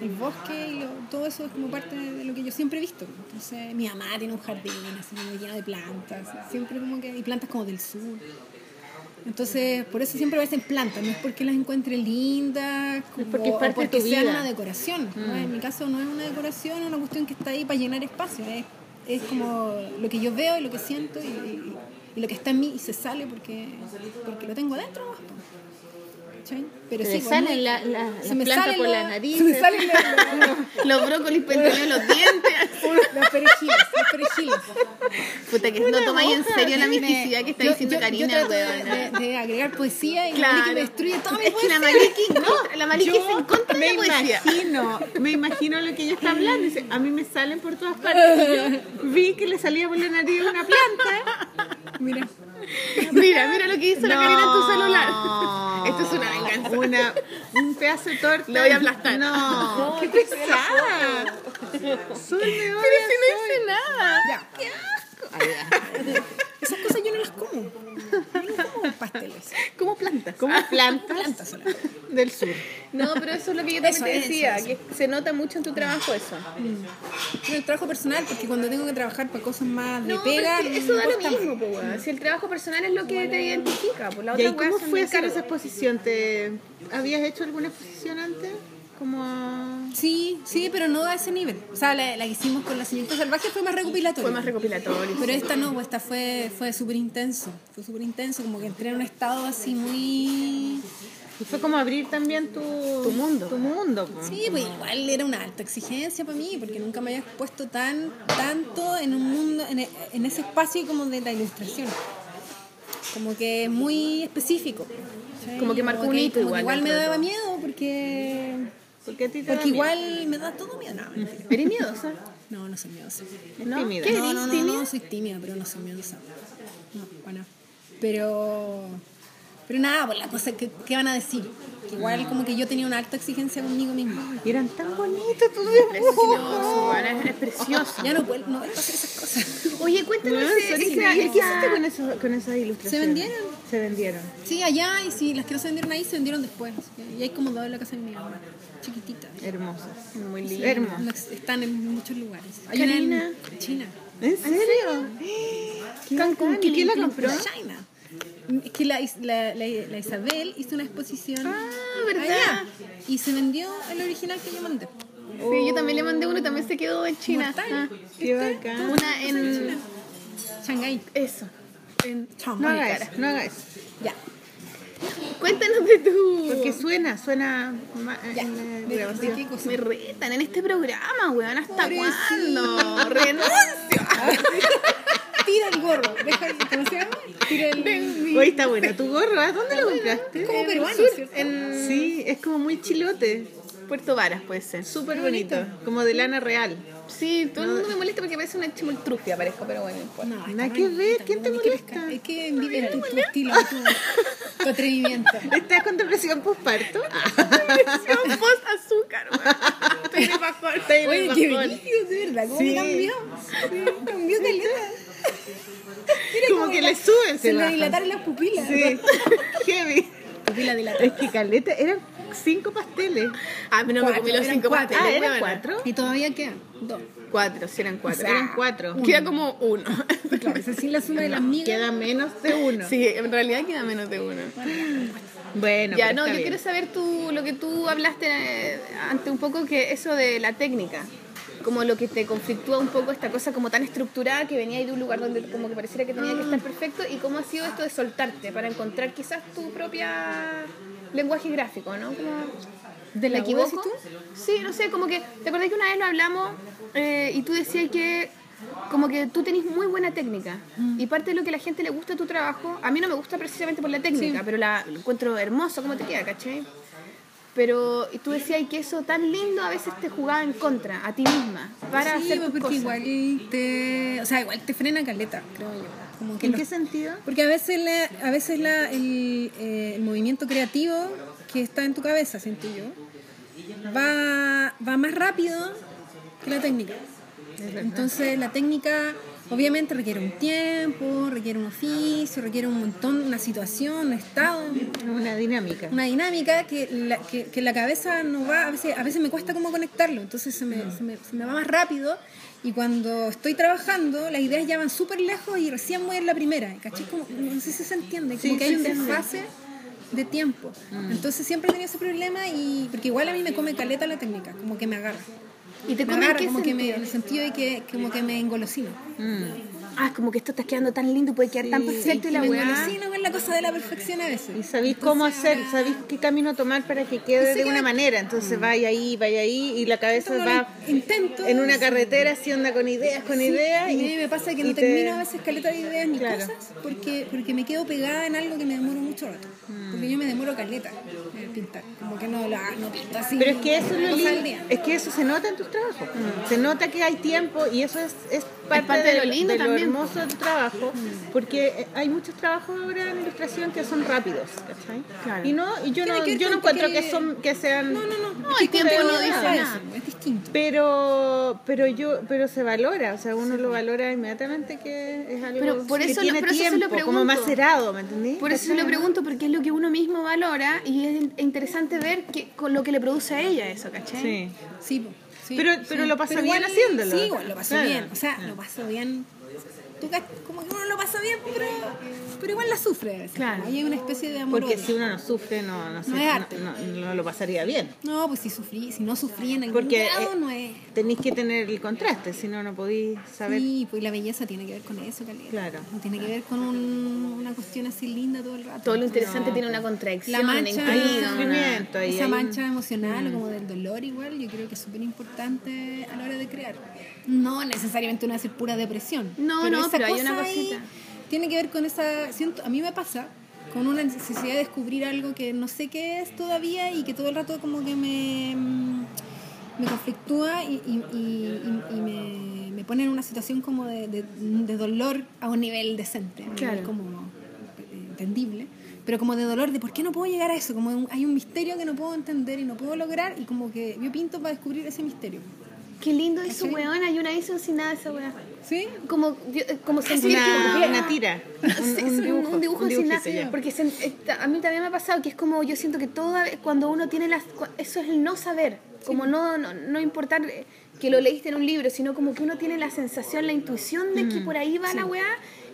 S4: el bosque y lo- todo eso es como parte de lo que yo siempre he visto. Entonces mi mamá tiene un jardín así como lleno de plantas, siempre como que y plantas como del sur. Entonces, por eso siempre aparecen plantas, no es porque las encuentre lindas, como-
S9: porque es
S4: o
S9: parte de
S4: porque
S9: tu
S4: sean
S9: vida. Mm.
S4: una decoración. ¿no? En mi caso no es una decoración, es una cuestión que está ahí para llenar espacio. Es, es como lo que yo veo y lo que siento y, y- y lo que está en mí y se sale porque, porque lo tengo adentro. ¿no? ¿Cachai? Pero sí,
S9: Se le
S4: pues,
S9: salen
S4: no-
S9: la- la- las
S4: me
S9: plantas
S4: salen
S9: por
S4: la-
S9: la nariz.
S4: Se me salen la- la-
S6: Los brócolis prendidos en los dientes.
S4: las perejiles, las perejiles.
S6: Puta, que no tomáis en serio la misticidad que está
S4: Yo-
S6: diciendo
S4: yo- yo
S6: Karina,
S4: trato de-
S6: weona.
S4: de, de agregar poesía y la
S6: Claro.
S4: Maliki me destruye todo mi
S6: Es que la
S4: poesía.
S6: Maliki, no, la Maliki
S2: Yo
S6: se encuentra
S2: me
S6: de la poesía.
S2: imagino, me imagino lo que ella está hablando. Dice, a mí me salen por todas partes. Y Yo vi que le salía por la nariz una planta.
S4: Mira,
S6: Mira, mira lo que hizo la Karina en tu celular.
S2: No.
S6: Esto es una venganza.
S2: Una, un pedazo de torta.
S6: Lo voy a aplastar.
S2: No, qué pesada. Son de hoy.
S6: Pero si no hice nada.
S4: esas cosas yo no las como. Yo no como pasteles.
S6: ¿Cómo plantas?
S2: Como plantas
S4: Plantas solamente.
S2: del sur.
S6: No, pero eso es lo que yo también
S4: Eso,
S6: te
S4: eso,
S6: decía,
S4: eso.
S6: que se nota mucho en tu trabajo eso.
S4: Pero el trabajo personal, porque cuando tengo que trabajar para cosas más de
S6: No, pero
S4: pega,
S6: es que eso da lo
S4: cuesta
S6: mismo, po, weón. Si el trabajo personal es lo que te identifica, pues la
S2: ¿Y
S6: otra
S2: ahí
S6: weá
S2: cómo
S6: son
S2: fue
S6: del
S2: hacer
S6: cargo.
S2: esa exposición? ¿Te, ¿Habías hecho alguna exposición antes? Como...
S4: Sí, sí, pero no a ese nivel. O sea, la, la que hicimos con la señorita salvaje fue más recopilatoria.
S6: Fue más recopilatorio.
S4: Pero esta no, pues, esta fue, fue súper intenso. Fue súper intenso, como que entré en un estado así muy...
S2: Y fue como abrir también tu, tu mundo. Tu mundo. po.
S4: Sí, pues igual era una alta exigencia para mí, porque nunca me había expuesto tan, tanto en un mundo, en, e- en ese espacio como de la ilustración. Como que es muy específico. ¿cachai?
S6: Como que marcó un hito
S4: como que
S6: igual
S4: Igual me
S6: dentro de
S4: daba miedo porque...
S2: Porque a ti te da
S4: Porque
S2: miedo.
S4: igual me da todo miedo. No, mentira.
S6: ¿Eres miedosa?
S4: no, no soy miedosa.
S2: Es tímida.
S4: No, no, no, no, soy tímida, pero no soy miedosa. No, bueno. Pero. Pero nada, pues la cosa que, que van a decir. Que igual como que yo tenía una alta exigencia conmigo misma.
S2: Y eran tan bonitos tus dibujos.
S6: Precioso, weón, es, es precioso.
S4: Ya no vuelvo no vuelvo a hacer esas cosas.
S6: Oye, cuéntanos
S2: Weón,
S6: ese-
S2: son
S6: ese-
S2: increíbles. ¿Qué
S6: esa-
S2: hiciste con, eso, con esas ilustraciones?
S4: Se vendieron.
S2: Se vendieron.
S4: Sí, allá, y si las que no se vendieron ahí, se vendieron después. así que- Y hay como dos en la casa de mi mamá. Chiquititas.
S2: Hermosas. Muy
S4: Sí,
S2: lindas. Hermosas.
S4: las- Están en muchos lugares. Hay una en China.
S2: ¿En serio? ¿Qué bacán. ¿Y quién la compró?
S4: China. Es que la, Is- la- la- la Isabel hizo una exposición allá y se vendió el original que yo mandé.
S6: Sí, yo también le mandé uno y también se quedó en China.
S4: Mortal.
S2: Qué bacán.
S6: Una en.
S4: Shanghai.
S6: Eso.
S2: No hagas eso, no hagas eso.
S4: Ya.
S6: Cuéntanos de tu.
S2: Porque suena, suena ma-
S4: Ya.
S2: en la
S4: ¿De- de
S2: grabación.
S4: qué cosa?
S6: Me retan en este programa, weón. ¿Hasta
S4: Pobrecito.
S6: cuándo? Renuncio.
S4: Tira el gorro. Deja el, ¿Cómo se llama? Tira el.
S2: Oye, está buena tu gorro. ¿ah? ¿Dónde lo compraste?
S4: Es como peruano, ¿cierto?
S6: En
S2: Sí, es como muy chilote.
S6: Puerto Varas puede ser.
S2: Súper bonito. Como de lana real.
S6: Sí, todo el mundo me molesta porque parece una chimultrufia, parezco, pero bueno, no importa.
S4: No,
S2: Nada
S4: está
S2: que
S4: mal,
S2: ver,
S4: está
S2: ¿quién te
S4: bien, hay que
S2: molesta?
S4: pescar. Es que envidia tu, tu estilo, tu, tu atrevimiento.
S2: ¿Estás con depresión postparto?
S6: Depresión post-azúcar, weón. Estoy de bajón. Estoy de
S4: Oye,
S6: bajón.
S4: qué brillo, de verdad. ¿Cómo me
S2: Sí.
S4: cambió? Sí, Cambió caleta. Mira
S2: Como
S4: cómo
S2: que
S4: la-
S2: le suben, se
S4: Se le
S2: bajan.
S4: dilataron las pupilas.
S2: Sí, heavy.
S4: Pupila dilatada.
S2: Es que caleta, eran cinco pasteles.
S6: Ah, pero no me comí los
S4: eran
S6: cinco
S4: cuatro.
S6: pasteles,
S2: Ah, ¿eran
S6: weona.
S2: cuatro?
S4: Y todavía quedan dos.
S6: Cuatro, sí eran cuatro.
S2: O sea,
S6: eran cuatro. Queda como uno.
S4: Claro, esa sí es la suma de las migas.
S2: Queda menos de uno.
S6: Sí, en realidad queda menos de uno.
S2: Bueno,
S6: ya,
S2: pero
S6: no, yo
S2: está bien.
S6: quiero saber tú, lo que tú hablaste eh, ante un poco que eso de la técnica, como lo que te conflictúa un poco esta cosa como tan estructurada que venía ahí de un lugar donde como que pareciera que tenía que estar perfecto y cómo ha sido esto de soltarte para encontrar quizás tu propia lenguaje gráfico, ¿no? Como-
S4: ¿De
S6: ¿Me
S4: la
S6: equivoco?
S4: equivoco?
S6: Sí, no sé, como que, ¿te acordás que una vez lo hablamos eh, y tú decías que como que tú tenés muy buena técnica. Y parte de lo que a la gente le gusta de tu trabajo, a mí no me gusta precisamente por la técnica, pero la, lo encuentro hermoso como te queda, ¿cachai? Pero y tú decías que eso tan lindo a veces te jugaba en contra, a ti misma, para
S4: sí,
S6: hacer
S4: pues,
S6: tus
S4: porque
S6: cosas.
S4: igual te, o sea, igual te frena caleta, creo yo. Como que
S2: ¿En
S4: los-
S2: qué sentido?
S4: Porque a veces, la- a veces la- el, eh, el movimiento creativo que está en tu cabeza, siento yo, va, va más rápido que la técnica. Entonces la técnica obviamente requiere un tiempo, requiere un oficio, requiere un montón, una situación, un estado,
S2: Una dinámica.
S4: una dinámica que la, que, que la cabeza no va, a veces, a veces me cuesta como conectarlo, entonces se me, se me- se me va más rápido y cuando estoy trabajando las ideas ya van súper lejos y recién voy en la primera, ¿cachai? Como- no sé si se entiende, Mm. como que hay un desfase de tiempo. Entonces siempre he tenido ese problema y porque igual a mí me come caleta la técnica, como que me agarra.
S6: ¿Y te
S4: Me
S6: comen
S4: agarra
S6: qué
S4: como que me,
S6: sentido?
S4: en el sentido de que como que me engolosino.
S6: Ah, como que esto está quedando tan lindo y puede quedar tan perfecto y la
S4: me
S6: weá.
S4: engolosino con la cosa de la perfección a veces.
S2: Y sabéis cómo hacer, sabéis qué camino tomar para que quede
S4: Sé
S2: de
S4: que
S2: una
S4: me-
S2: manera. Entonces vaya ahí, vaya ahí y la cabeza
S4: Entonces,
S2: va
S4: intento,
S2: en una
S4: sí.
S2: carretera así onda con ideas, con
S4: Sí,
S2: ideas.
S4: y me- me pasa que
S2: y
S4: no
S2: te-
S4: termino a veces caleta de ideas ni
S2: Claro.
S4: cosas porque, porque me quedo pegada en algo que me demoro mucho rato.
S2: Mm.
S4: Porque yo me demoro caleta en pintar. Como que no, la, no pinto así.
S2: Pero es que eso es lo
S4: dos
S2: lindo,
S4: al día.
S2: es que eso se nota en tus trabajos. Se nota que hay tiempo y eso es, es parte,
S6: parte de lo lindo
S2: de lo
S6: también.
S2: hermoso de tu trabajo, porque eh, hay muchos trabajos ahora en ilustración que son rápidos, ¿cachai?
S6: Claro.
S2: Y no, y yo
S4: Tiene
S2: no,
S4: que ver
S2: yo no
S4: con
S2: encuentro
S4: que-
S2: que son que sean
S4: No, no, no.
S6: No, el tiempo
S4: cuando
S6: no
S4: uno
S6: dice
S4: hace
S6: nada.
S4: eso, Es distinto.
S2: pero pero yo pero se valora o sea uno lo valora inmediatamente que es algo
S6: Pero por
S2: que
S6: eso lo-
S2: tiene
S6: por eso se lo
S2: tiempo como
S6: pregunto.
S2: macerado ¿me entendí?
S6: Por eso se lo pregunto, porque es lo que uno mismo valora y es in- interesante ver que, con lo que le produce a ella eso, ¿cachai?
S2: sí
S4: Sí, po, sí,
S2: Pero- pero
S4: sí.
S2: lo pasé bien
S4: igual-
S2: haciéndolo.
S4: Sí, igual lo pasó
S2: Claro.
S4: bien. O sea, lo pasó bien. Tú cach- como que uno lo pasa bien, pero, pero igual la sufre. a veces.
S6: Claro.
S4: Ahí hay una especie de amor.
S2: porque
S4: odio.
S2: si uno no sufre no no, sé,
S4: No es arte.
S2: no- no- no lo pasaría bien
S4: No, pues si sufrí, si no sufrí en algún
S2: Porque,
S4: grado,
S2: eh,
S4: no es.
S2: tenéis que tener el contraste si no no podéis saber
S4: Sí, pues la belleza tiene que ver con eso, Caleta.
S2: Claro.
S4: No tiene que ver con un- una cuestión así linda todo el rato.
S6: Todo lo interesante tiene una contradicción,
S4: La mancha,
S6: una
S2: hay un
S6: intriga, una-
S2: sufrimiento ahí,
S4: esa
S2: hay un- Mm.
S4: mancha emocional o como del dolor igual, yo creo que es súper importante a la hora de crear. No necesariamente una ser pura depresión.
S6: No, no,
S4: esa
S6: pero hay
S4: cosa
S6: una
S4: ahí
S6: cosita.
S4: Tiene que ver con esa, siento, a mí me pasa con una necesidad de descubrir algo que no sé qué es todavía y que todo el rato como que me, mm, me conflictúa y, y- y- y- y me, me pone en una situación como de, de- de dolor a un nivel decente, a un nivel
S6: Claro.
S4: como eh, entendible, pero como de dolor de por qué no puedo llegar a eso, como un- hay un misterio que no puedo entender y no puedo lograr y como que yo pinto para descubrir ese misterio.
S6: Qué lindo eso,
S4: ¿Cachai?
S6: weona. Yo una hice un sin nada esa weá.
S4: ¿Sí?
S6: Como, yo- como sentir que ah,
S2: una,
S6: hubiera-
S2: una tira un,
S6: Sí,
S2: un
S6: es
S2: dibujo
S6: un dibujo
S2: un
S6: sin nada.
S2: dibujito, ya.
S6: Porque se- esta- a mí también me ha pasado que es como yo siento que todo cuando uno tiene las. cu- Eso es el no saber. Como no, no, no importar eh, que lo leíste en un libro, sino como que uno tiene la sensación, la intuición de que
S2: Mm,
S6: por ahí va la weá.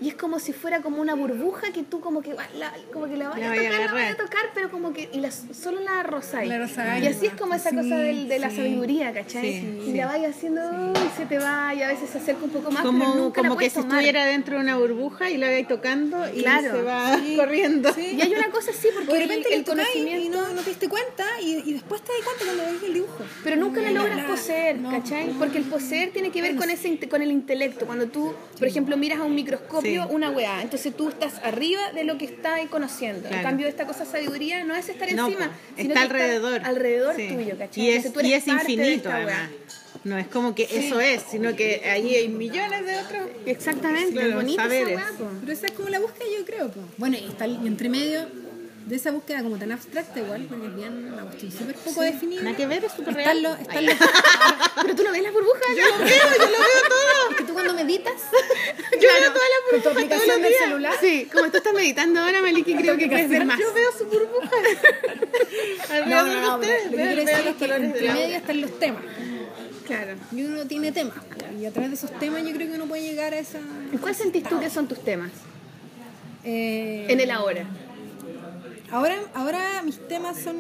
S6: Y es como si fuera como una burbuja que tú como que, va- la, como que la vas
S2: La
S6: a
S2: vaya a
S6: tocar, la vas a
S2: agarrar.
S6: tocar, pero como que y la- solo la rozáis.
S4: La rozáis,
S6: Y así es como esa
S4: sí,
S6: cosa del- de la
S4: sí.
S6: sabiduría, ¿cachai?
S2: Sí,
S6: y la vais haciendo, y se te va, y a veces se acerca un poco más, pero
S2: como,
S6: nunca la
S2: como que
S6: puedes
S2: si
S6: tomar.
S2: estuviera dentro de una burbuja y la vais tocando y
S6: Claro.
S2: se va corriendo
S6: Y hay una cosa así, porque
S4: O de repente
S6: el,
S4: le
S6: el
S4: tocáis y
S6: conocimiento.
S4: no, no te diste cuenta y, y después te das cuenta cuando veis el dibujo.
S6: Pero nunca la
S4: No,
S6: logras
S4: no,
S6: poseer,
S4: no,
S6: ¿cachai?
S4: no.
S6: Porque el poseer tiene que ver con ese inte- con el intelecto. Cuando tú, por ejemplo, miras a un microscopio
S2: Sí.
S6: una weá, entonces tú estás arriba de lo que estás ahí conociendo. En
S2: Claro.
S6: cambio, esta cosa sabiduría no es estar
S2: No,
S6: encima,
S2: po, está
S6: sino que estar
S2: alrededor.
S6: alrededor
S2: Sí.
S6: tuyo, ¿cachai?
S2: Y es,
S6: Entonces tú eres
S2: y es
S6: parte de
S2: infinito,
S6: esta weá.
S2: además. No es como que eso es, sino que ahí hay millones de otros.
S6: Exactamente,
S2: Claro,
S6: es bonito esa
S2: saberes.
S6: weá, po.
S4: Pero esa es como la búsqueda, yo creo. po. Bueno, y está el- entre medio de esa búsqueda como tan abstracta, igual, porque es bien una cuestión súper poco definida.
S2: Nada que ver, es súper
S4: Están
S2: real.
S4: los, están los-
S6: Pero tú no ves las burbujas, yo lo veo, yo lo veo todo. que tú cuando meditas,
S2: Yo
S4: Con
S2: veo todas las
S4: tu
S2: burbujas todos
S4: aplicación
S2: los
S4: del
S2: días.
S4: celular.
S6: sí, como tú estás meditando ahora, Maliki, creo que crees ver más.
S2: Yo veo sus burbujas.
S4: No,
S2: Alrededor
S4: no,
S2: de
S4: no, pero
S2: ustedes,
S4: lo que
S2: veo-
S4: quiero
S2: veo
S4: decir es
S2: los
S4: que
S2: colores de
S4: entre
S2: la
S4: medio están los temas.
S6: Claro.
S4: Y uno tiene temas. Y a través de esos temas yo creo que uno puede llegar a esa...
S6: ¿Y ¿Cuál sentís tú que son tus temas
S4: eh,
S6: en el ahora?
S4: ahora, ahora mis temas son,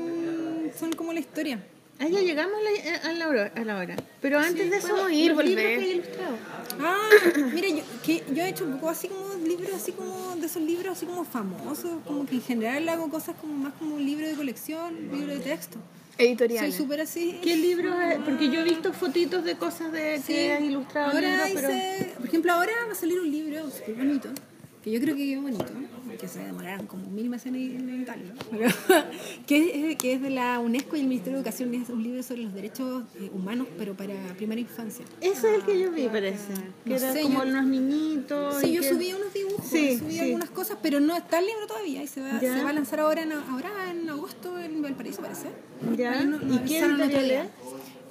S4: son como la historia.
S2: Ah, ya llegamos a la, a la hora, a la hora. Pero antes de eso,
S6: podemos ir,
S2: los libros
S6: volver.
S2: que he ilustrado.
S4: Ah, mira, yo, que yo he hecho un poco así como libros, así como de esos libros así como famosos, como que en general hago cosas como más como un libro de colección, libro de texto.
S1: Editorial.
S4: Soy súper así.
S2: ¿Qué libro es? Porque yo he visto fotitos de cosas de que has ilustrado
S4: ahora
S2: libros, pero-
S4: hice, por ejemplo, ahora va a salir un libro súper bonito, que yo creo que es bonito, que se demoraron como mil meses en en editarlo, pero que, es, que es de la UNESCO y el Ministerio de Educación, es un libro sobre los derechos eh, humanos, pero para primera infancia.
S2: Ese es el que yo vi, parece. Que
S4: No
S2: era
S4: sé,
S2: como
S4: yo-
S2: unos niñitos.
S4: Sí,
S2: y
S4: yo
S2: que-
S4: subí unos dibujos,
S2: Sí,
S4: subí
S2: sí.
S4: algunas cosas, pero no está el libro todavía y se va,
S2: Ya.
S4: se va a lanzar ahora en, ahora en agosto en Valparaíso, parece.
S2: Ya.
S4: Ahí no-
S2: ¿Y
S4: nos
S2: qué
S4: avisaron otro
S2: editorial
S4: día.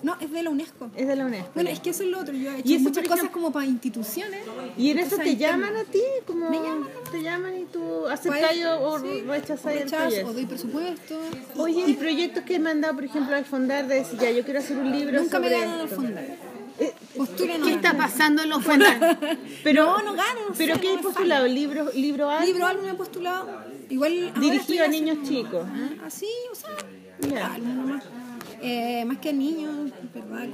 S4: No, es de la UNESCO.
S2: Es de la UNESCO.
S4: Bueno, es que eso es lo otro. Yo he hecho
S2: Y eso,
S4: muchas
S2: por
S4: cosas
S2: ejemplo-
S4: como para instituciones.
S2: ¿Y en eso
S4: Entonces,
S2: te
S4: ahí
S2: llaman
S4: tengo-
S2: a ti? Como,
S4: Me llaman.
S2: ¿Te llaman y tú aceptas
S4: ¿Aceptáis
S2: o, o rechazas
S4: O
S2: el proyecto?
S4: doy presupuesto.
S2: Oye, y proyectos que me han dado, por ejemplo, al fondar de decir, ya, yo quiero hacer un libro
S4: Nunca me
S2: sobre
S4: ganan al
S2: esto.
S4: fondo. Postula no.
S1: ¿Qué está pasando en los fondos?
S2: Pero,
S4: No, no gano, no
S2: ¿Pero
S4: sé,
S2: qué
S4: no
S2: hay
S4: me
S2: postulado? ¿Libro, libro A?
S4: Libro, álbum he postulado. Igual. ahora
S2: Dirigido
S4: estoy
S2: a
S4: haciendo-
S2: niños chicos. ¿eh?
S4: Ah, Así, o sea.
S2: Ya.
S4: álbum nomás. Eh, más que a niños, ¿verdad?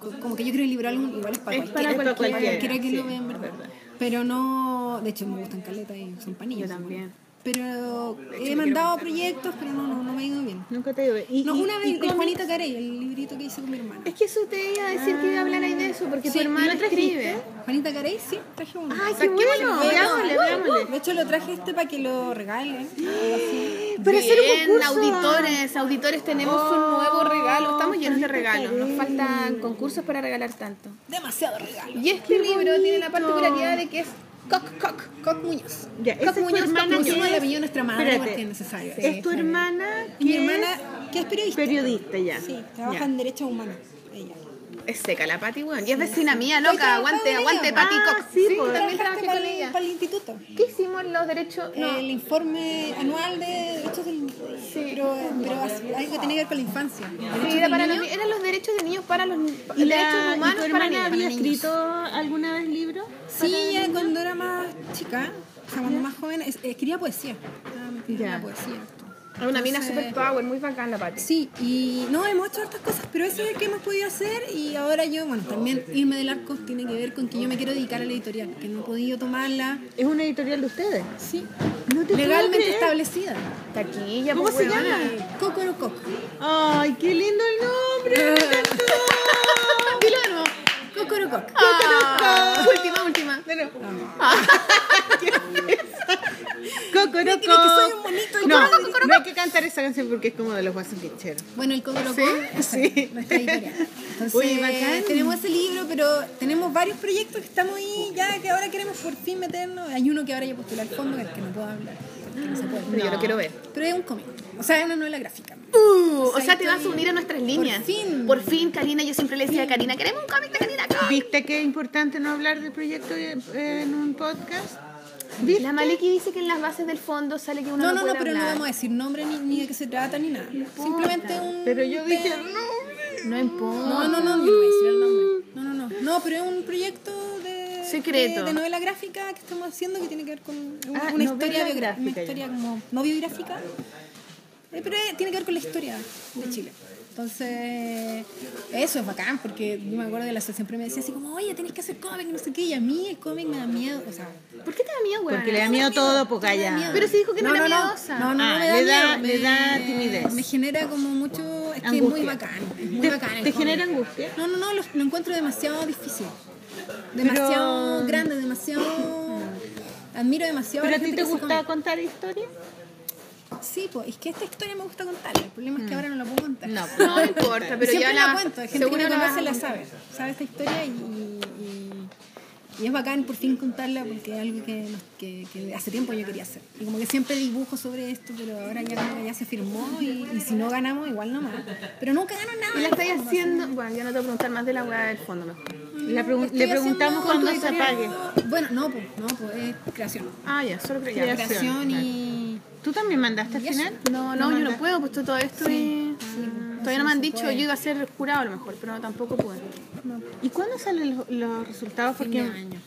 S4: Como, co- como que yo creo que el libro álbum igual es para
S2: Es
S4: cualquiera,
S2: para cualquiera,
S4: que
S2: sí,
S4: lo vea, en verdad. Pero no, de hecho me gustan caletas y son panillos. Yo también. Pero he mandado proyectos, pero no, no, no me ha ido bien.
S2: Nunca te digo. ¿Y,
S4: No,
S2: y-
S4: una
S2: y
S4: vez de
S2: cómics?
S4: Juanita Carey, el librito que hice con mi hermana.
S1: Es que eso te iba a decir que iba a hablar ahí de eso, porque tu hermana escribe.
S4: Juanita Carey, sí, traje uno.
S1: ¡Ay, qué bueno!
S4: Bueno,
S1: Veámosle, veámosle.
S4: De hecho, lo traje este para que lo regalen.
S1: Para hacer un
S6: Bien,
S1: concurso.
S6: auditores, auditores, tenemos un nuevo regalo. Estamos llenos de regalos. Nos faltan concursos para regalar tanto.
S4: Demasiado regalo.
S6: Y este libro tiene la particularidad de que es Coc Coc.
S4: Coc Muñoz.
S2: Ya, esa es tu hermana
S4: Coc
S2: que
S4: Muñoz
S2: es-
S4: le apellido de nuestra madre
S2: Espérate.
S4: porque es necesario.
S2: Es tu hermana
S4: Y mi
S2: que es
S4: hermana, que es periodista.
S2: periodista ya.
S4: Sí, trabaja en derechos humanos. Ella.
S1: Es seca la Pati, weón. Y es vecina mía, loca.
S4: trabajando
S1: Aguante,
S4: en
S1: aguante,
S4: ella.
S1: Pati
S2: Ah,
S1: Cox.
S2: sí,
S1: Sí,
S2: pues.
S1: también
S4: Trabajaste
S1: trabajé
S4: para
S1: con
S4: el-
S1: ella.
S4: Para el instituto.
S1: ¿Qué hicimos los derechos? No.
S6: Eh,
S4: El informe anual de derechos del. Pero, pero algo que tiene que ver con la infancia.
S1: Sí, era para los ni- eran los derechos de niños para los
S2: ¿Y, la, y
S1: derechos
S2: tu
S1: humanos para
S2: hermana
S1: niños.
S2: había escrito alguna vez libro?
S4: Sí, ella cuando era más chica, o sea, cuando más joven, es- escribía poesía. Estaba metida en
S2: Ah, Ya.
S4: la poesía.
S1: Una mina
S4: Entonces-
S1: super power, muy bacán la Pati.
S4: Sí, y no, hemos hecho hartas cosas, pero eso es el que hemos podido hacer y ahora yo, bueno, también irme del arco tiene que ver con que yo me quiero dedicar a la editorial, que no he podido tomarla,
S2: ¿Es una editorial de ustedes?
S4: sí,
S2: No te puedo
S4: legalmente
S2: creer.
S4: establecida.
S1: Taquilla,
S2: ¿Cómo
S1: pues,
S2: se
S1: weona.
S2: llama?
S4: Cocoro Coco.
S2: ¡Ay, qué lindo el nombre!
S4: Dilo de nuevo. Cocoro Coco.
S1: Ah, última, última. De nuevo.
S2: Coco,
S4: Creo que soy un bonito y
S2: No,
S4: todo.
S2: no hay que cantar esa canción porque es como de los guasanquicheros.
S4: Bueno, el Cocoro
S2: Sí,
S4: Coco,
S2: sí.
S4: nuestra editorial. Entonces,
S2: Oye, bacán.
S4: tenemos ese libro, pero tenemos varios proyectos que estamos ahí ya, que ahora queremos por fin meternos. Hay uno que ahora ya postulé al fondo, que es que no puedo hablar. que no se puede.
S1: Pero yo lo quiero ver.
S4: Pero es un cómic. O sea, es una novela gráfica.
S6: Uh,
S4: sea,
S6: o sea, te
S4: estoy-
S6: vas a unir a nuestras líneas.
S4: fin.
S6: Por fin, Karina, yo siempre le decía a Karina, queremos un cómic de Karina Cox.
S2: ¿Viste que es importante no hablar de proyectos eh, en un podcast?
S6: La Maliki dice que en las bases del fondo sale que uno
S4: No,
S6: no,
S4: no, no,
S6: puede
S4: pero no
S6: hablar.
S4: vamos a decir nombre ni, ni de qué se trata ni nada. Simplemente un.
S2: Pero yo dije,
S4: tema.
S2: no.
S6: No importa.
S4: No, no, no, yo no voy a decir el nombre. No, no, no. No, pero es un proyecto de.
S6: Secreto.
S4: De, de novela gráfica que estamos haciendo que tiene que ver con un-
S2: Ah,
S4: una
S2: novela
S4: historia biográfica. Una
S2: gráfica,
S4: historia como. No biográfica. eh, pero eh, tiene que ver con la historia de Chile. Entonces, eso es bacán, porque yo me acuerdo que la asociación siempre me decía así como, oye, tenés que hacer cómic, no sé qué, y a mí el cómic me da miedo, o sea,
S6: ¿Por qué te da miedo, weón?
S2: Porque le da miedo todo, pues, poca ya.
S6: Pero si dijo que no, era
S4: no.
S6: miedosa.
S4: No, no,
S2: Ah,
S4: no me da
S2: le da-
S4: miedo,
S2: le
S4: me-
S2: da timidez.
S4: Me genera como mucho. Es que es
S2: Angustia.
S4: muy bacán. es Muy
S2: ¿Te-
S4: bacán el
S2: te
S4: cómic.
S2: genera angustia?
S4: No, no, no, lo, lo encuentro demasiado difícil. Demasiado grande, demasiado. Admiro demasiado.
S2: ¿Pero a
S4: la
S2: ti
S4: gente
S2: te
S4: que hace
S2: gusta
S4: cómic.
S2: contar historias?
S4: Sí, pues, es que esta historia me gusta contarla. El problema es que ahora no la puedo contar. No,
S6: Mm. No, no importa, pero
S4: Siempre
S6: ya
S4: la,
S6: la
S4: cuento, hay gente
S6: seguro
S4: que
S6: la
S4: no
S6: vas
S4: conoce
S6: a-
S4: la sabe, sabe esta historia y, y- y es bacán por fin contarla porque es algo que, nos- que- que hace tiempo yo quería hacer. Y como que siempre dibujo sobre esto, pero ahora ya, como ya se firmó y, y si no ganamos igual nomás. Pero nunca gano nada.
S6: Y la estoy haciendo. Bueno, yo no te voy a preguntar más de la weá del fondo mejor.
S2: La pregun-
S4: Estoy
S2: le preguntamos
S4: haciendo-
S2: cuando se apague.
S4: Bueno, no, pues, no, pues es creación.
S6: Ah, ya, solo creía.
S2: Creación,
S4: Creación y...
S2: ¿Tú también mandaste al
S4: Y eso.
S2: final?
S6: No, no, yo no puedo, pues todo esto y-
S2: Mm,
S6: Todavía no me han dicho, yo iba a ser jurado a lo mejor, pero no, tampoco pude.
S2: ¿Y cuándo salen los, los resultados?
S4: Fin
S2: Porque
S4: de año.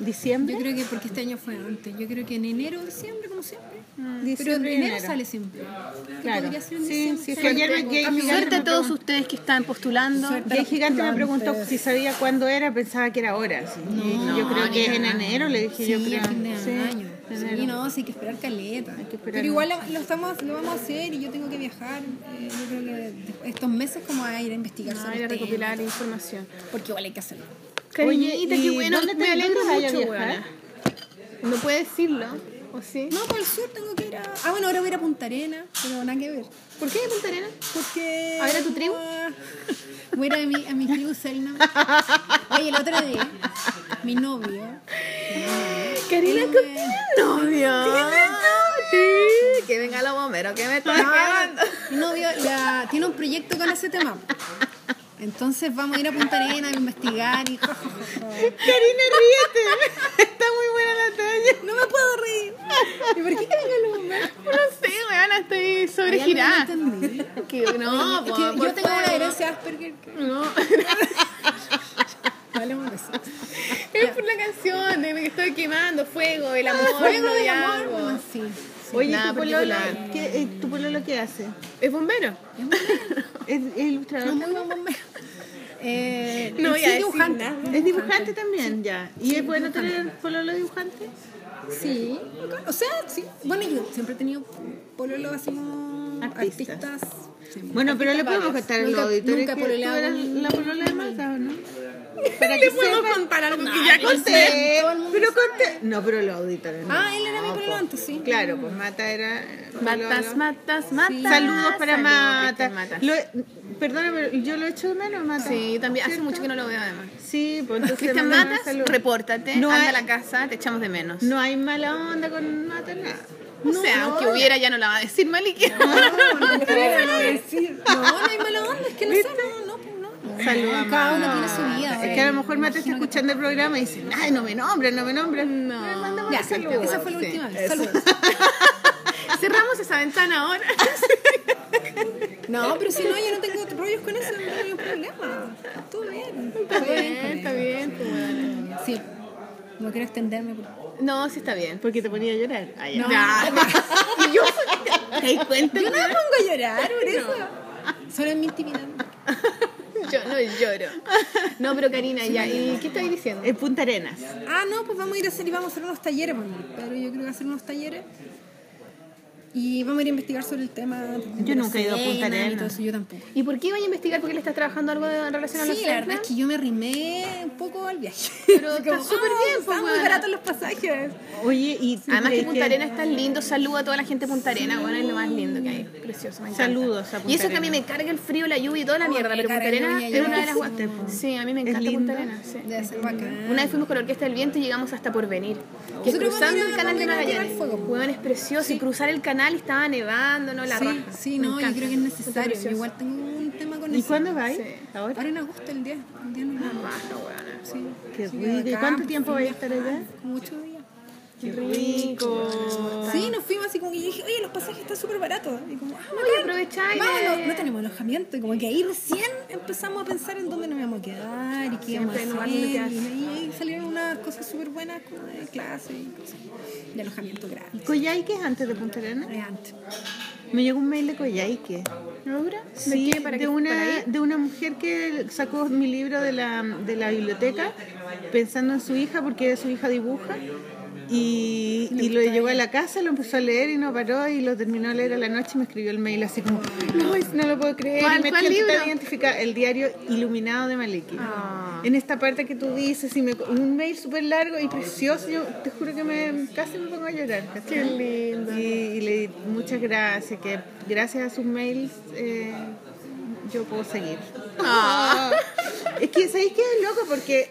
S2: ¿Diciembre?
S4: Yo creo que porque este año fue antes. Yo creo que en enero, diciembre, como siempre. Pero
S2: Mm, Diciembre
S4: en
S2: y
S4: enero
S2: enero.
S4: sale siempre. Que
S2: Claro.
S4: podría ser en
S2: Sí,
S4: diciembre.
S2: sí, es que ayer Gay
S4: A mi
S2: Gigante,
S6: Suerte
S2: me
S6: a todos
S2: preguntó-
S6: ustedes que están postulando.
S2: Gay Gigante me preguntó si sabía cuándo era, pensaba que era ahora. sí. Y yo creo que es en enero, le dije
S4: Sí,
S2: yo creo.
S4: a fin de
S2: sí,
S4: año.
S2: en
S4: Sí,
S2: enero.
S4: no, sí, hay que esperar caleta.
S2: que esperar
S4: Pero igual la- lo, estamos, lo vamos a hacer y yo tengo que viajar. eh, yo creo que estos meses como a ir a investigar
S1: No,
S4: sobre
S1: era
S4: el tema,
S1: recopilar información.
S4: Porque igual hay que hacerlo.
S1: Cariñita,
S2: ¿y
S1: qué bueno.
S2: dónde
S1: Me
S2: te-
S1: alegro
S2: dónde vaya a
S1: mucho,
S2: viajar?
S1: weona. No puede decirlo, ¿o sí?
S4: No, por el sur tengo que ir a... Ah, bueno, ahora voy a ir a Punta Arena, pero nada que ver.
S1: ¿Por qué Punta Arenas?
S4: Porque...
S1: ¿A ver a tu tribu?
S4: Voy a ir a mi, a mi tribu Selna. Oye, el otro día, mi novio...
S1: Karina,
S4: eh,
S1: novio. Sí, que venga la bombero, que me está quemando.
S4: Mi novio la- tiene un proyecto con ese tema. Entonces vamos a ir a Punta Arena a investigar y...
S2: Karina, ríete. Está muy buena la talla.
S4: No me puedo reír. ¿Y por qué que vengan los bomberos?
S1: No sé, weona, estoy sobregirada.
S4: Hay algo que no entendí.
S1: Que no,
S4: Es
S1: po,
S4: que
S1: por
S4: yo tengo una
S1: favor.
S4: herencia Asperger. que-
S1: No,
S4: Vale, un beso.
S1: es por la canción de que estoy quemando fuego, el amor,
S4: Fuego
S1: no
S4: del amor.
S1: diálogo.
S4: bueno, Sí.
S2: Oye,
S1: nada
S2: ¿tu, pololo,
S1: particular.
S2: ¿qué, eh, ¿tu pololo qué hace?
S1: ¿Es bombero?
S2: ¿Es, es ilustrador?
S4: No, muy buen bombero. Eh,
S1: No voy
S4: sí,
S1: a decir
S4: dibujante.
S2: ¿Es dibujante también? Ya. ¿Y es bueno tener pololo dibujante?
S4: Sí. O sea, sí. Bueno, yo siempre he tenido pololo así como
S2: Artistas.
S4: artistas. Sí.
S2: Bueno, pero le podemos contar a los
S4: Nunca-
S2: auditores
S4: nunca
S2: que tú
S4: pololeaba
S2: eras
S4: con-
S2: la polola de Marta, ¿o no?
S1: Le podemos contar algo que ya conté.
S2: Conté, pero conté. No, pero los auditores no.
S4: Ah, él era mi pololo
S2: pues.
S4: antes, sí.
S2: Claro, pues Mata era.
S6: Matas,
S2: pololo.
S6: matas, matas.
S2: Saludos para Mata.
S6: Cristian Matas.
S2: Lo- perdona, pero yo lo echo de menos, Mata.
S6: Sí, yo también. Hace
S2: ¿Cierto?
S6: mucho que no lo veo, además.
S2: Sí, pues entonces.
S6: Cristian
S2: mandamos
S6: Matas,
S2: saludos.
S6: repórtate,
S2: No
S6: anda
S2: hay-
S6: a la casa, te echamos de menos.
S2: No hay mala onda con Mata, nada.
S6: o sea, aunque hubiera ya no la va a decir Maliki.
S4: No, no hay mala onda, es que no sé, no, pues, no, no.
S2: Saludos a
S4: Cada uno
S2: Mata.
S4: tiene su vida,
S2: Es que a lo mejor Mata está escuchando el programa y dice, ay, no me nombran, no me nombran. No. Le mandamos
S4: Ya,
S2: saludos.
S4: esa fue la última vez. Saludos.
S6: Cerramos esa ventana ahora.
S4: No, pero si no, yo no tengo rollos con eso, no tengo ningún problema. Todo bien. Está bien, está bien. Sí, no quiero extenderme. Porque...
S6: No, sí está bien.
S2: Porque te ponía a llorar. Ay,
S4: No,
S6: Ah, y yo, ¿te das cuenta?
S4: yo no me pongo a llorar por eso. Solo es mi intimidad.
S6: Yo no lloro. No, pero Karina, ya, ¿y qué estáis diciendo?
S2: En Punta Arenas.
S4: Ah, no, pues vamos a ir a hacer y vamos a hacer unos talleres, pues, pero yo creo que va a hacer unos talleres. Y vamos a ir a investigar sobre el tema. también
S2: Yo
S4: de la
S2: nunca he ido a Punta
S4: cena y
S2: Arenas.
S4: todo eso, Yo tampoco.
S6: ¿Y por qué iba a investigar? ¿Por qué le estás trabajando algo en relación a los
S4: Sí, la verdad es que yo me arrimé un poco al viaje.
S6: Pero
S4: Así
S6: está súper
S4: "Ah,
S6: bien, pues,
S4: Están muy
S6: weona".
S4: baratos los pasajes.
S2: Oye, y
S6: Además que
S2: crees
S6: Punta Arenas es tan lindo, saludo a toda la gente de Punta Arenas, bueno, es lo más lindo que hay, precioso, me encanta.
S2: Saludos a Punta
S6: Y eso que a mí
S2: Arenas.
S6: me carga el frío, la lluvia y toda la
S4: Oh,
S6: mierda,
S4: me
S6: pero Punta
S4: carga la
S6: Arenas
S4: lluvia,
S6: es
S4: yo
S6: una de
S4: no
S6: las
S4: sé,
S6: guas-
S4: po.
S6: Sí, a mí me
S2: ¿Es
S6: encanta
S2: lindo?
S6: Punta Arenas, sí.
S4: Debe ser bacán.
S6: Una vez fuimos con la Orquesta del Viento y llegamos hasta Porvenir, que es
S4: Nosotros
S6: cruzando
S4: vamos a ir
S6: el
S4: a
S6: canal de
S4: Porvenir a tirar
S6: Magallanes.
S4: fuego, po.
S6: Weón, es precioso, y cruzar el canal y estaba nevando, no la
S4: Sí,
S6: raja.
S4: sí,
S6: Me
S4: no, yo
S6: encanta.
S4: creo que es necesario.
S6: Está
S4: Yo
S6: precioso.
S4: igual tengo un tema con
S2: ¿Y
S4: eso.
S2: cuándo vais? ¿Ahora?
S4: Ahora en agosto, el 10. El 10 de
S6: La
S4: noviembre,
S6: raja, weón.
S4: sí.
S2: Qué
S4: Sí,
S2: rico. ¿Y
S4: acá,
S2: cuánto
S4: pues,
S2: tiempo vais a estar allá?
S4: Como 8 días.
S2: Qué rico.
S4: Sí, nos fuimos así como que yo dije, oye, los pasajes están súper baratos. Y como, ah,
S6: Oye, aprovechá y
S4: Vámonos,
S6: ve.
S4: no tenemos alojamiento. Y como que ahí recién empezamos a pensar en dónde nos íbamos a quedar y qué íbamos a
S6: Siempre en un
S4: hacer.
S6: lugar
S4: Y,
S6: donde quedarse.
S4: y ahí salieron unas cosas súper buenas como de clase y cosas. De alojamiento gratis.
S2: Coyhaique es antes de Punta Arenas.
S4: de antes.
S2: Me llegó un mail de Coyhaique.
S6: ¿Ahora? ¿De
S2: Sí,
S6: qué? ¿Para
S2: de
S6: qué? ¿Para
S2: una,
S6: ir?
S2: de una mujer que sacó mi libro de la, de la biblioteca pensando en su hija porque su hija dibuja y, y lo llevó a la casa, lo empezó a leer y no paró y lo terminó de leer a la noche y me escribió el mail así como, no, es- no lo puedo creer.
S6: ¿Cuál-
S2: y me
S6: cuál
S2: siento tan
S6: libro?
S2: identificada. el diario Iluminado de Maliki.
S4: Ah.
S2: En esta parte que tú dices, y me- un mail súper largo y precioso, yo te juro que me, casi me pongo a llorar. Qué lindo. Y, y le di muchas gracias, que gracias a sus mails eh, yo puedo seguir.
S4: Ah.
S2: Es que, ¿sabéis qué es loco? Porque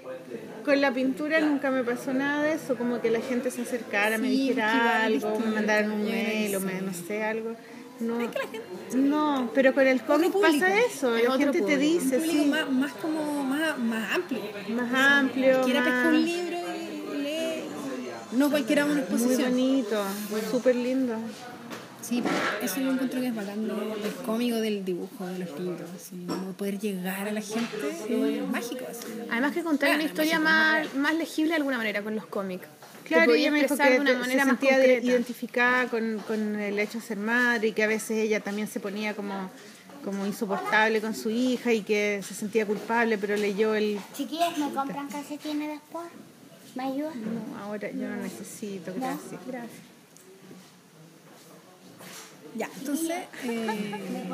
S2: con la pintura nunca me pasó nada de eso, como que la gente se acercara, me
S4: Sí, es que igual
S2: dijera
S4: es
S2: algo, me
S4: distinto,
S2: mandaran un
S4: yo creo que
S2: mail o
S4: sí.
S2: me, no sé, algo. No, no, pero con el cómic
S4: público.
S2: pasa eso, la gente te
S4: Un
S2: dice,
S4: público
S2: sí,
S4: más, más como más, más amplio.
S2: más amplio,
S4: Quiera pescar
S2: más-
S4: un libro y leer. No cualquiera una
S2: Muy
S4: exposición.
S2: bonito, súper lindo.
S4: Sí, eso yo encuentro que es bacán, ¿no? Del cómico, del dibujo, de los libros. así, como poder llegar a la gente es mágico. Así.
S2: Ah.
S6: Además que contar una historia más, más legible de alguna manera con los cómics.
S2: Claro,
S1: podía
S2: ella me dijo
S1: expresar
S2: que
S1: de una
S2: te- se
S1: manera más
S2: sentía de-
S1: concreta.
S2: identificada con, con el hecho de ser madre y que a veces ella también se ponía como, como insoportable con su hija y que se sentía culpable, pero leyó el...
S9: Chiquillas, ¿me compran calcetines después? ¿Me ayudan?
S2: No, ahora yo no necesito, gracias.
S4: Ya, entonces. eh,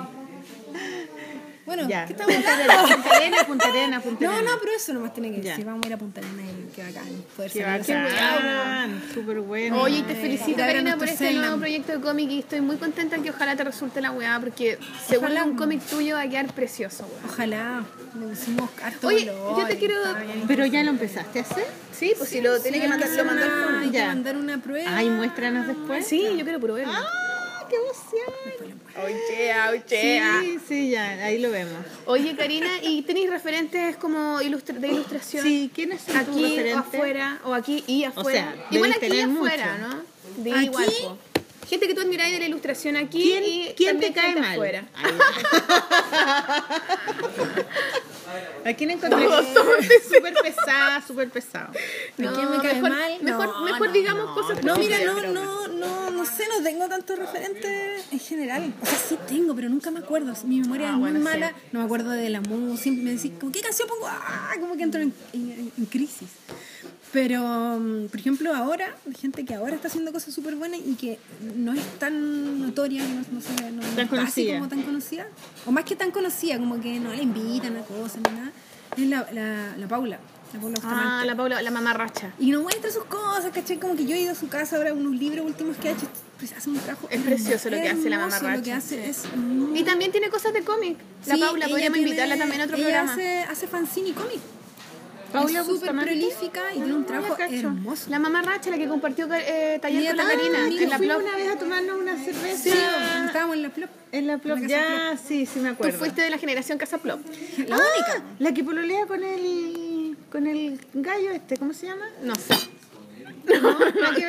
S4: Bueno,
S2: Ya.
S4: ¿qué estamos hablando?
S2: Punta Arena, Punta Arena, Punta
S4: No,
S2: Arena.
S4: no, pero eso nomás tiene que
S2: Ya.
S4: decir. Vamos a ir a Punta Arenas y qué bacán. Poder
S2: Qué
S4: salir a hacer weá.
S2: bacán, súper bueno.
S6: Oye, y te felicito,
S4: Instagram
S6: Karina, por
S4: Mr.
S6: este
S4: Selman.
S6: nuevo proyecto de cómic y estoy muy contenta que ojalá te resulte la weá, porque según
S4: Ojalá.
S6: un cómic tuyo va a quedar precioso, weá.
S4: Ojalá. Le pusimos harto
S6: Oye,
S4: color
S6: yo te
S4: y
S6: quiero-
S4: estaba bien.
S2: Pero ya lo empezaste a hacer.
S6: Sí, pues si lo tenés que mandar, lo mandar.
S4: Ah, hay que
S2: ya.
S4: mandar una prueba.
S2: Ay, muéstranos después. Ah,
S6: Sí, yo quiero probarlo.
S2: qué emoción. Sí, sí, ya, ahí lo vemos.
S6: Oye, Karina, ¿y tenéis referentes como ilustra- de ilustración?
S2: Sí, ¿quiénes son tus
S6: Aquí o
S2: referentes?
S6: afuera, o aquí y afuera.
S2: sea,
S6: igual
S2: debes
S6: aquí y
S2: tener
S6: afuera,
S2: mucho.
S6: ¿no? De
S4: Aquí-
S6: igual. po. Gente que tú admiráis de la ilustración aquí
S2: ¿Quién,
S6: y
S2: quién te
S6: también
S2: cae
S6: gente
S2: mal?
S6: afuera.
S2: Ay, ¿A quién encontré? Súper pesada, súper pesado.
S4: ¿A quién me cae
S6: mejor,
S4: mal?
S6: Mejor,
S4: No,
S6: mejor
S4: no,
S6: digamos cosas
S4: No,
S6: que-
S4: mira, no, no, no, no sé, no tengo tantos referentes en general. O sea, sí tengo, pero nunca me acuerdo. Mi memoria
S6: Ah,
S4: es muy mala, no me acuerdo de la música. Me decís, como, ¿qué canción pongo? Ah, como que entro en, en- en crisis. Pero, mm, por ejemplo, ahora, hay gente que ahora está haciendo cosas súper buenas y que no es tan notoria, no, no sé, no, no está así
S2: conocida.
S4: como tan conocida. O más que tan conocida, como que no la invitan a cosas ni nada. Es la, la, la Paula. La Paula
S6: Ah,
S4: Bustamante.
S6: la Paula, la mamarracha.
S4: Y nos muestra sus cosas, ¿cachai? Como que yo he ido a su casa ahora unos libros últimos que ha hecho. Pues hace un trabajo.
S6: Es precioso lo que hace la
S4: hermoso
S6: mamarracha.
S4: Lo que hace es.
S6: Y también tiene cosas de cómic. La Paula, podríamos invitarla también a otro programa.
S4: Hace, hace fanzine y cómic.
S2: Paula
S4: es súper
S2: Bustamante.
S4: prolífica y tiene un trabajo hermoso.
S6: La mamarracha, la que compartió eh, taller
S4: Y
S6: con la
S4: ah,
S6: Karina
S4: mira,
S6: en la
S4: fui
S6: blog.
S2: una vez a tomarnos una cerveza.
S4: Sí, cuando estábamos en la plop.
S6: Eh,
S2: En la plop,
S4: En la casa
S2: ya, sí, sí me
S6: Tú
S2: acuerdo.
S6: fuiste de la generación Casa Plop.
S4: La
S2: Ah,
S4: única.
S2: La que pololea con el, con el gallo este, ¿cómo se llama?
S6: No sé. No, no, no lo sé,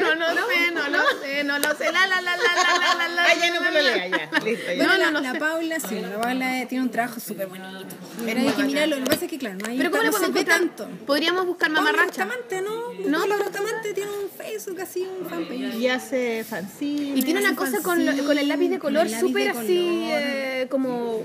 S6: no lo sé, no lo sé. La, la, la, la, la, la, la, la.
S2: Ah, ya no pololea, ya. Listo, ya.
S4: Bueno,
S6: no,
S4: la,
S6: no
S4: la
S6: sé.
S4: Paula, sí, la Paula eh, tiene un trabajo súper bonito. Pero hay que mirarlo. Lo que pasa es que, claro, no hay
S6: Pero ¿cómo le
S4: no se
S6: podemos
S4: ve
S6: buscar?
S4: tanto.
S6: Podríamos buscar mamarracha.
S4: Paula Bustamante, ¿no? No, Paula Bustamante tiene un Facebook así, un fanpage.
S2: Y hace fanzine.
S6: Y tiene una cosa con, lo- con el lápiz de color
S4: El lápiz
S6: súper
S4: de
S6: así,
S4: color.
S6: eh, como.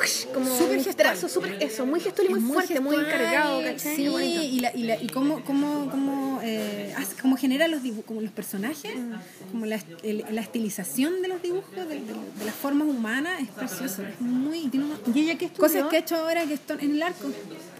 S6: uish, Como
S4: Súper
S6: un
S4: gestual.
S6: trazo, súper. Eso, muy gestual y
S4: Es
S6: muy, fuerte, muy
S4: gestual,
S6: encargado, ¿cachai?
S4: Sí,
S6: Qué bonito.
S4: y, la, y, la, y cómo, cómo, cómo, eh, hace- cómo genera los, dibu- como los personajes,
S6: Mm.
S4: como la, est- el- la estilización de los dibujos, de, de- de las formas humanas, es precioso. Es muy, y tiene unos-
S2: ¿Y ella qué estudió?
S4: cosas que ha hecho ahora que están en el arco.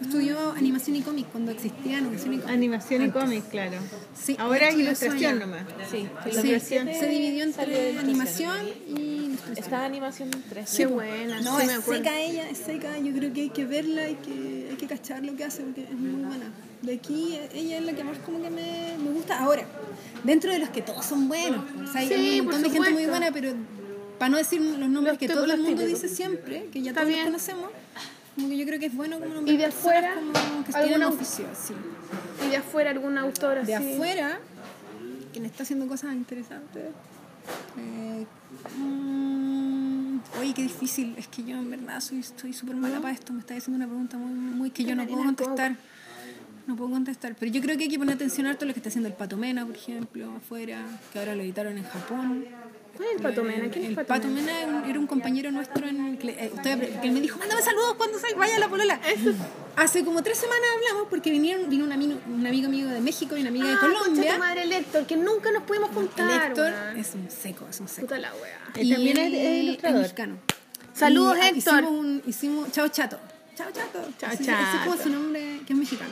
S4: Estudió animación y cómic cuando existía animación y cómic.
S2: Animación y cómic, claro.
S4: Sí,
S2: Ahora es
S4: estudió
S2: ilustración
S4: eso allá.
S2: nomás.
S5: Sí,
S4: Sí,
S2: ilustración.
S4: se dividió entre animación y ilustración.
S5: Está animación 3.
S6: Qué buena,
S4: No,
S6: sí me
S4: es
S6: acuerdo.
S4: seca ella, es seca. Yo creo que hay que verla, hay que, hay que cachar lo que hace porque es muy buena. De aquí, eh, ella es la que más como que me, me gusta ahora. Dentro de los que todos son buenos. O sea, hay
S6: Sí,
S4: un
S6: por
S4: montón de gente muy
S6: supuesto.
S4: buena, pero para no decir los nombres que
S6: típicos,
S4: todo el
S6: los
S4: mundo
S6: típicos.
S4: dice siempre, que ya
S6: Está
S4: todos los
S6: bien.
S4: conocemos, como que yo creo que es bueno como
S6: ¿Y de afuera?
S4: que
S6: ¿Alguna
S4: tienen
S6: au-
S4: oficio, sí.
S6: Y de afuera, algún autor así.
S4: De afuera, quien está haciendo cosas interesantes. Eh, mm, oye, qué difícil. Es que yo en verdad soy estoy súper mala para esto. Me está haciendo una pregunta muy, muy que yo no puedo contestar. No puedo contestar. Pero yo creo que hay que poner atención a todo lo que está haciendo el Pato Mena, por ejemplo, afuera, que ahora lo editaron en Japón.
S6: ¿Cuál es el Pato Mena? ¿Quién es
S4: El
S6: Pato
S4: Pato Mena era un- era un compañero nuestro en, que, eh, estoy apre- que él me dijo, mándame saludos cuando salga, vaya a la polola. Hace como tres semanas hablamos porque vinieron, vino un amigo, un amigo mío de México y una amiga de
S6: Ah, concha
S4: Colombia.
S6: tu madre, el Héctor, que nunca nos pudimos
S4: El
S6: juntar.
S4: Héctor
S6: weón.
S4: es un seco, es un seco.
S6: Puta la wea.
S2: Él
S4: Este,
S2: también es- es
S4: él
S2: ilustrador.
S4: mexicano.
S6: Saludos,
S4: ah,
S6: Héctor.
S4: Hicimos un, hicimos, chao chato. Chao chato.
S6: Chao,
S4: Así- Ese es como
S6: Chato.
S4: su nombre, que es mexicano.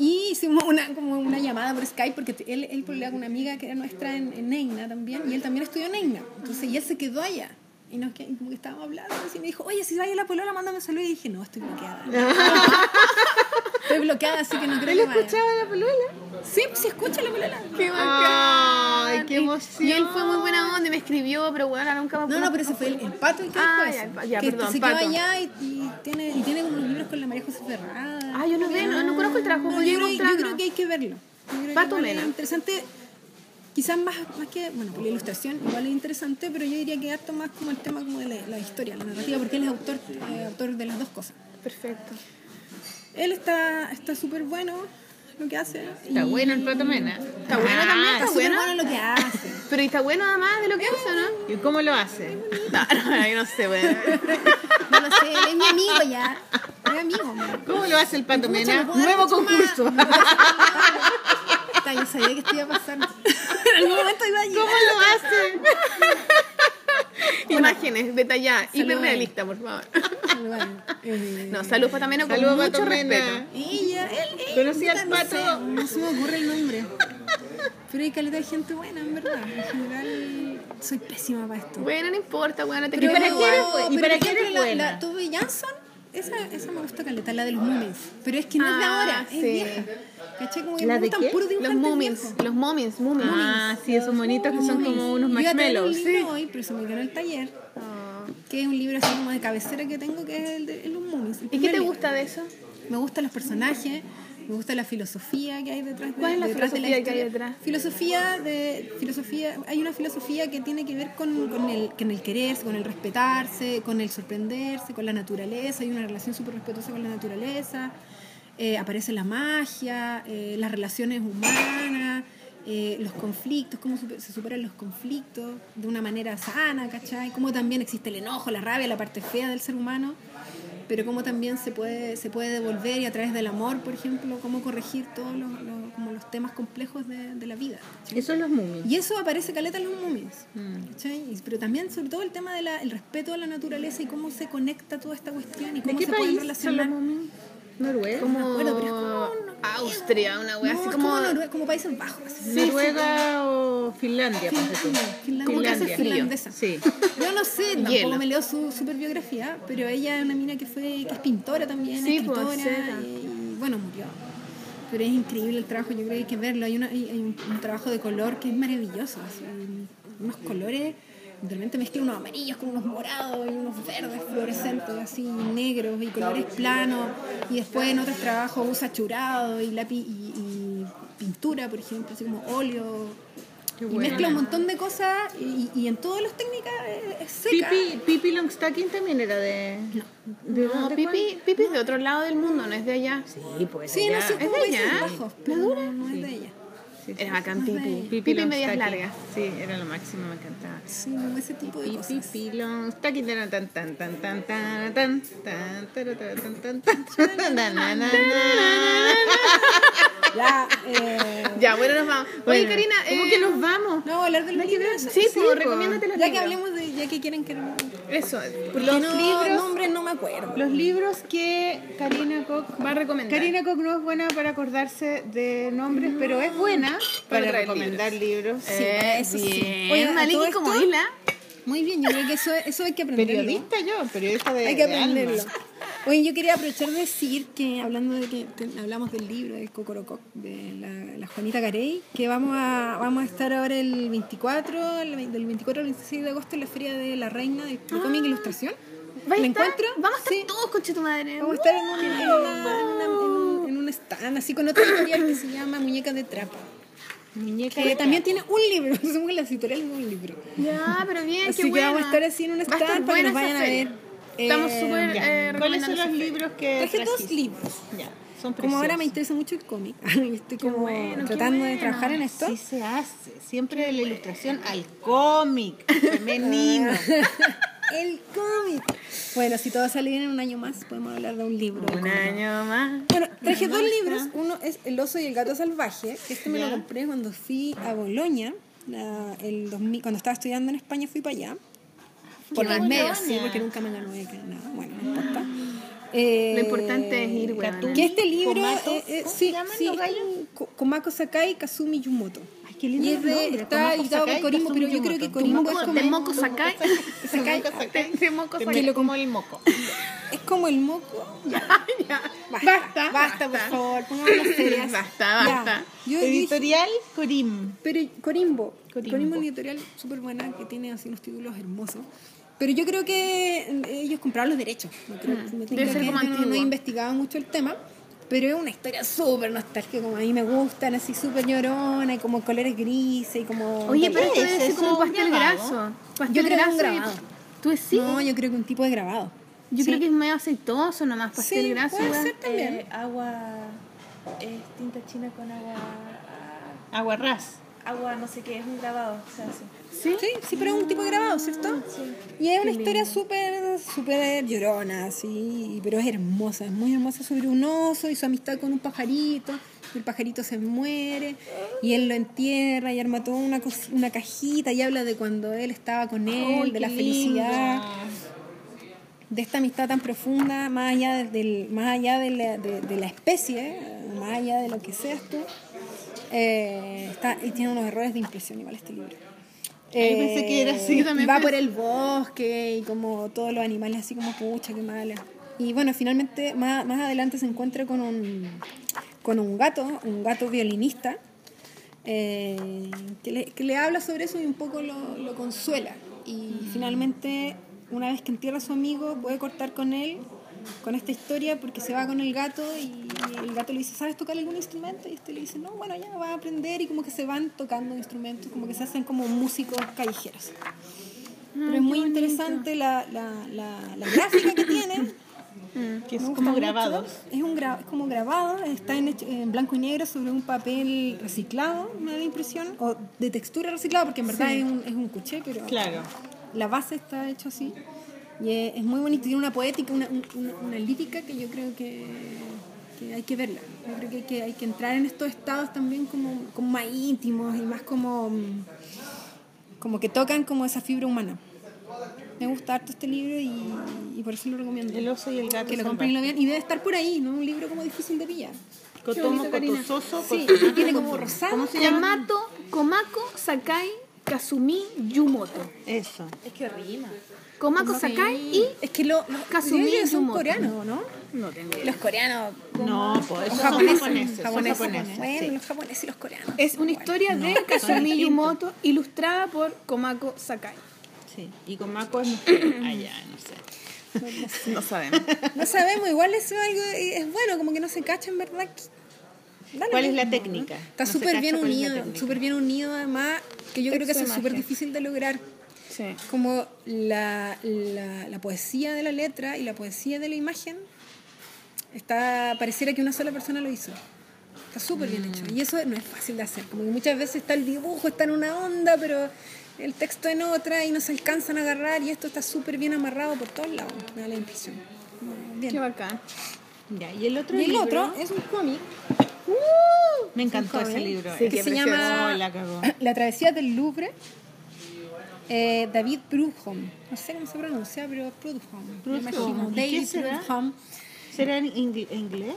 S4: Y hicimos una, como una llamada por Skype porque t- él, él pololea con una amiga que era nuestra en, en Neina también y él también estudió en Neina. Entonces, y él se quedó allá. Y nos qued- y como que estábamos hablando y me dijo, oye, si vaya a la polola, mándame un saludo. Y dije, no, estoy bloqueada. estoy bloqueada, así que no creo
S2: ¿Él
S4: que vaya.
S2: escuchaba la polola?
S4: Sí, sí, escucha la polola.
S2: ¡Ay, qué emoción!
S6: Y él fue muy buena onda y me escribió, pero bueno, ahora nunca me
S4: No, no, pero ese fue el, el pato el que
S6: Ah,
S4: dijo
S6: ya,
S4: eso.
S6: el pa- ya,
S4: que
S6: perdón,
S4: se quedó
S6: Pato.
S4: allá y, y tiene, y tiene como unos libros con la María José Ferrada.
S6: Ah, yo no veo, no- no conozco el trabajo,
S4: No,
S6: podría
S4: yo, creo, yo
S6: encontrarlo.
S4: creo que hay que verlo. Yo creo
S6: Pato
S4: que igual es
S6: Mena.
S4: interesante, quizás más, más que, bueno, por la ilustración igual es interesante, pero yo diría que harto más como el tema como de la, la historia, la narrativa, porque él es autor, eh, autor de las dos cosas.
S6: Perfecto.
S4: Él está está súper bueno. lo que hace.
S1: Está bueno el plato mena. Está bueno
S6: Ah,
S1: también, está
S4: súper
S1: bueno.
S4: bueno lo que hace.
S1: Pero está bueno además de lo que hizo, ¿no?
S2: ¿Y cómo lo hace?
S1: No, no, yo no sé, bueno.
S4: No lo sé, es mi amigo ya. Es mi amigo. man.
S2: ¿Cómo lo hace el pato
S4: Pucha,
S2: mena?
S4: no puedo dar mucho
S2: Nuevo
S4: más.
S2: concurso.
S4: No puedo dar mucho más. Puta, Yo sabía que esto iba a pasar. En algún momento iba a llegar.
S2: ¿Cómo lo hace?
S1: Imágenes detalladas, hiperrealista, por favor.
S4: Bueno, eh,
S1: No, salud para también con
S2: Saludos,
S1: mucho
S2: pato
S1: respeto.
S2: mena.
S4: ella, él, él.
S2: Conocí
S4: puta,
S2: al
S4: no
S2: pato.
S4: sé, No se me ocurre el nombre. Pero hay caleta de gente buena, en verdad. En general, soy pésima para esto.
S1: Bueno, no importa, bueno, te
S4: Pero
S1: quiero.
S2: para qué eres bu- y
S4: pero,
S2: para
S4: por
S2: qué eres
S4: ejemplo, la-
S2: buena?
S4: La, Tove Jansson, esa, esa me gusta caleta, la de los Moomins. Pero es que no es de
S1: Ah,
S4: ahora,
S1: sí.
S4: es vieja. ¿Cachai? Como que
S2: ¿La
S4: me
S2: de
S4: gustan
S2: qué?
S4: puros
S1: Los
S4: dibujantes
S1: Moomins,
S4: viejos.
S1: los Moomins, Moomins.
S2: Ah, sí, esos monitos que son como unos
S4: Yo iba a traer un
S2: marshmallows.
S4: libro hoy, pero se me quedó en el taller. Que es un libro así como de cabecera que tengo, que es el de el Los Moomins. el
S1: ¿Y qué
S4: primer
S1: te
S4: libro.
S1: gusta de eso?
S4: Me gustan los personajes, me gusta la filosofía que hay detrás de
S1: ¿Cuál es la
S4: detrás de
S1: filosofía que
S4: historia.
S1: hay detrás?
S4: Filosofía de filosofía, hay una filosofía que tiene que ver con, con el con el quererse, con el respetarse, con el sorprenderse, con la naturaleza, hay una relación súper respetuosa con la naturaleza. Eh, aparece la magia, eh, las relaciones humanas, eh, los conflictos, cómo supe- se superan los conflictos de una manera sana, ¿cachai? Cómo también existe el enojo, la rabia, la parte fea del ser humano pero cómo también se puede, se puede devolver y a través del amor, por ejemplo, cómo corregir todos los, los- como los temas complejos de, de la vida. ¿cachai?
S2: Eso es los mummies.
S4: Y eso aparece caleta en los momios,
S2: Mm.
S4: pero también sobre todo el tema del respeto a la naturaleza y cómo se conecta toda esta cuestión y
S2: ¿De
S4: cómo
S2: qué
S4: se pueden
S2: país son los
S4: relacionar.
S2: mummies? Noruega.
S4: No me acuerdo, pero es como
S1: Austria, una wea
S4: No,
S1: así
S4: es
S1: como.
S4: como, Noruega, como Países Bajos. así.
S2: Noruega o Finlandia, por
S4: Finlandia, Finlandia. Como que hace frío. Finlandesa.
S2: Sí.
S4: Yo no sé, tampoco
S1: Hielo.
S4: me leo su, su biografía, pero ella es una mina que fue que es pintora también,
S1: Sí, pues,
S4: escritora,
S1: era.
S4: y, y, bueno, murió. Pero es increíble el trabajo, yo creo que hay que verlo. Hay, una- hay- hay un, un trabajo de color que es maravilloso, así, unos colores, de repente mezcla unos amarillos con unos morados y unos verdes fluorescentes, así negros y colores planos. Y después en otros trabajos usa churado y, lápiz, y, y pintura, por ejemplo, así como óleo.
S2: Qué
S4: Y
S2: bueno.
S4: mezcla un montón de cosas y, y en todas las técnicas es- es seca.
S2: Pipi, Pipi Longstocking también era de. ¿De
S1: No,
S2: dónde,
S1: Pipi, Pipi es de otro lado del mundo, no es de allá.
S2: cuál? Sí, pues.
S4: Sí, no
S2: era.
S4: sé, es
S1: ¿Es
S4: como
S1: de
S4: Países
S1: ella?
S4: Bajos, pero no, no es de ella.
S1: Era
S4: No
S1: bacán,
S4: es de
S1: Pipi.
S4: ella.
S1: Pipi, medias
S2: Longstocking.
S1: largas.
S2: Sí, era lo máximo, me encantaba.
S4: Sí, como ese tipo de
S2: Pipi,
S4: cosas.
S2: Pipi Longstocking. Tan, tan, tan, tan, tan, tan, tan, tan, tan, tan, tan, tan, tan, tan, na, na, na, na.
S4: Ya, eh,
S1: Ya, bueno, nos vamos. Oye,
S2: Bueno,
S1: Karina,
S2: ¿cómo
S1: eh,
S2: que nos vamos?
S4: no, hablar de los libros.
S1: Sí,
S4: eso.
S1: pues, recomiéndate los
S4: Ya que
S1: libros.
S4: hablemos de, ya que quieren que
S1: Eso, por
S4: que
S1: los
S4: no,
S1: libros
S4: nombres no me acuerdo.
S2: Los libros que Karina Koch
S1: va a recomendar.
S2: Karina Koch no es buena para acordarse de nombres, pero es buena
S1: Para
S2: para,
S1: traer
S2: recomendar libros.
S4: Eh, eso
S1: Sí,
S4: sí.
S1: bien.
S4: Oye, a
S1: Maliki
S4: todo
S1: como
S4: esto-
S1: Isla.
S4: Muy bien, yo creo que eso, eso hay que aprenderlo.
S2: Periodista yo, periodista de
S4: Hay que
S2: de
S4: aprenderlo.
S2: alma.
S4: Oye, yo quería aprovechar de decir que hablando de que te- hablamos del libro del Cocorococ de la, la Juanita Carey, que vamos a, vamos a estar ahora el 24, el ve- del 24 al 26 de agosto en la Feria de la Reina de de Cómic e Ilustración.
S1: ¿Va a
S4: ¿Me
S1: estar?
S4: encuentro?
S1: Vamos a estar
S4: Sí.
S1: todos, conche tu madre.
S4: Vamos a estar en un, en una- en una- en un- en un stand, así con otra editorial que se llama Muñecas de Trapa.
S2: Muñeca.
S4: Que también tiene un libro, somos la editorial con un libro.
S1: Ya, pero bien,
S4: Así
S1: qué
S4: que
S1: buena.
S4: vamos a estar así en un
S1: Va a estar
S4: stand para que
S1: buena
S4: nos
S1: esa
S4: vayan a
S1: feria.
S4: ver.
S1: Estamos
S4: Eh,
S2: Ya.
S1: súper eh,
S2: ¿Cuáles son
S1: recomendando
S2: los
S1: esa
S2: libros que
S4: Traje dos
S2: trajiste?
S4: libros.
S2: Ya, son
S4: Como ahora me
S2: preciosos.
S4: interesa mucho el cómic, y estoy como tratando de trabajar en esto.
S2: Sí se hace, siempre de la ilustración al cómic femenino.
S4: El cómic. Bueno, si todo sale bien en un año más, podemos hablar de un libro.
S1: feria. Un año más.
S4: Bueno, traje dos libros. Uno es El oso y el gato salvaje, que este me lo compré cuando fui a Bolonia, la- el 2000 cuando estaba estudiando en España fui para allá. Por
S1: a
S4: los medios,
S1: Bolonia.
S4: sí, porque nunca me ganó beca, nada. Bueno, no importa. Eh,
S1: Lo importante es ir, weona.
S4: Que este libro,
S2: Komato,
S4: eh, eh,
S2: ¿cómo
S4: sí,
S2: se llaman
S4: sí,
S2: los
S4: es
S2: gallos?
S4: un Ko- Komako Sakai Kazumi Yumoto.
S2: Ay, qué lindo
S4: Y es
S2: los
S4: de-
S2: nombres,
S4: está
S2: Tomoko
S4: editado por
S2: Sakai,
S4: Corimbo,
S2: Kazumi
S4: pero yo creo que
S2: Yumoto.
S4: Corimbo
S2: Tomoko
S4: es como-
S1: De moco sacai.
S4: Sakai,
S2: Tomoko Sakai.
S1: De moco
S2: Te
S1: sacai.
S2: lo como el moco.
S4: Es como el moco.
S2: Basta,
S1: ah,
S4: Basta, basta, por favor, pongámonos serias.
S1: Basta,
S4: Ya.
S1: basta.
S4: Yo dije,
S2: Editorial Corim.
S4: pero Corimbo,
S2: Corimbo.
S4: Corimbo, es una editorial súper buena que tiene así unos títulos hermosos. Pero yo creo que eh, ellos compraron los derechos. No, creo, me tinca
S1: Ah, ser
S4: que
S1: como
S4: yo no, no
S1: antiguo.
S4: he investigado mucho el tema. Pero es una historia súper nostálgica, como a mí me gustan, así súper llorona, y como colores grises, y como...
S1: Oye, pero esto
S2: es
S1: debe ser
S2: eso?
S1: como un
S2: ¿Un
S1: pastel
S2: grabado?
S1: graso.
S4: Yo
S1: Pastel
S4: creo que es un
S1: graso y-
S4: grabado.
S1: ¿Tú sí?
S4: No, yo creo que un tipo de grabado.
S1: Yo
S4: Sí.
S1: creo que es medio aceitoso nomás, pastel
S4: Sí,
S1: graso.
S4: puede
S1: weón.
S4: ser también.
S5: Eh, agua es tinta china con agua. ah,
S2: Aguarrás.
S5: Agua, no sé qué, es un grabado, se hace.
S4: ¿Sí? sí, pero es un tipo de grabado, ¿cierto? Y es una historia súper, súper llorona, sí, pero es hermosa, es muy hermosa sobre un oso y su amistad con un pajarito. El pajarito se muere y él lo entierra y arma toda una, cos- una cajita y habla de cuando él estaba con él, de la felicidad, de esta amistad tan profunda, más allá, del, más allá de, la, de- de la especie, eh, más allá de lo que seas tú. Eh, está, y tiene unos errores de impresión igual este libro.
S2: Ay, Ah, yo pensé que era así,
S4: y
S2: también
S4: Va
S2: pensé-
S4: por el bosque y como todos los animales así como pucha, qué mala. Y bueno, finalmente más, más adelante se encuentra con un, con un gato, un gato violinista, eh, que, le, que le habla sobre eso y un poco lo, lo consuela. Y finalmente, una vez que entierra a su amigo, puede cortar con él, con esta historia, porque se va con el gato y el gato le dice, ¿sabes tocar algún instrumento? Y este le dice, no, bueno, ya va a aprender y como que se van tocando instrumentos, como que se hacen como músicos callejeros. Pero es muy interesante la, la, la, la gráfica que tienen.
S2: Que es
S4: Me gusta
S2: como
S4: mucho.
S2: grabados.
S4: Es, un gra- es como grabado, está en, hecho- en blanco y negro sobre un papel reciclado, me da la impresión, o de textura reciclada, porque en verdad es, un, es un cuché, pero
S2: Claro.
S4: la base está hecha así. Y es, es muy bonito, tiene una poética, una, un- una, una lírica que yo creo que, que hay que verla. Yo creo que hay, que hay que entrar en estos estados también como, como más íntimos y más como, mm, como que tocan como esa fibra humana. Me gusta harto este libro y, y por eso lo recomiendo.
S2: El oso y el gato
S4: Que lo
S2: salvaje.
S4: compren y lo vean. Y debe estar por ahí, ¿no? Un libro como difícil de pillar.
S2: Cotomo, cotososo,
S4: Sí,
S2: cotonato,
S4: tiene como
S2: cotomo.
S4: rosado.
S2: ¿Cómo se llama?
S6: Yamato, Komako, Sakai, Kazumi, Yumoto.
S2: Eso.
S6: Komako, Sakai y
S4: Es que lo, los
S6: Kazumi
S4: ellos son
S6: Yumoto.
S4: coreanos, ¿no?
S2: No tengo idea.
S4: Los coreanos.
S2: No, pues esos son
S4: japoneses, Eh,
S2: japoneses. Son
S4: japoneses.
S2: japoneses.
S4: Bueno,
S2: sí.
S4: los japoneses y los coreanos.
S1: Es una historia de Kazumi Yumoto ilustrada por Komako Sakai.
S2: Sí. Y con Maco es mujer. Ah, ya, no sé.
S1: No sabemos.
S4: No sabemos, igual eso es algo. eh, Es bueno, como que no se cacha en verdad. que- da lo
S2: ¿Cuál es la
S4: mismo,
S2: técnica?
S4: ¿no? Está
S2: No se
S4: súper
S2: cacha
S4: bien
S2: cuál es la
S4: unido,
S2: técnica.
S4: súper bien unido además, que yo creo que eso es súper difícil de lograr.
S1: Sí.
S4: Como la, la, la poesía de la letra y la poesía de la imagen, está pareciera que una sola persona lo hizo. Está súper bien
S2: Mm.
S4: hecho. Y eso no es fácil de hacer. Como que muchas veces está el dibujo, está en una onda, pero el texto en otra y no se alcanzan a agarrar. Y esto está súper bien amarrado por todos lados. Me da la impresión. Como bien.
S1: Qué bacán.
S2: Ya, y el otro
S4: Y el
S2: libro-
S4: otro es un cómic
S2: Me encantó ese
S4: joven.
S2: libro.
S4: ¿eh? Sí, que se llama
S2: Oh, la cagó.
S4: La travesía del Louvre. eh, David Prudhomme. No sé cómo se pronuncia, pero Prudhomme. me imagino.
S2: Prudhomme. ¿Y qué
S4: David
S2: será?
S4: Prudhomme.
S2: ¿Será en ingl- inglés?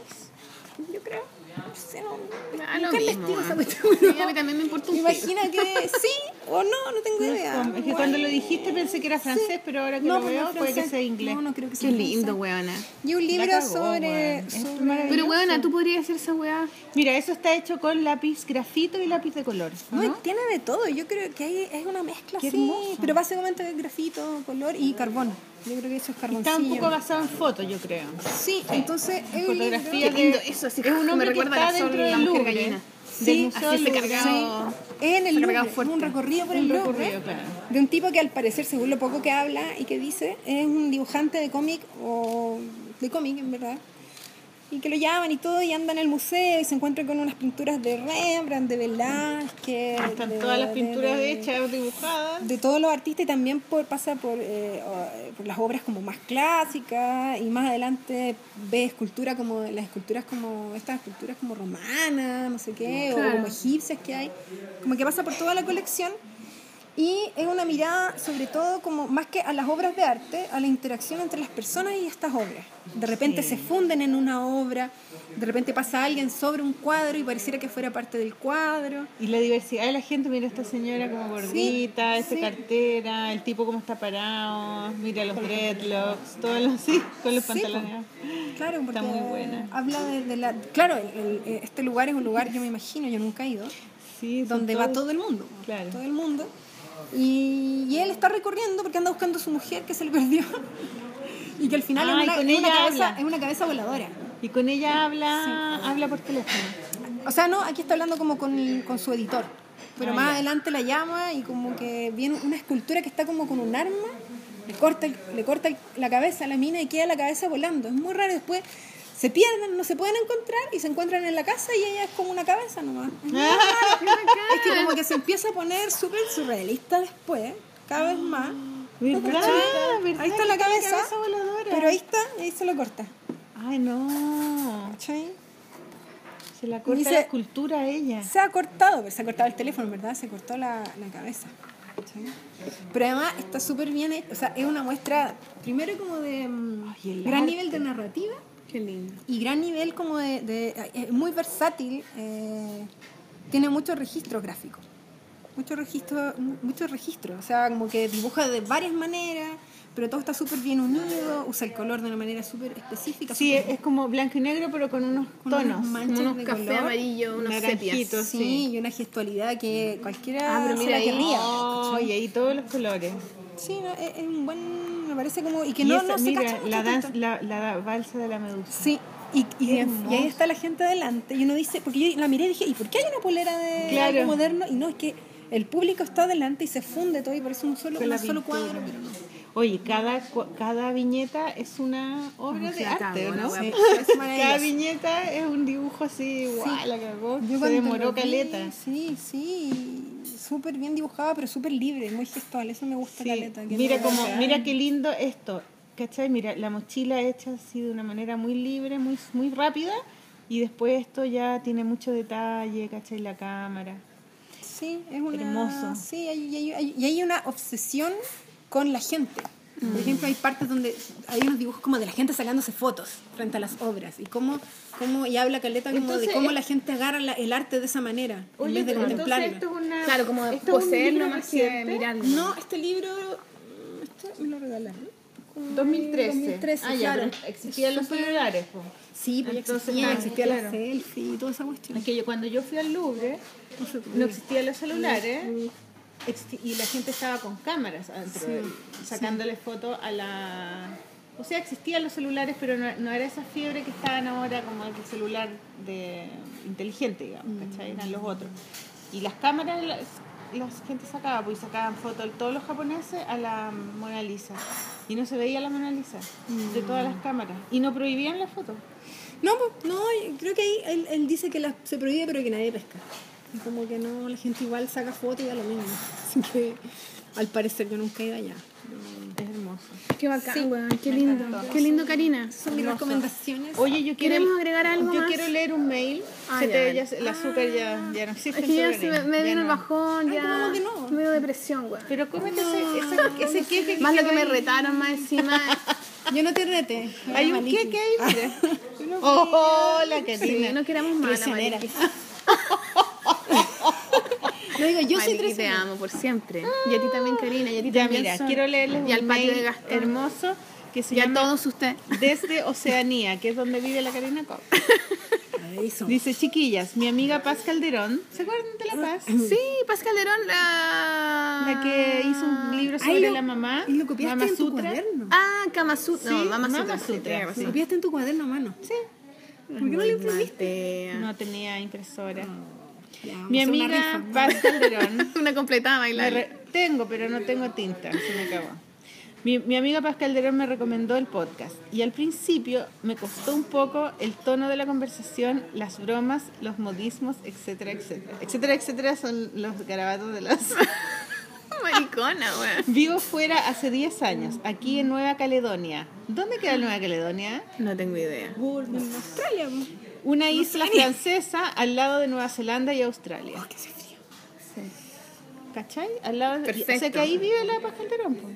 S4: Yo creo. No sé, no.
S1: Ah, lo
S4: nunca le
S1: mismo,
S4: estiro
S1: ah.
S4: esa cuestión.
S1: Sí, a mí también me importa
S4: Me
S1: un pico.
S4: imagino que sí o no, no tengo idea.
S2: Es que cuando lo dijiste pensé que era francés, pero ahora que lo
S4: pero no
S2: veo
S4: es
S2: puede que
S4: francés.
S2: sea inglés.
S4: No, no creo que sea
S1: Qué lindo,
S4: francés.
S1: weona.
S4: Y un libro
S2: La cagó,
S4: sobre.
S2: weón. Es
S4: sobre-
S6: Pero weona, tú podrías hacer esa weá.
S2: Mira, eso está hecho con lápiz grafito y lápiz de color.
S4: No, y tiene de todo. Yo creo que hay, es una mezcla
S2: Qué
S4: así.
S2: hermoso.
S4: Pero básicamente es grafito, color y carbón. Yo creo que eso es carboncillo.
S2: Está un poco basado en fotos, yo creo.
S4: Sí, entonces es un libro-
S2: Fotografías
S1: lindo,
S2: de...
S1: eso, así
S2: es un
S1: me
S2: hombre que
S1: recuerda
S2: está
S1: a la sol,
S2: dentro
S1: la
S2: del
S1: mujer
S2: Louvre.
S1: gallina.
S2: Del
S4: Sí,
S2: Museo
S1: así se
S2: Louvre.
S1: cargaba.
S4: Es en el
S1: Fue cargado
S4: Louvre,
S1: fuerte.
S4: un recorrido por
S2: Un
S4: el Louvre
S2: recorrido, claro.
S4: de un tipo que al parecer, según lo poco que habla y que dice, es un dibujante de cómic o de cómic en verdad. Y que lo llaman y todo y anda en el museo y se encuentra con unas pinturas de Rembrandt, de Velázquez, de-
S2: Están todas las
S4: de-
S2: pinturas este,
S4: de-
S2: hechas, dibujadas.
S4: de todos los artistas y también por, pasa por, eh, o- por las obras como más clásicas y más adelante ve escultura como las esculturas como estas esculturas como romanas no sé qué o como egipcias que hay como que pasa por toda la colección y es una mirada sobre todo como más que a las obras de arte a la interacción entre las personas y estas obras de repente se funden en una obra de repente pasa alguien sobre un cuadro y pareciera que fuera parte del cuadro
S2: Y la diversidad de la gente, mira esta señora como gordita, esta
S4: sí.
S2: cartera, el tipo como está parado, mira los dreadlocks, todos los sí, con los
S4: Sí,
S2: pantalones.
S4: Claro, porque
S2: Está muy buena.
S4: habla de, de la... Claro, el- el- eh, este lugar es un lugar, yo me imagino, yo nunca he ido,
S2: Sí, son
S4: donde va
S2: todos-
S4: todo el mundo.
S2: Claro.
S4: Todo el mundo. Y, y él está recorriendo porque anda buscando a su mujer que se le perdió. y que al final
S2: Ah,
S4: es,
S2: y
S4: una,
S2: con
S4: es una
S2: ella
S4: cabeza,
S2: habla.
S4: es una cabeza voladora.
S2: Y con ella habla, habla por teléfono.
S4: O sea, no, aquí está hablando como con, con su editor. Pero
S2: Ah,
S4: más
S2: ya.
S4: adelante la llama y como que viene una escultura que está como con un arma, le corta, el- le corta el- la cabeza a la mina y queda la cabeza volando. Es muy raro. Después se pierden, no se pueden encontrar y se encuentran en la casa y ella es como una cabeza nomás. es que como que se empieza a poner súper surrealista después, cada vez más.
S2: ¿Verdad? ¿Verdad
S4: Ahí está
S2: que
S4: la cabeza,
S2: voladora?
S4: pero ahí está y ahí se lo corta.
S2: Ay, no.
S4: ¿cachai?
S2: Se la corta
S4: Dice-
S2: la escultura a ella.
S4: Se ha cortado, pero se ha cortado el teléfono, ¿verdad? Se cortó la, la cabeza. ¿cachai? Pero además está súper bien, hecho, o sea, es una muestra, primero como de mm,
S2: Ay, el
S4: gran
S2: arte.
S4: nivel de narrativa
S2: Qué lindo.
S4: y gran nivel como de, de- es muy versátil, eh, tiene muchos registros gráficos. Muchos registros, mu- muchos registros, o sea, como que dibuja de varias maneras, pero todo está súper bien unido, usa el color de una manera súper específica.
S2: Sí,
S4: súper-
S2: es, es como blanco y negro, pero con unos
S4: Con unas
S2: tonos.
S4: manchas
S2: unos
S4: de
S1: café
S4: color.
S1: amarillo, unos sepias.
S2: naranjitos,
S4: Sí,
S2: sí. Mm.
S4: y una gestualidad que cualquiera
S1: Ah, pero
S4: se
S1: mira
S4: la
S1: ahí.
S4: querría.
S2: Oh, y ahí todos los colores.
S4: Sí, no, es, es un buen, me parece como, y que
S2: Y
S4: no,
S2: esa-
S4: no se
S2: mira,
S4: cacha mucho
S2: la, danza,
S4: tanto.
S2: la, la balsa de la medusa.
S4: Sí, y, y-
S2: Qué
S4: y ahí
S2: hermoso.
S4: está la gente adelante, y uno dice, porque yo la miré y dije, ¿y por qué hay una polera de
S2: Claro.
S4: algo moderno? Y no, es que el público está adelante y se funde todo y parece un solo,
S2: Con la
S4: un solo
S2: pintura.
S4: cuadro, pero no.
S2: Oye, cada, cua- cada viñeta es una obra de arte, ¿o ¿no?
S4: Sí,
S2: Sí.
S4: es
S2: Cada
S4: maravilloso.
S2: viñeta es un dibujo así, guau, la cagó. Se
S4: cuando lo
S2: demoró
S4: vi,
S2: caleta.
S4: Sí, sí, súper bien dibujada, pero súper libre, muy gestual, eso me gusta
S2: Sí,
S4: caleta. que
S2: Mira
S4: no-
S2: como, mira qué lindo esto. ¿Cachai? Mira, la mochila hecha así de una manera muy libre, muy, muy rápida. Y después esto ya tiene mucho detalle, ¿cachai? La cámara.
S4: Sí, es una...
S2: Hermoso.
S4: Sí, hay- y hay- hay- y hay una obsesión con la gente.
S2: Mm.
S4: Por ejemplo, hay partes donde hay unos dibujos como de la gente sacándose fotos frente a las obras y cómo, cómo y habla Caleta como de
S2: Entonces,
S4: cómo
S2: eh,
S4: la gente agarra la- el arte de esa manera en vez de contemplarlo.
S2: es una...
S1: Claro, como de poseerlo más que mirarlo.
S4: No, este libro mm, este me lo regalaron.
S2: 2013.
S4: 2013,
S2: ah, ya,
S4: claro.
S2: pero existían
S4: Es
S2: los
S4: súper-
S2: celulares. po.
S4: Sí, pues ya
S2: Entonces,
S4: existía,
S2: claro,
S4: existía la
S2: claro.
S4: selfie y toda esa cuestión.
S2: Es que yo- cuando yo fui al Louvre, no existían los celulares exi- y la gente estaba con cámaras adentro, sacándole fotos a la... O sea, existían los celulares, pero no, no era esa fiebre que estaban ahora como el celular de inteligente, digamos, ¿cachai? Eran los otros. Y las cámaras las, las gente sacaba, pues y sacaban fotos todos los japoneses a la Mona Lisa. Y no se veía la Mona Lisa de todas las cámaras. Y no prohibían las fotos.
S4: No, pues, no, creo que ahí él, él dice que la- se prohíbe pero que nadie pesca. Y como que no, la gente igual saca fotos y da lo mismo. Así que al parecer yo nunca he ido allá.
S2: Es hermoso.
S1: Qué bacán, weón. Qué lindo. Qué lindo, Karina.
S4: Son mis recomendaciones.
S2: Oye, yo quiero,
S1: ¿Queremos agregar algo
S2: yo
S1: más?
S2: quiero leer un mail.
S1: Ah,
S2: Se
S1: ya,
S2: te-
S1: dale.
S2: ya se- el azúcar ya, ya no existe.
S1: Es que ya
S2: el
S1: se me,
S2: Soberanía.
S1: me
S2: Ya
S1: vino el
S2: no.
S1: bajón, ya.
S4: ¿cómo Ah, que no? Ah,
S1: Me dio depresión, weón.
S2: Pero cómete
S1: Ah.
S2: ese, ese, ese queque.
S1: Más lo
S2: queda
S1: que me
S2: ahí.
S1: retaron más encima.
S4: Yo no te rete. yo
S2: Hay
S4: era
S2: un
S4: maliki.
S2: queque ahí, mira.
S1: Ah.
S2: Oh, hola, Karina.
S1: Sí, no queramos más,
S4: Traicionera.
S1: Mariqui.
S4: No digo, yo soy
S1: Mariqui, te
S4: traicionera.
S1: amo por siempre. Y a ti también, Karina. Y a ti
S2: Ah, Ya,
S1: también.
S2: mira,
S1: Sol.
S2: quiero leerles
S1: Y al
S2: un
S1: patio
S2: mail
S1: de Gastón.
S2: hermoso que se
S1: Y a
S2: llama
S1: todos ustedes.
S2: Desde Oceanía, que es donde vive la Karina Cobb.
S4: Ahí son.
S2: Dice, chiquillas, mi amiga Paz Calderón, ¿se acuerdan de la Paz?
S1: Sí, Paz Calderón. La,
S2: La que hizo un libro
S4: Ah. Ay,
S2: sobre
S4: lo-
S2: la mamá,
S4: Y lo copiaste
S2: Mama
S4: en tu
S2: Sutra.
S4: cuaderno.
S1: Ah, Kama Sutra.
S2: Sí,
S1: no, Mama Sutra.
S2: Mama
S1: sí,
S2: Sutra,
S1: tenía
S2: sí.
S4: Lo
S1: razón.
S4: copiaste en tu cuaderno, mano. Sí. ¿Por qué no lo
S1: este,
S4: imprimiste?
S2: No tenía impresora.
S4: Ya, vamos
S2: Mi
S4: a hacer Mm, una
S2: amiga
S4: rifa.
S2: Paz Calderón.
S1: Una completada
S2: Me
S1: bailar.
S2: re- tengo, pero no tengo tinta, se me acabó. Mi, mi amiga Paz Calderón me recomendó el podcast y al principio me costó un poco el tono de la conversación, las bromas, los modismos, etcétera, etcétera. Etcétera, etcétera son los garabatos de las...
S1: Maricona, weón.
S2: Vivo fuera hace 10 años, aquí en Nueva Caledonia. ¿Dónde queda Nueva Caledonia?
S1: No tengo idea.
S2: Una isla francesa al lado de Nueva Zelanda y Australia. ¿Cachai? Al lado de-
S1: Perfecto.
S2: O sea que ahí vive la Paz Calderón. po.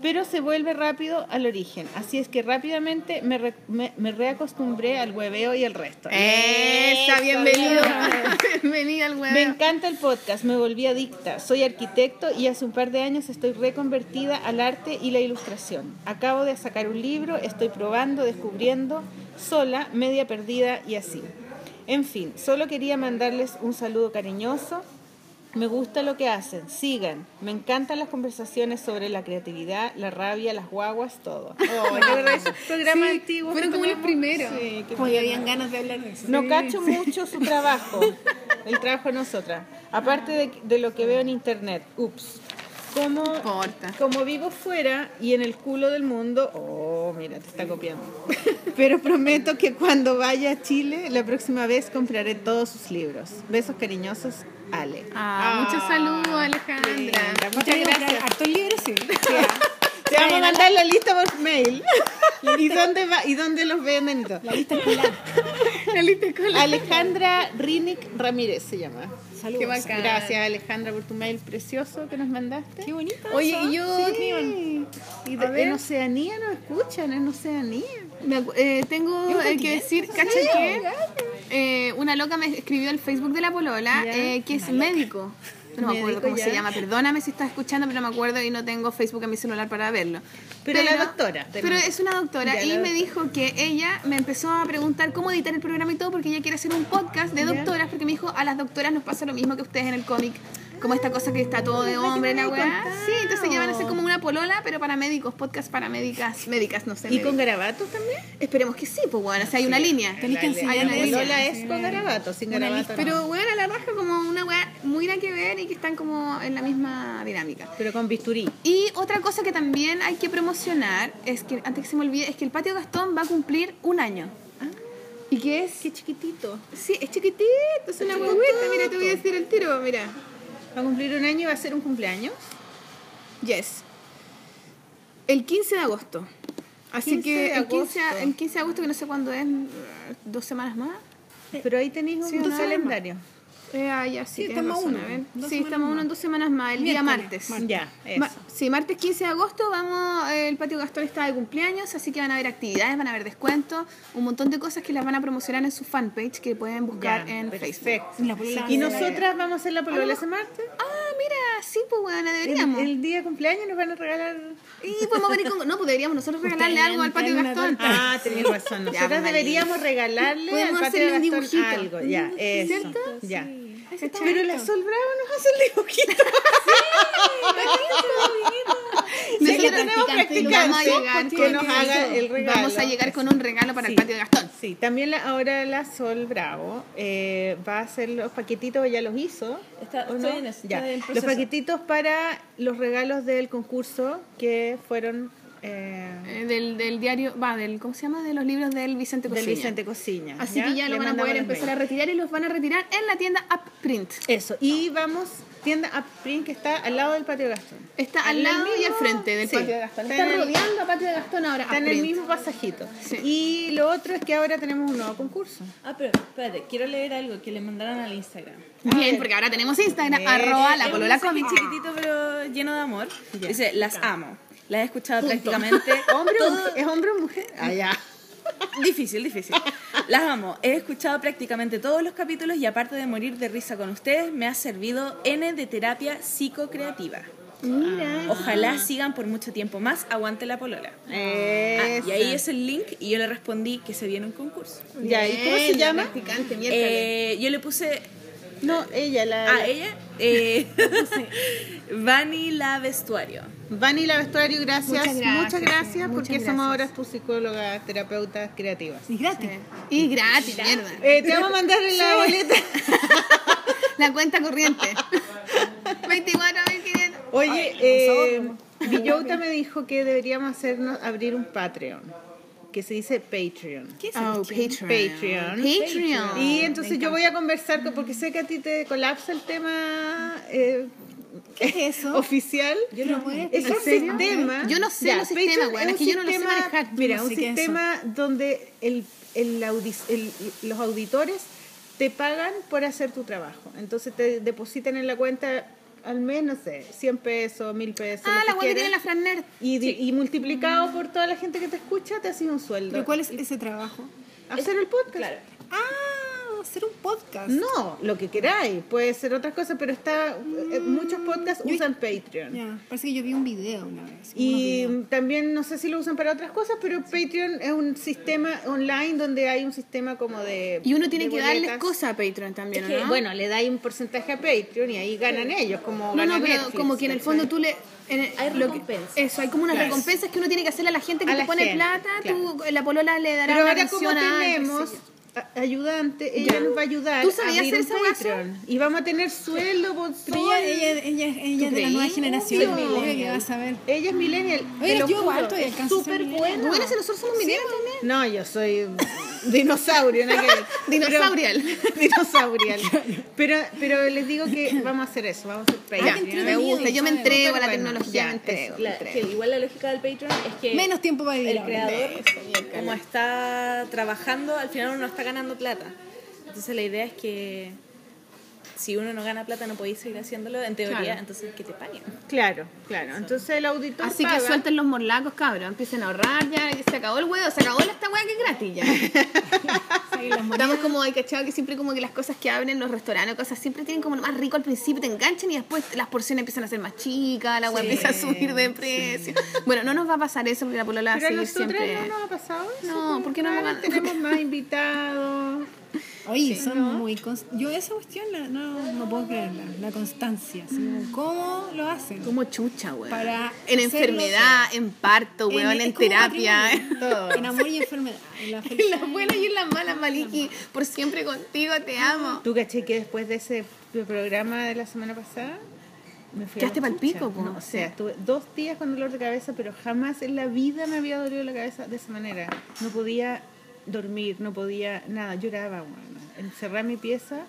S2: Pero se vuelve rápido al origen. Así es que rápidamente me, re- me- me reacostumbré al hueveo y el resto.
S1: Esa, bienvenido. Bienvenida al
S2: Me
S1: weón.
S2: encanta el podcast, me volví adicta. Soy arquitecto y hace un par de años estoy reconvertida al arte y la ilustración. Acabo de sacar un libro, estoy probando, descubriendo, sola, media perdida y así. En fin, solo quería mandarles un saludo cariñoso. Me gusta lo que hacen, sigan. Me encantan las conversaciones sobre la creatividad, la rabia, las guaguas, todo. Oh, ¿te acordás de esos programas antiguos?
S1: fueron
S2: que
S1: como los
S2: teníamos?
S1: primeros.
S2: Sí, que
S4: Como que habían ganas de hablar de eso.
S2: no cacho mucho su trabajo, el trabajo de nosotras. Aparte de, de lo que veo en internet, ups. como,
S1: importa.
S2: como vivo fuera y en el culo del mundo, oh, mira, te está copiando. Pero prometo que cuando vaya a Chile, la próxima vez compraré todos sus libros. Besos cariñosos, Ale.
S1: Ah, muchos saludos, Alejandra.
S4: Muchas gracias. Hartos libros, sí.
S2: Te vamos a mandar la lista por mail. ¿Y dónde, va, ¿Y dónde los venden? y todo?
S1: La lista escolar.
S2: Alejandra Rinic Ramírez se llama.
S4: Saludos.
S1: Qué bacán.
S2: Gracias Alejandra por tu mail precioso que nos mandaste.
S4: Qué bonito.
S1: Oye, y yo
S2: Sí. Y de-
S1: A ver.
S2: en Oceanía nos escuchan, en Oceanía.
S1: Me acu- eh, tengo eh, que decir, ¿cachai que? eh, una loca me escribió al Facebook de la Polola
S2: Ya.
S1: eh, que es médico. No me acuerdo
S2: Médico,
S1: cómo
S2: ya.
S1: se llama, perdóname si estás escuchando, pero no me acuerdo y no tengo Facebook en mi celular para verlo.
S2: Pero la doctora, tenemos.
S1: Pero es una doctora
S2: Ya,
S1: y
S2: la
S1: me dijo que ella me empezó a preguntar cómo editar el programa y todo porque ella quiere hacer un podcast de doctoras porque me dijo a las doctoras nos pasa lo mismo que a ustedes en el cómic. Como esta cosa que está
S2: Ah,
S1: todo de hombre, la weá. Sí, entonces ya van a ser como una polola, pero para médicos, podcast para médicas, médicas, no sé.
S2: ¿Y con
S1: médicos.
S2: garabatos también?
S1: Esperemos que sí, pues bueno, o sea, hay una línea.
S5: Tenés que enseñar
S1: Hay
S5: la
S1: una
S5: línea.
S1: línea.
S2: Lola es con garabatos, sin garabatos.
S1: Pero bueno, a la raja como una weá muy nada que ver y que están como en la misma dinámica.
S2: pero con bisturí.
S1: Y otra cosa que también hay que promocionar es que, antes que se me olvide, es que el Patio Gastón va a cumplir un año. ¿Y Ah, qué es?
S2: Qué chiquitito.
S1: Sí, es chiquitito, es una huevita. Mira, te voy a decir el tiro, mira.
S2: Va a cumplir un año y va a ser un cumpleaños.
S1: Yes. El 15 de agosto. Así
S2: 15
S1: que
S2: de
S1: el 15, a-
S2: agosto.
S1: el 15 de agosto, que no sé cuándo es, dos semanas más.
S2: Pero ahí tenéis
S1: Sí,
S2: un
S1: una semana.
S2: calendario.
S1: Eh, ah, ya, sí,
S4: Sí,
S1: tienes
S4: estamos a
S1: razón,
S4: uno,
S1: a ver.
S4: dos
S1: Sí,
S4: semanas
S1: estamos a uno
S4: más.
S1: en dos semanas más, el día
S4: Miércoles,
S1: martes.
S2: Ya, eso.
S1: Ma- sí, martes 15 de agosto vamos, eh, el patio Gastón está de cumpleaños, así que van a haber actividades, van a haber descuentos, un montón de cosas que las van a promocionar en su fanpage que pueden buscar
S2: Ya,
S1: en Facebook.
S2: perfecto. Y nosotras vamos a hacer la polola ese martes.
S1: Ah, mira, sí, pues bueno,
S2: El,
S1: deberíamos.
S2: el día de cumpleaños nos van a regalar.
S1: Y podemos venir con... No, pues deberíamos nosotros regalarle
S4: Ustedes
S1: algo al patio
S4: traen una
S1: Gastón.
S2: Ah, tenéis razón. Nosotras
S1: pues,
S2: deberíamos regalarle al
S1: Podemos
S2: patio de
S1: hacerle un
S2: Gastón
S1: dibujito.
S2: algo. Ya, eso.
S1: ¿Cierto?
S2: Ya.
S1: Ese está
S2: Pero la
S1: bonito.
S2: Sol Bravo nos hace el dibujito. Sí,
S1: Nosotros
S2: que tenemos
S1: practicando y vamos a
S2: practicando
S1: llegar
S2: que
S1: con-
S2: nos haga el regalo.
S1: Vamos a llegar con un regalo para el patio de Gastón.
S2: Sí, también la- ahora la Sol Bravo eh, va a hacer los paquetitos, ya los hizo.
S5: Está-
S2: ¿o
S5: estoy en eso,
S2: Ya.
S5: está en
S2: los
S5: proceso.
S2: paquetitos para los regalos del concurso que fueron eh,
S1: Eh, Del, del diario, va, del, ¿cómo se llama? De los libros del Vicente
S2: del
S1: Cosilla.
S2: Vicente Cociña.
S1: Así que ya
S2: Le
S1: lo van a
S2: mandamos
S1: poder
S2: los
S1: empezar a
S2: mails.
S1: retirar y los van a retirar en la tienda Upprint.
S2: Eso, y vamos, tienda Upprint que está al lado del patio Gastón.
S1: Está
S2: ¿En
S1: al
S2: el
S1: lado y al
S2: mismo?
S1: frente del
S2: Sí.
S1: Patio de Gastón.
S2: Está
S1: Está,
S2: en el-
S1: rodeando a Patio de Gastón ahora.
S2: Está en el
S1: Upprint.
S2: mismo pasajito.
S1: Sí.
S2: Y lo otro es que ahora tenemos un nuevo concurso.
S3: Ah, pero espérate, quiero leer algo que le mandaron al Instagram.
S1: Bien, porque ahora tenemos Instagram,
S2: Bien.
S1: arroba la
S5: Ah, Es un
S1: polola
S5: mensaje
S1: comic.
S5: chiquitito pero lleno de amor.
S2: Ya.
S5: Dice, las amo. Las he escuchado prácticamente
S2: ¿Hombre o
S5: todo-
S2: mujer? ¿Es hombre o mujer? Allá.
S5: Difícil, difícil. Las amo. He escuchado prácticamente todos los capítulos y aparte de morir de risa con ustedes, me ha servido N de terapia psicocreativa.
S2: Mira.
S5: Ojalá sigan por mucho tiempo más. Aguante la polola. Ah,
S2: Eso.
S5: y ahí es el link y yo le respondí que se viene un concurso.
S2: Ya, ¿y cómo se
S1: Bien,
S2: llama?
S1: Practicante, miércoles.
S5: Eh, yo le puse
S2: No, ella, la.
S1: Ah,
S5: a ella eh, Vani la vestuario.
S2: Vanila Vestuario, gracias. Muchas
S1: Muchas
S2: gracias,
S1: gracias,
S2: porque somos ahora tus psicólogas, terapeutas creativas.
S4: Y gratis.
S1: Y gratis, mierda.
S2: Eh, te vamos a mandar en la boleta.
S1: La cuenta corriente. 24.500.
S2: Oye, eh, Villota me dijo que deberíamos hacernos abrir un Patreon, que se dice Patreon. Ah,
S1: ¿Qué es oh, Patreon.
S2: Patreon.
S1: Patreon.
S2: Y entonces yo voy a conversar con, porque sé que a ti te colapsa el tema eh,
S4: eso?
S2: oficial.
S4: Yo no puedo.
S2: Es un sistema.
S1: Yo no sé los
S2: Patreon
S1: sistemas, weón, es
S2: un
S1: que yo no lo sé
S2: sistema-
S1: manejar.
S2: Mira,
S1: No
S2: un
S1: sé qué es
S2: sistema donde el, el audi- el- los auditores te pagan por hacer tu trabajo. Entonces te depositan en la cuenta al mes, no sé, 100 pesos, 1000 pesos.
S1: Ah,
S2: lo
S1: la
S2: que
S1: web
S2: quieras.
S1: que tiene la Fran Nerd. Mm.
S2: y, di- y multiplicado por toda la gente que te escucha, te haces un sueldo.
S4: ¿Pero cuál es ese trabajo?
S2: Hacer el podcast.
S4: Ah, hacer un podcast.
S2: No, lo que queráis. Puede ser otras cosas, pero está eh, muchos podcasts usan Patreon.
S4: Ya, parece que yo vi un video una vez.
S2: Y también no sé si lo usan para otras cosas, pero Patreon es un sistema online donde hay un sistema como de...
S1: Y uno tiene
S2: de
S1: que darles
S2: boletas.
S1: cosas a Patreon también, ¿o
S2: Que,
S1: ¿no?
S2: Bueno, le dais un porcentaje a Patreon y ahí ganan ellos, como
S1: No,
S2: gana
S1: no, pero
S2: Netflix,
S1: como que en el
S2: ¿cachai?
S1: fondo tú le... en el-
S3: Hay
S1: lo que-
S3: recompensas.
S1: eso, hay como unas recompensas que uno tiene que hacerle a la gente que
S2: A
S1: te
S2: la
S1: pone
S2: gente,
S1: plata, tú- la polola le dará
S2: Pero
S1: una
S2: ahora como
S1: mención a-
S2: tenemos a- ayudante, ella nos va a ayudar.
S6: ¿Tú
S2: a
S6: sabías
S2: abrir
S6: hacer
S2: un
S6: esa weá,
S2: Patreon. Y vamos a tener sueldo,
S4: Pero ella,
S2: bolsón.
S4: ella, ella, ella es de la nueva generación. Obvio que vas a ver.
S2: Ella es millennial.
S4: Oye, yo
S2: te lo juro,
S4: igual todavía
S2: es
S4: alcanzo a ser
S2: súper
S4: millennial.
S2: buena.
S6: Bueno, si nosotros somos milenios también.
S2: No, yo soy dinosaurio. ¿no? Que-
S6: Dinosaurial.
S2: pero- dinosaurial. Pero, pero les digo que vamos a hacer eso, vamos a hacer
S4: qué
S2: Patreon.
S4: entretenido,
S6: Me gusta, yo me
S4: ¿sabes?
S6: entrego a la
S2: Bueno,
S6: tecnología,
S2: ya,
S6: me entrego.
S2: es
S6: me
S2: la-
S6: entrego.
S3: Que igual la lógica del Patreon es que
S4: Menos tiempo para vivir.
S3: el
S4: ahora.
S3: creador, como está trabajando, al final uno no está ganando plata. Entonces la idea es que si uno no gana plata no podéis seguir haciéndolo, en teoría,
S2: Claro.
S3: entonces que te paguen.
S2: Claro, claro. Entonces el auditor
S6: Así que
S2: paga.
S6: suelten los morlacos, cabrón. Empiecen a ahorrar ya. que Se acabó el huevo, se acabó esta hueá que es gratis ya. Estamos como, hay cachado que siempre como que las cosas que abren los restaurantes, cosas siempre tienen como lo más rico al principio, te enganchan y después las porciones empiezan a ser más chicas, la hueá empieza a subir de precio. Bueno, no nos va a pasar eso porque la polola va a
S2: Pero a
S6: seguir
S2: nosotras
S6: siempre.
S2: no nos ha pasado eso.
S6: No,
S2: como
S6: porque no hemos
S2: cada vez
S6: ganado.
S2: Tenemos más invitados.
S4: Oye, son muy cons- Yo esa cuestión la- no, no puedo creerla, la constancia. así como, ¿Cómo lo hacen?
S6: Como chucha, weón.
S4: Para
S6: en
S4: hacerlo,
S6: enfermedad, en parto,
S4: En-
S6: weón, en,
S4: es como
S6: terapia.
S4: matrimonio,
S2: todo.
S4: En amor y enfermedad. En la
S6: En
S4: felicidad.
S6: las buenas y en las malas, Maliki. Por siempre contigo, te amo.
S2: ¿Tú caché que después de ese programa de la semana pasada? Me fui a
S6: Quedaste
S2: la
S6: pa'l
S2: chucha?
S6: pico, po.
S2: No, o sea, estuve dos días con dolor de cabeza, pero jamás en la vida me había dolido la cabeza de esa manera. No podía dormir, no podía nada, lloraba, bueno. Encerré mi pieza,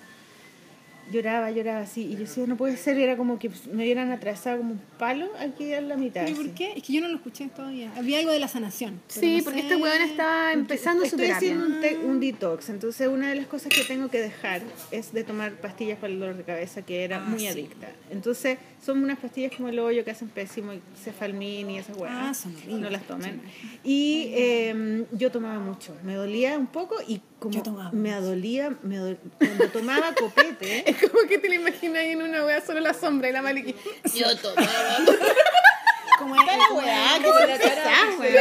S2: lloraba, lloraba así. Y yo decía, no puede ser, era como que me hubieran atravesado como un palo aquí a la mitad.
S4: ¿Y por
S2: así.
S4: qué? Es que yo no lo escuché todavía. Había algo de la sanación. pero
S6: Sí,
S4: no
S6: porque
S4: sé.
S6: este weón está empezando su
S2: Estoy
S6: terapia.
S2: haciendo un, te- un detox, entonces una de las cosas que tengo que dejar es de tomar pastillas para el dolor de cabeza, que
S4: Ah,
S2: era muy adicta. Entonces, son unas pastillas como el hoyo que hacen pésimo, y cefalmín y esas huevas.
S4: Ah, son horribles.
S2: No las tomen. Y eh, yo tomaba mucho, me dolía un poco y como
S4: Yo tomaba
S2: me dolía, me dol- cuando tomaba copete,
S6: Es como que te la imaginas ahí en una wea solo la sombra y la Maliki. Yo tomaba.
S4: Como en, como en- como en-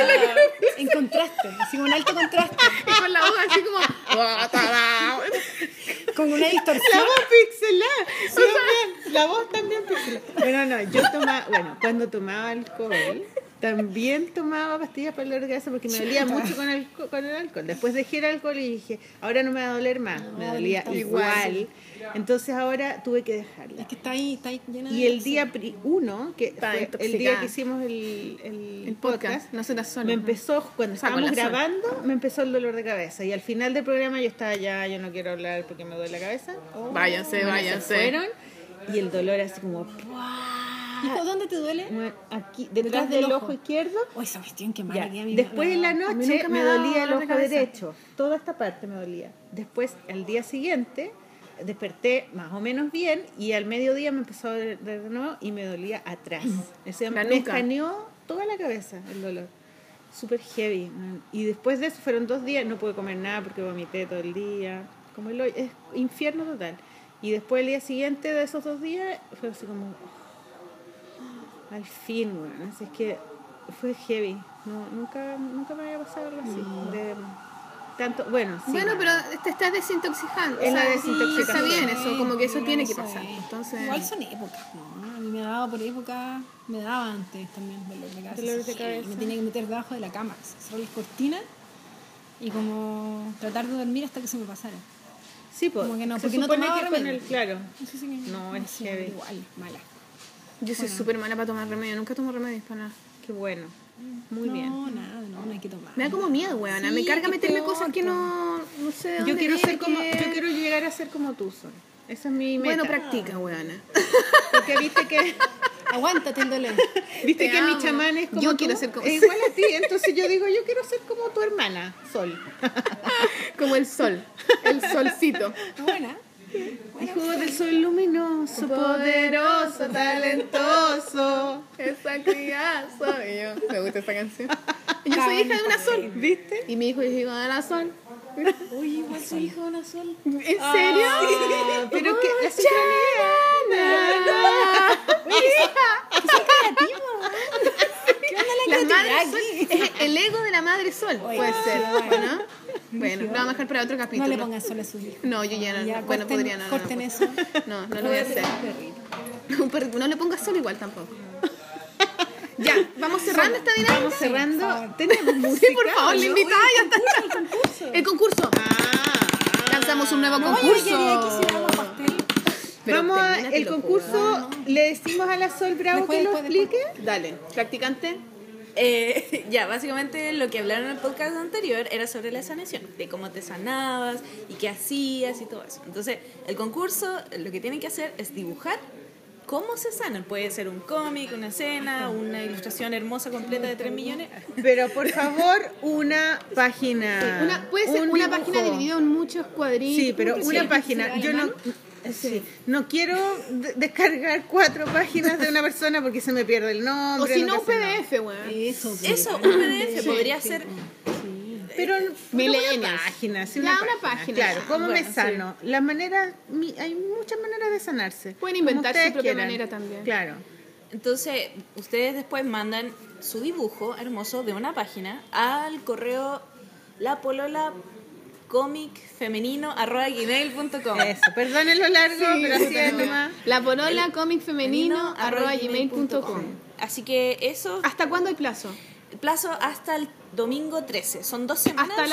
S4: en contraste, así como un alto contraste,
S6: Y con la voz así como. "Guatarao".
S4: con una
S2: La
S4: distorsión.
S2: voz pixelada. También, la voz también pixelada. Bueno, no, yo tomaba, bueno, cuando tomaba alcohol, también tomaba pastillas para el dolor de cabeza porque me dolía mucho con el, con el alcohol. Después dejé el alcohol y dije, ahora no me va a doler más. me dolía igual. Entonces ahora tuve que dejarla.
S4: Es que está ahí, está ahí llena de-
S2: Y el día 1, que fue el día
S6: intoxicada.
S2: que hicimos el, el
S6: El
S2: podcast,
S6: podcast, nosotras solas.
S2: me empezó, cuando
S6: sea,
S2: estábamos
S6: con la sola.
S2: grabando, me empezó el dolor de cabeza. Y al final del programa yo estaba ya, yo no quiero hablar porque me duele la cabeza.
S6: Oh, Váyanse,
S2: Bueno, Se
S6: váyanse.
S2: fueron y el dolor así como ¡pua!
S4: Hijo, ¿Dónde te duele?
S2: Bueno, aquí detrás del ojo izquierdo.
S4: Uy, esa cuestión que
S2: Ya.
S4: mala idea. mi
S2: Después
S4: mamá.
S2: en la
S6: mí
S2: noche
S6: nunca me
S2: me
S6: ha dado
S2: dolía el
S6: dolor de
S2: ojo
S6: cabeza.
S2: derecho, toda esta parte me dolía. Después al día siguiente desperté más o menos bien y al mediodía me empezó a doler de nuevo y me dolía atrás. O sea,
S6: La
S2: me
S6: nuca.
S2: escaneó toda la cabeza el dolor. Súper heavy. man. Y después de eso fueron dos días, no pude comer nada porque vomité todo el día. Como el hoyo, es infierno total. Y después el día siguiente de esos dos días fue así como, "Oh, al fin, weón. Así es que fue heavy. No, nunca, nunca me había pasado algo así. De tanto, bueno, sí.
S6: Bueno, pero te estás desintoxicando.
S2: Es
S6: o
S2: la
S6: sea,
S2: desintoxicación.
S6: Está bien eso, como que eso
S4: Sí,
S6: tiene que
S4: eso
S6: pasar.
S4: es.
S6: Entonces.
S4: Igual son épocas, ¿no? A mí me ha dado por época, me daba antes también dolor de cabeza.
S2: Dolor de
S4: sí,
S2: cabeza.
S4: Me tenía que meter debajo de la cama, así, cerrar las cortinas y como tratar de dormir hasta que se me pasara.
S2: Sí, po,
S4: Como que no,
S2: se
S4: porque no
S2: supone
S4: tomaba
S2: que con
S4: remedio.
S2: el- claro.
S4: Eso sí que
S2: No, es
S4: sé,
S2: heavy.
S4: Igual, mala.
S6: Yo soy súper mala para tomar remedio, nunca tomo remedios para nada.
S2: Qué bueno. Muy
S4: no,
S2: bien.
S4: nada, no, no hay que tomar.
S6: Me da como miedo, weona.
S4: Sí,
S6: me carga
S4: qué
S6: meterme
S4: peor,
S6: cosas que
S4: po.
S6: no. No sé. de
S2: Yo
S6: dónde
S2: quiero ser
S6: viene,
S2: como,
S6: qué-
S2: yo quiero llegar a ser como tú, Sol. Esa es mi meta.
S6: Bueno, practica, weona.
S2: Porque viste que
S4: Aguántate el dolor.
S2: viste
S6: Te
S2: que
S6: amo.
S2: mi chamán es como
S6: Yo
S2: tú,
S6: quiero ser como-
S2: es igual a ti, entonces yo digo, yo quiero ser como tu hermana, Sol.
S6: Como el sol, el solcito.
S4: Buena.
S2: Hijo del sol luminoso, poderoso, talentoso.
S6: Esa cría soy yo. Me gusta esa canción. Yo soy hija de una sol. ¿Viste? Y mi hijo es hijo de una sol.
S5: Uy, igual soy hijo de una sol.
S6: ¿En serio?
S2: Ah, pero que la sincronía.
S6: Las madres sol. Es el ego de la madre sol. Puede ser. Bueno, bueno, lo vamos a dejar para otro
S4: No
S6: capítulo.
S4: le pongas sol a su hijo.
S6: No, yo ya no.
S4: Ya,
S6: bueno,
S4: corten-
S6: podría no. no,
S4: corten
S6: no,
S4: eso.
S6: No, no lo voy a hacer. Un perrito. No le pongas sol igual tampoco. Ya, vamos cerrando esta dinámica.
S2: Vamos cerrando.
S6: Sí, por favor, le invitáis hasta el concurso. El concurso.
S2: Ah,
S6: hagamos un nuevo
S5: No, yo
S6: concurso.
S5: quería que hiciéramos pastel.
S1: Pero
S2: Vamos a,
S1: termínate,
S2: el
S1: lo
S2: concurso, le decimos a la Sol Bravo
S5: Después,
S2: que lo
S5: después,
S2: explique.
S6: Dale, practicante.
S5: Eh, ya, básicamente lo que hablaron en el podcast anterior era sobre la sanación, de cómo te sanabas y qué hacías y todo eso. Entonces, el concurso lo que tienen que hacer es dibujar cómo se sanan. Puede ser un cómic, una escena, una ilustración hermosa completa de 3 millones.
S2: Pero por favor, una página.
S6: Ah, Una, puede ser
S2: un
S6: una
S2: dibujo.
S6: página dividida en muchos cuadritos.
S2: Sí, pero una página. Yo no. eh, Sí. No quiero de- descargar cuatro páginas de una persona porque se me pierde el
S6: O
S2: nombre.
S6: si no, un
S2: nunca sé nada.
S6: PDF, weón.
S4: Eso,
S5: Eso, un PDF podría ser
S2: Pero
S6: Millennials.
S2: una página, sí,
S6: Ya,
S2: Eh, una,
S6: una página.
S2: Claro, cómo
S6: Bueno,
S2: me sano. Las maneras, mi- hay muchas maneras de sanarse.
S6: Pueden inventar
S2: Como ustedes
S6: su propia
S2: quieran.
S6: manera también.
S2: Claro.
S5: Entonces, ustedes después mandan su dibujo hermoso de una página al correo la polola comic femenino arroba gmail punto com.
S2: Eso, perdonen lo largo, pero así es nomás.
S6: La polola comic femenino arroba
S5: gmail punto
S6: gmail.com.
S5: com. Así que eso,
S6: ¿Hasta cuándo hay plazo?
S5: el plazo hasta el domingo 13. Son dos semanas.
S6: Hasta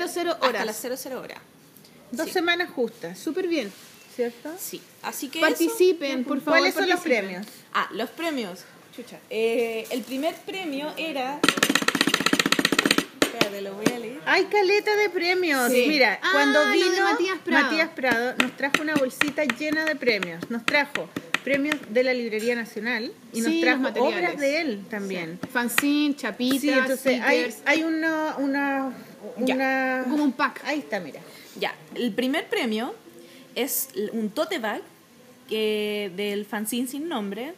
S6: las 00
S5: hasta
S6: horas.
S5: las 00 horas.
S2: Dos semanas justas, súper bien, ¿cierto?
S5: Sí. Así que eso-
S6: Participen, por favor.
S2: ¿Cuáles son los
S6: participen.
S2: premios?
S5: Ah, los premios. Chucha. Eh, el primer premio era... Espérate, lo voy a leer.
S2: Hay caleta de premios.
S5: Sí.
S2: Mira,
S6: Ah,
S2: cuando
S6: lo de
S2: vino
S6: Matías Prado.
S2: Matías Prado, nos trajo una bolsita llena de premios. Nos trajo premios de la Librería Nacional y
S6: Sí,
S2: nos
S6: los
S2: trajo
S6: materiales.
S2: obras de él también.
S6: Fanzine, chapitas,
S2: Sí, entonces hay,
S6: stickers,
S2: hay una, una,
S5: Ya.
S2: una-
S6: como un pack.
S2: Ahí está, mira.
S5: Ya, el primer premio es l- un tote bag que, del fanzine sin nombre.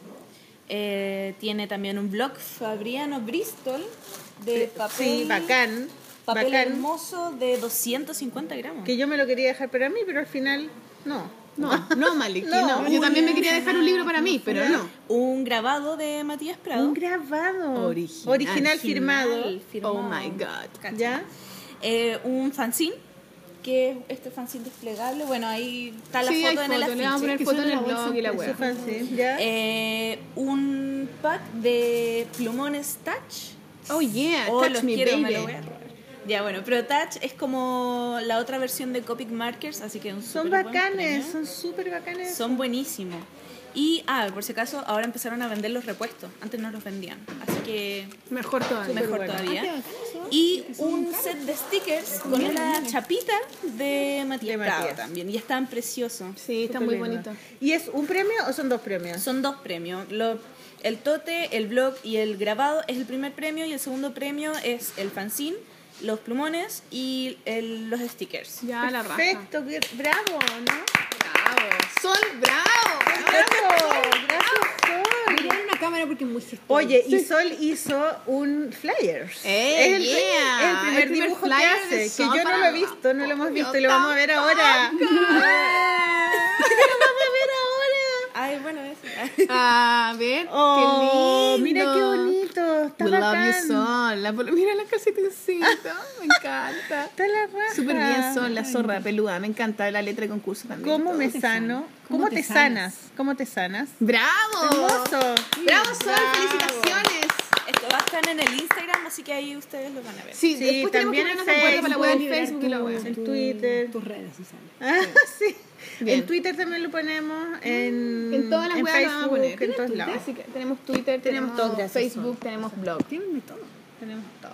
S5: Eh, tiene también un blog Fabriano Bristol de papel,
S2: Sí, bacán.
S5: papel
S2: bacán.
S5: hermoso de 250 gramos.
S2: Que yo me lo quería dejar para mí, pero al final no.
S6: No, no, Malik.
S2: No,
S6: no. Yo
S2: una-
S6: también me quería dejar un libro para mí, pero no.
S5: Un grabado de Matías Prado.
S2: Un grabado
S6: Original.
S2: original
S5: Original,
S2: firmado.
S5: firmado.
S6: Oh my God.
S5: Cacha.
S2: ¿Ya?
S5: Eh, un fanzine que es este fanzine desplegable. Bueno, ahí está la
S6: Sí, hay
S5: foto en el
S6: foto, le vamos a
S5: afiche.
S6: poner foto en el blog y la web.
S2: Su fanzine, ¿ya?
S5: Eh, un pack de plumones touch.
S6: Oh yeah,
S5: Oh,
S6: touch
S5: los
S6: me
S5: quiero,
S6: baby.
S5: me lo voy a robar. Ya, bueno, pero Touch es como la otra versión de Copic Markers, así que un
S2: Son
S5: superbuen
S2: bacanes,
S5: premio.
S2: son súper bacanes.
S5: Son buenísimos. Y, ah, por si acaso, ahora empezaron a vender los repuestos. Antes no los vendían, así que
S6: Mejor todavía.
S5: mejor
S2: bueno.
S5: todavía. Y un set de stickers con una chapita de Matías
S2: De
S5: Prado
S2: Matías.
S5: también. Y están preciosos.
S6: Sí, está
S2: Súper
S6: muy
S2: lindo.
S6: bonito.
S2: ¿Y es un premio o son dos premios?
S5: Son dos premios. Lo- el tote, el blog y el grabado es el primer premio y el segundo premio es el fanzine, los plumones y el- los stickers.
S6: Ya Ah, la raja.
S2: Perfecto, qué- bravo, ¿no?
S6: Sol, bravo.
S2: Bravo, gracias Sol.
S4: Mirar una cámara porque es muy gestoso.
S2: Oye, y Sol hizo un flyer.
S6: Eh,
S2: es el,
S6: yeah.
S2: es el primer
S6: El primer
S2: dibujo que
S6: flyer de
S2: hace, que
S6: Sol
S2: yo no lo
S6: para-
S2: he visto, no lo hemos visto y lo vamos a ver ahora. lo vamos a ver ahora.
S5: Ay, bueno, es.
S6: A ver,
S2: Oh,
S6: qué lindo.
S2: mira qué bonito, está
S6: We love you,
S2: bacán.
S6: Sol. La polo- mira la calcetincita, me encanta.
S2: Está la raja.
S6: Súper bien, Sol, la zorra peluda. Me encanta la letra de concurso también.
S2: ¿Cómo
S6: todo.
S2: me sano? ¿Cómo, te, sanas? ¿Cómo te sanas?
S6: ¡Bravo!
S2: Hermoso.
S6: ¡Bravo, Sol! ¡Felicitaciones!
S5: Esto va a estar en el Instagram, así que ahí ustedes lo van a ver.
S6: Sí,
S2: Sí,
S6: después tenemos que
S2: también en
S6: ponernos de acuerdo para la web en
S2: Facebook,
S6: Facebook y la web.
S2: en Twitter.
S4: Tus redes, Susana.
S2: Ah, sí.
S6: Bien.
S2: En Twitter también lo ponemos. En,
S6: Mm, En todas las
S2: en
S6: webs lo vamos
S2: Facebook,
S6: a poner.
S2: en
S6: Tenemos
S2: todos
S6: Twitter,
S2: lados.
S6: así que tenemos Twitter, tenemos,
S2: todo, gracias,
S6: Facebook, tenemos blog.
S4: Tienen todo.
S2: Tenemos todo.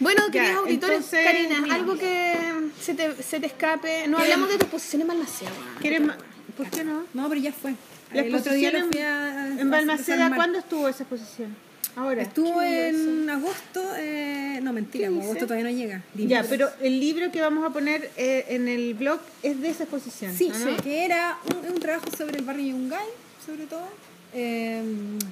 S6: Bueno,
S2: Ya,
S6: queridos auditores,
S2: entonces,
S6: Karina,
S2: mira.
S6: algo que se te, se te escape. No hablamos de tus posiciones malvaceas. weón.
S2: ¿Quieren ma- ¿Por qué no?
S4: No, pero ya fue.
S2: La
S4: el otro día
S2: exposición
S4: lo
S2: en-
S4: fui a- a-
S2: En
S4: a-
S2: Balmaceda,
S4: desarmar.
S2: ¿cuándo estuvo esa exposición? Ahora.
S4: Estuvo en agosto. eh, no, mentira, como agosto todavía no llega.
S2: Ya,
S4: Libros.
S2: pero el libro que vamos a poner eh, en el blog es de esa exposición.
S4: Sí,
S6: ah.
S2: ¿o no?
S4: que era un, un trabajo sobre el barrio Yungay, sobre todo. eh,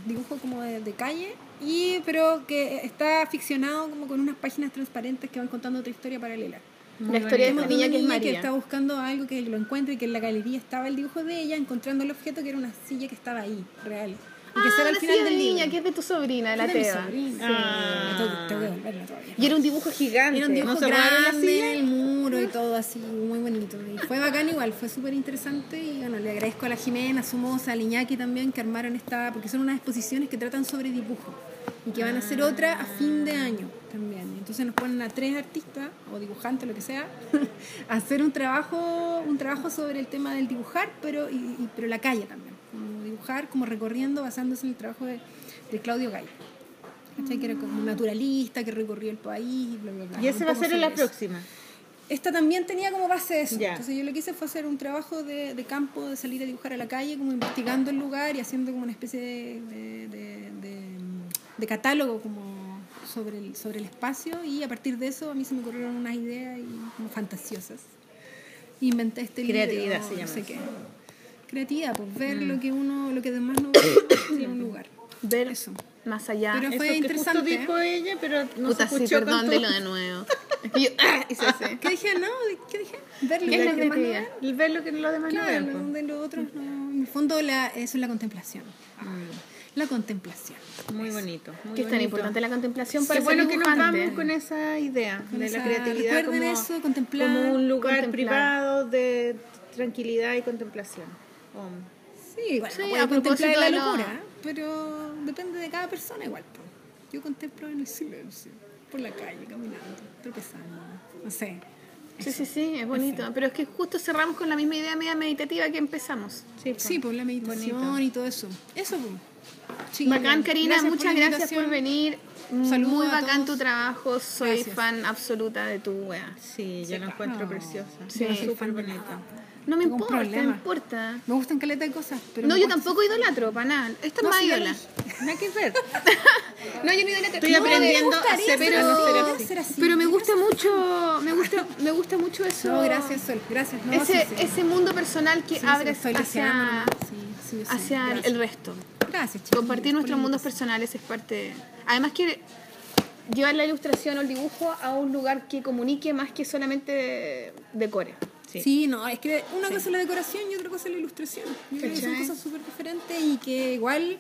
S4: dibujo como de, de calle, y pero que está ficcionado como con unas páginas transparentes que van contando otra historia paralela.
S6: La historia de esta
S4: Tenemos
S6: niña que es
S4: que
S6: María.
S4: está buscando algo que lo encuentre y que en la galería estaba el dibujo de ella, encontrando el objeto que era una silla que estaba ahí, real. Y que
S6: Ah,
S4: sale al
S6: la
S4: final
S6: silla de
S4: del
S6: niña,
S4: libro.
S6: que es de tu sobrina, de la
S4: Era mi
S6: Teba.
S4: sobrina.
S2: Ah.
S4: Sí, tengo que- tengo que devolverla todavía.
S6: Y era un dibujo gigante.
S4: Era un dibujo
S2: ¿No se robaron la silla?
S4: grande, el muro y todo así, muy bonito. Y fue bacán igual, fue súper interesante. Y bueno, le agradezco a la Jimena, a Sumosa, a Liñaki también que armaron esta, porque son unas exposiciones que tratan sobre dibujo y que van a hacer otra a fin de año también. Entonces nos ponen a tres artistas o dibujantes, lo que sea, a hacer un trabajo, un trabajo sobre el tema del dibujar, pero, y, y- pero la calle también. Como dibujar, como recorriendo, basándose en el trabajo de, de Claudio Gay. ¿Cachai? Que era como un naturalista que recorrió el país y bla, bla, bla.
S2: Ah, Y ese
S4: Un
S2: va a
S4: poco
S2: ser en la
S4: sobre eso.
S2: próxima.
S4: Esta también tenía como base eso.
S2: Ya.
S4: Entonces yo lo que hice fue hacer un trabajo de, de campo, de salir a dibujar a la calle, como investigando el lugar y haciendo como una especie de, de- de- de, mm, de catálogo como sobre el, sobre el espacio y a partir de eso a mí se me ocurrieron unas ideas y como fantasiosas. Inventé este
S2: Creatividad
S4: libro,
S2: se llama
S4: no sé
S2: eso. Mm.
S4: qué. Creatividad, pues ver lo que uno, lo que demás no ve en un lugar.
S6: Ver
S4: Eso.
S6: más allá.
S4: Pero
S2: Eso
S4: fue
S2: que
S4: interesante. ¿eh?
S2: justo dijo ella, pero no
S6: Puta,
S2: se
S6: sí,
S2: escuchó con
S6: perdón,
S2: todo.
S6: dilo de nuevo. Y yo, ¡ah! hice así.
S4: ¿Qué dije? No, ¿qué dije? Ver lo
S2: Es
S4: que
S2: la
S4: los demás no ven.
S2: creatividad. El ver lo que los demás no
S4: Claro,
S2: ven, po.
S4: de los otros no. En el fondo la, eso es la contemplación. La contemplación.
S2: Muy bonito. Muy
S6: Que es tan
S2: bonito.
S6: importante la contemplación para
S2: Qué
S6: ser
S2: bueno que nos
S6: dibujante.
S2: vamos con esa idea
S4: Con
S2: de
S4: esa-
S2: la creatividad
S4: recuerden
S2: como,
S4: eso, contemplar,
S2: como un lugar
S6: contemplar.
S2: privado de tranquilidad y contemplación. Oh.
S4: Sí, bueno,
S6: Sí,
S4: puede
S6: a propósito
S4: contemplar la
S6: de lo-
S4: locura, pero depende de cada persona igual. po. Yo contemplo en el silencio, por la calle, caminando, tropezando, no sé.
S6: Sí, sí, sí, es bonito. Pero es que justo cerramos con la misma idea media meditativa que empezamos.
S2: Sí, po.
S4: Sí, por la meditación y todo eso. Eso, po. Chiquillas,
S6: Bacán, Karina,
S4: gracias por
S6: muchas
S4: la
S6: gracias por
S4: invitación.
S6: venir.
S4: Saludos
S6: Muy
S4: a
S6: bacán
S4: todos.
S6: tu trabajo. Soy
S4: Gracias.
S6: fan absoluta de tu wea.
S2: Sí, yo la encuentro preciosa.
S6: Sí.
S2: es súper bonita.
S6: No me
S4: Tengo un
S6: importa, no
S4: problema.
S6: me importa.
S4: Me gustan caleta de cosas, pero.
S6: No,
S4: me
S6: yo
S4: cuesta-
S6: tampoco idolatro, para nada. Esta
S4: No,
S6: es más
S4: sí, ya lo
S6: ídola.
S2: Nada que ver.
S6: No, yo no idolatro.
S2: Estoy
S6: No,
S2: aprendiendo a
S4: gustaría
S2: ser
S4: ser
S2: a no ser
S4: así.
S2: así.
S4: ser así.
S6: Pero me gusta mucho, me gusta, me gusta mucho eso.
S4: No, gracias, Sol. Gracias. No,
S6: ese,
S4: sí, sí.
S6: ese mundo personal que
S4: Sí, sí,
S6: abres
S4: Sol, que se ama,
S6: hacia,
S4: ¿no? Sí, sí, sí,
S6: hacia el-
S4: gracias.
S6: el resto.
S4: Gracias, chicos.
S6: Compartir nuestros mundos personales es parte. Además que llevar la ilustración o el dibujo a un lugar que comunique más que solamente decore.
S4: Sí. no, es que una cosa es la decoración y otra cosa es la ilustración. Yo creo que son cosas súper diferentes y que igual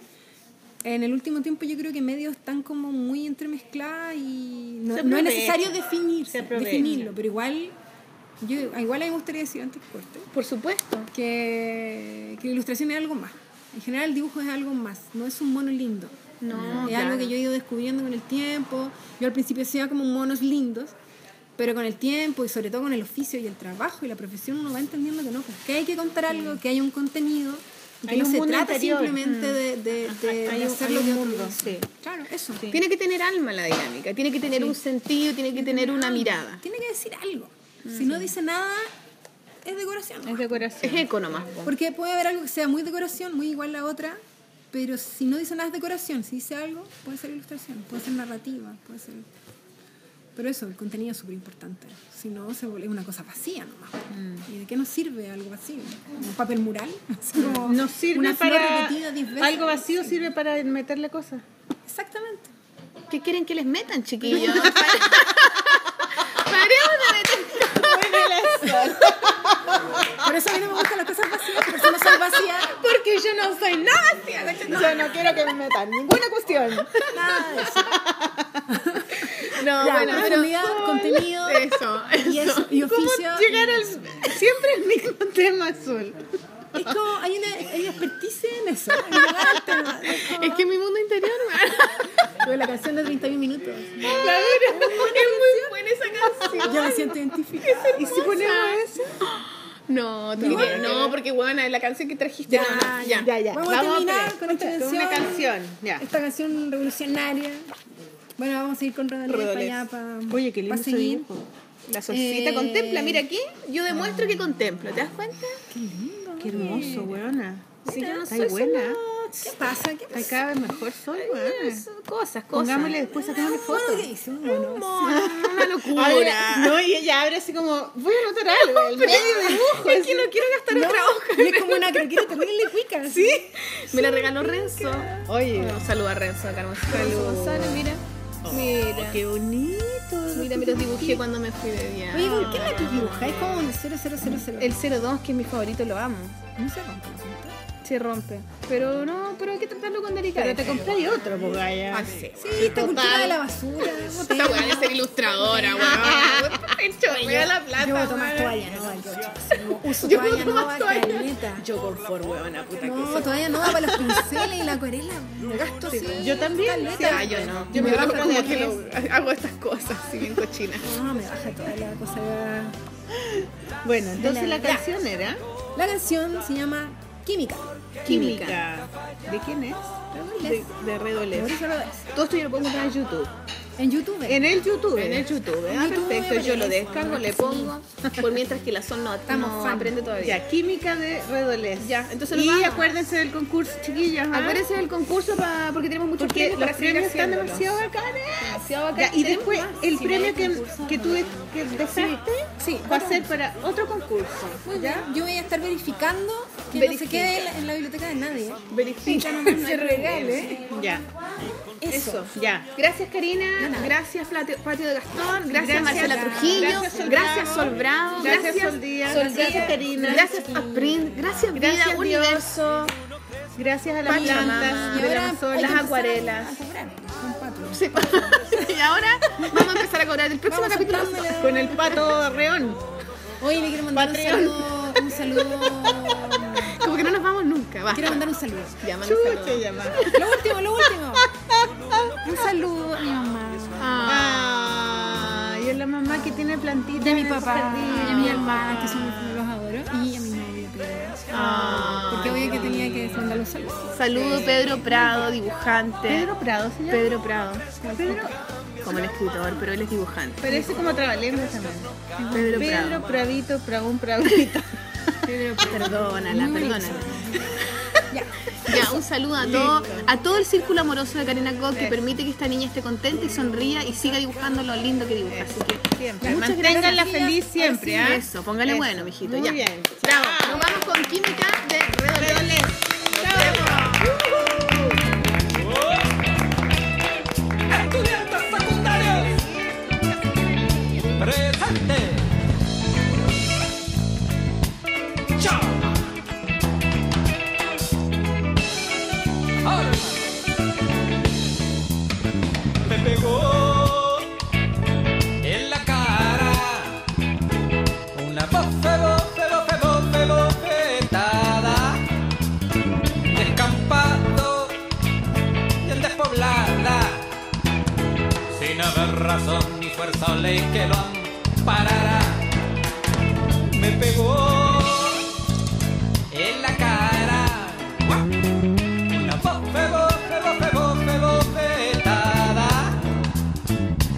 S4: en el último tiempo yo creo que medios están como muy entremezcladas y no,
S2: Se
S4: no es
S2: aprovecha.
S4: necesario definir,
S2: Se aprovecha.
S4: definirlo, pero igual yo igual a mí me gustaría decir antes que corte
S6: Por supuesto.
S4: que, que la ilustración es algo más. En general el dibujo es algo más, no es un mono lindo.
S6: No,
S4: es algo que yo he ido descubriendo con el tiempo. Yo al principio hacía como monos lindos, pero con el tiempo y sobre todo con el oficio y el trabajo y la profesión uno va entendiendo que no, pues, que hay que contar algo, que hay un contenido, y que
S2: Hay
S4: no
S2: un
S4: se
S2: mundo
S4: trata
S2: interior.
S4: simplemente de, de, de- de
S2: hay un-
S4: hacer
S2: hay
S4: lo
S2: un
S4: que otro
S2: mundo,
S4: hizo.
S2: sí.
S4: Claro, eso.
S6: Tiene que tener alma la dinámica, tiene que tener un sentido, tiene que tener una mirada.
S4: Tiene que decir algo. Si
S2: Mm,
S4: no dice nada, es decoración.
S2: Es decoración.
S6: Es económico.
S4: Porque puede haber algo que sea muy decoración, muy igual a otra, pero si no dice nada es decoración, si dice algo, puede ser ilustración, puede ser narrativa, puede ser... Pero eso, el contenido es súper importante. Si no, se vuelve una cosa vacía nomás.
S6: Mm.
S4: ¿Y de qué nos sirve algo vacío? ¿Un papel mural? Así como
S2: Nos sirve
S4: una flor
S2: para.
S4: repetida diez veces.
S2: Algo vacío sirve para meterle cosas.
S4: Exactamente.
S6: ¿Qué quieren que les metan, chiquillos? Paremos de meter-
S4: Por eso a mí no me gustan las cosas vacías, por eso no soy vacía.
S2: Porque yo no soy nada Yo no quiero que me metan ninguna cuestión.
S4: Nada de eso.
S6: No,
S4: Ya,
S6: bueno, pero
S4: profundidad, contenido
S6: eso,
S4: y, eso, y
S2: ¿Cómo
S4: oficio.
S2: llegar al... Siempre el mismo tema azul.
S4: Es como, hay una hay expertise en eso. en llegar al tema. Es como-
S6: es que mi mundo interior
S4: Tuve la canción de 31 minutos.
S6: es muy buena esa canción.
S4: Yo me siento identificada.
S2: ¿Y si ponemos eso?
S6: No, tú dirías, no, porque bueno, la canción que trajiste. no, no, ya.
S2: Ya, ya.
S4: Vamos a terminar
S2: poner-
S4: con esta
S2: con
S4: canción.
S2: una canción. Este Ya.
S4: Esta canción revolucionaria. Bueno, vamos a ir con Rodolfo para
S2: Rodolés.
S4: allá. Para,
S2: Oye, qué lindo
S4: para
S2: ese
S4: seguir.
S2: dibujo.
S6: La solcita
S4: Eh.
S6: contempla, mira aquí, yo demuestro que contemplo, ¿te das cuenta?
S2: Qué hermoso, weona.
S6: Si yo no
S2: Está
S6: soy
S2: buena.
S6: solo-
S4: ¿Qué pasa? ¿Qué
S2: Está
S4: pasa?
S2: cada vez mejor sol, weona.
S6: Son Cosas, cosas.
S2: Pongámosle después, sacámosle fotos.
S4: ¿Qué hice? Bueno,
S6: Una locura.
S2: Abre- no, y ella abre así como, voy a anotar algo, el medio dibujo.
S6: Es que no quiero gastar otra hoja.
S4: y es como una croqueta terrible cuica. Sí.
S6: Me la regaló Renzo.
S2: Oye,
S6: Un saludo a Renzo, acá Renzo González, mira. Mira,
S2: qué bonito.
S6: mira, mira, los dibujé cuando me fui de viaje.
S4: Oye, ¿por qué la que dibujáis como un 0000?
S6: El 02, que es mi favorito, lo amo.
S4: no se rompe la cinta.
S6: Se rompe. Pero no, pero hay que tratarlo con
S2: Pero
S6: delicadeza.
S2: te compré otro, pues, Gaya.
S6: Sí.
S4: Sí, esta cultura de la basura.
S6: Esta weá de ser ilustradora, weón.
S1: hecho, me da la plata.
S5: Yo voy a tomar
S1: weón.
S5: toalla nueva, yo chicos. Uso
S1: Yo voy a
S5: toalla
S1: tomar
S5: nueva,
S1: toalla.
S5: caleta.
S3: Yo por for, weona, puta que
S4: No, todavía no, para los pinceles y la acuarela. Me gasto así.
S2: Yo también.
S1: Sí, ah, yo no. Yo me,
S4: Me
S1: bajo
S4: baja
S1: como
S4: como
S1: que lo- hago estas cosas, así bien cochinas.
S4: No, me baja toda la cosa.
S2: Bueno, entonces la
S4: Ya.
S2: canción era
S4: La canción se llama Química.
S2: Química. ¿De quién es? De, de Redoles.
S4: Mauricio Rodríguez.
S2: Todo esto yo lo puedo encontrar en YouTube.
S4: En YouTube.
S2: En el YouTube.
S1: En el YouTube,
S4: En
S1: ah,
S4: YouTube,
S1: perfecto. Yo lo
S4: parece.
S1: descargo, le
S4: Sí.
S1: pongo, por mientras que la son no,
S4: Estamos
S1: no
S4: fan.
S1: aprende todavía.
S2: Ya, Química de Redoles.
S1: Ya, entonces
S2: Y
S1: nos vamos.
S2: acuérdense del concurso, chiquillas. ¿ah?
S1: Acuérdense del concurso pa- porque tenemos muchos
S2: Porque
S1: para
S2: los
S1: seguir
S2: premios están
S1: haciéndolo.
S2: demasiado bacanes.
S1: Demasiado
S2: Ya,
S1: bacán.
S2: y
S1: Tenemos
S2: después
S1: más.
S2: el
S5: Si
S2: premio
S5: no hay
S2: que,
S5: concurso,
S2: que
S5: no
S2: tú
S5: hay
S2: de- que dejaste
S1: Sí,
S2: va a ser para otro concurso.
S4: Muy bien. Yo voy a estar verificando que no se quede en la, en la biblioteca de nadie.
S2: Verifica.
S4: Se regale.
S2: Ya. Eso. Ya.
S1: Gracias Karina, gracias Plate- Patio de Gastón, gracias, Marcela Trujillo,
S2: Gracias, Sol
S1: gracias Sol Bravo,
S2: Gracias, Sol Díaz.
S1: Sol
S2: Gracias,
S1: Díaz,
S2: Karina.
S1: gracias a Print, gracias,
S2: Gracias,
S1: Vida,
S2: Dios.
S1: Universo,
S2: Gracias a las
S1: Pachamama.
S2: plantas,
S1: Y
S2: de
S4: ahora
S2: las
S4: hay que
S2: olas,
S4: empezar
S2: las
S4: a-
S2: acuarelas.
S1: Sí. y ahora vamos a empezar a cobrar el próximo
S4: Vamos
S1: capítulo.
S4: soltándola.
S2: Con el pato reón.
S4: Oye, le quiero mandar
S2: Patreon.
S4: un saludo. Un saludo.
S1: Como que no nos vamos nunca. Va.
S4: Quiero mandar un saludo.
S1: Ya, manda un
S2: Chucha,
S1: saludo.
S2: llama.
S4: Lo último, lo último. Un saludo a mi mamá,
S2: Ah, y es la mamá que tiene plantitas.
S4: de mi papá,
S2: jardín.
S4: de mi hermana, que son los adoro, y a mi novio Pedro. Porque obvio que tenía que mandar los saludos.
S1: Saludo Pedro Prado, dibujante.
S2: Pedro Prado, señor.
S1: Pedro Prado.
S2: Pedro.
S1: Como el escritor, pero él es dibujante.
S2: Parece como trabalenguas también.
S1: Pedro
S2: Pedro
S1: Prado.
S2: Pradito, Praún, Pradito.
S1: Perdónala, perdónala. Ya, un saludo a todo, a todo el círculo amoroso de Karina Go que permite que esta niña esté contenta y sonría y siga dibujando lo lindo que dibuja. Así que
S2: Siempre.
S1: Muchas
S2: Manténganla
S1: gracias.
S2: feliz siempre, ¿ah?
S1: eso, póngale
S2: Eso.
S1: bueno, mijito.
S2: Muy
S1: ya.
S2: bien. Ah,
S1: Bravo. Nos vamos con química de Redoles.
S7: estudiantes secundarios. Presente. Chao. Ahora. Me pegó en la cara una bofe, bofe, bofe, bofe, bofetada. Descampado y en despoblada sin haber razón ni fuerza o ley que lo amparara. Me pegó en la cara una bofe, bofe, bofe, bofe, bofetada.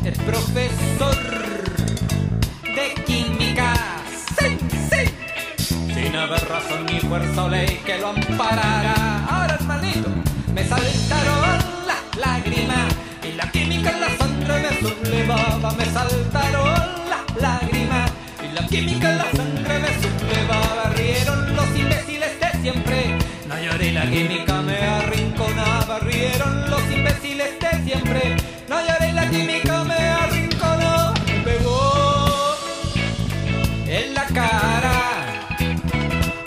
S7: El profesor de química, sí, sí, sin haber razón ni fuerza o ley que lo amparara. Ahora, hermanito, me saltaron las lágrimas y la química en la sangre me sublevaba. Me saltaron las lágrimas y la química en la sangre me sublevaba. Rieron los imbéciles de siempre. No lloré, la química me arrinconaba. Rieron los imbéciles de siempre. No lloré, la química me arrinconaba. Me pegó en la cara.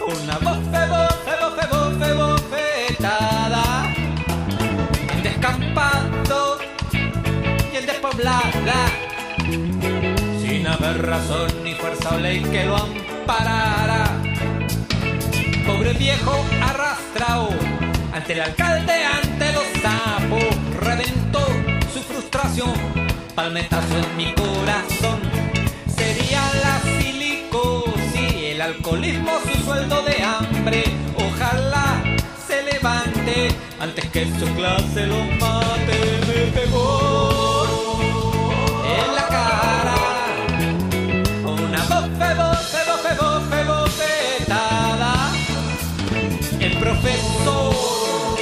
S7: Una bofe, bofe, bofe, bofe, bofetada. El descampado y el despoblada. Sin haber razón ni fuerza o ley que lo amparara. Pobre viejo arrastrado ante el alcalde, ante los sapos. Reventó su frustración, palmetazo en mi corazón. Sería la silicosis, el alcoholismo, su sueldo de hambre. Ojalá se levante antes que su clase lo mate. Me pegó en la cara. Una bofe, bofe, bofe, bofe, bofetada. El profesor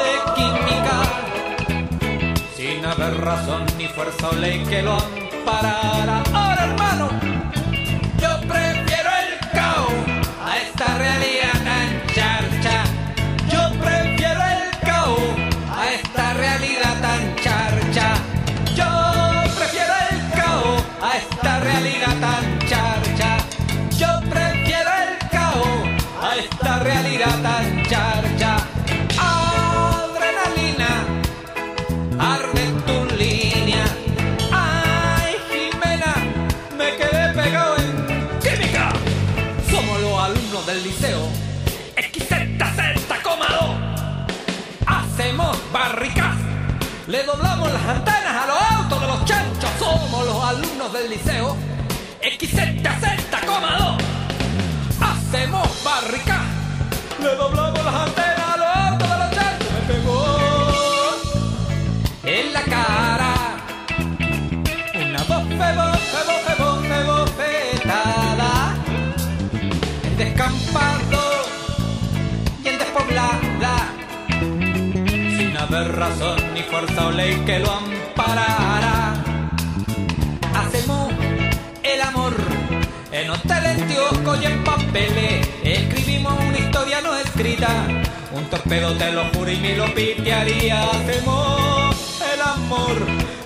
S7: de química, sin haber razón ni fuerza o ley que lo amparara. Ahora, hermano, yo prefiero el caos a esta realidad tan charcha. Yo prefiero el caos a esta realidad tan charcha. Yo prefiero el caos a esta realidad tan charcha. Yo prefiero el caos a esta realidad tan charcha. Adrenalina arde tu línea. Ay, Jimena, Le doblamos las antenas a los autos de los chanchos. Somos los alumnos del liceo. XZZ,2. Hacemos barrica. Le doblamos las antenas a los autos de los chanchos. Me pegó en la cara. Una bofe, bofe, bofe, bofe, bofetada. En descampado y en despoblada sin haber razón ni fuerza o ley que lo amparara. Hacemos el amor en hoteles, kioscos y en papeles. Escribimos una historia no escrita, un torpedo te lo juro y me lo pitearía. Hacemos el amor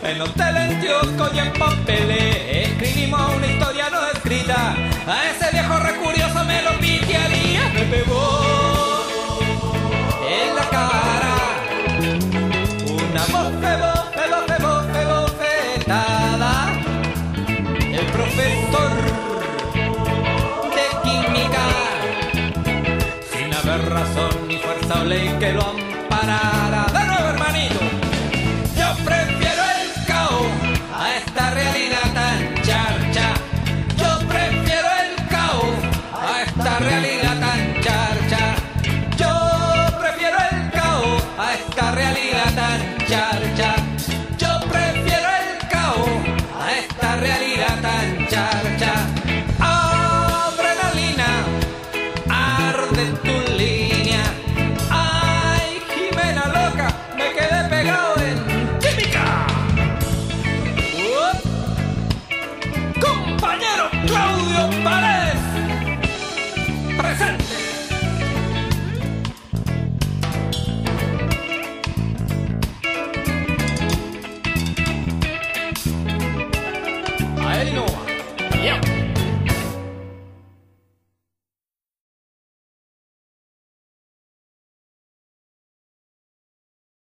S7: en hoteles, kioscos y en papeles. Escribimos una historia no escrita, a ese viejo recurioso me lo pitearía. Me pegó en la cara. Una bofe, bofe, bofe, bofe, bofetada. El profesor de química, sin haber razón ni fuerza o ley que lo amparara. De nuevo, hermanito, yo prefiero el caos a esta realidad tan charcha. Yo prefiero el caos a esta realidad tan charcha. Yo prefiero el caos a esta realidad tan charcha. Yo prefiero el caos a esta realidad tan charcha. Adrenalina, arde tu línea. Ay, Jimena loca, me quedé pegado en química. ¡Oh! Compañero Claudio Paredes, presente. A él no va. Yeah.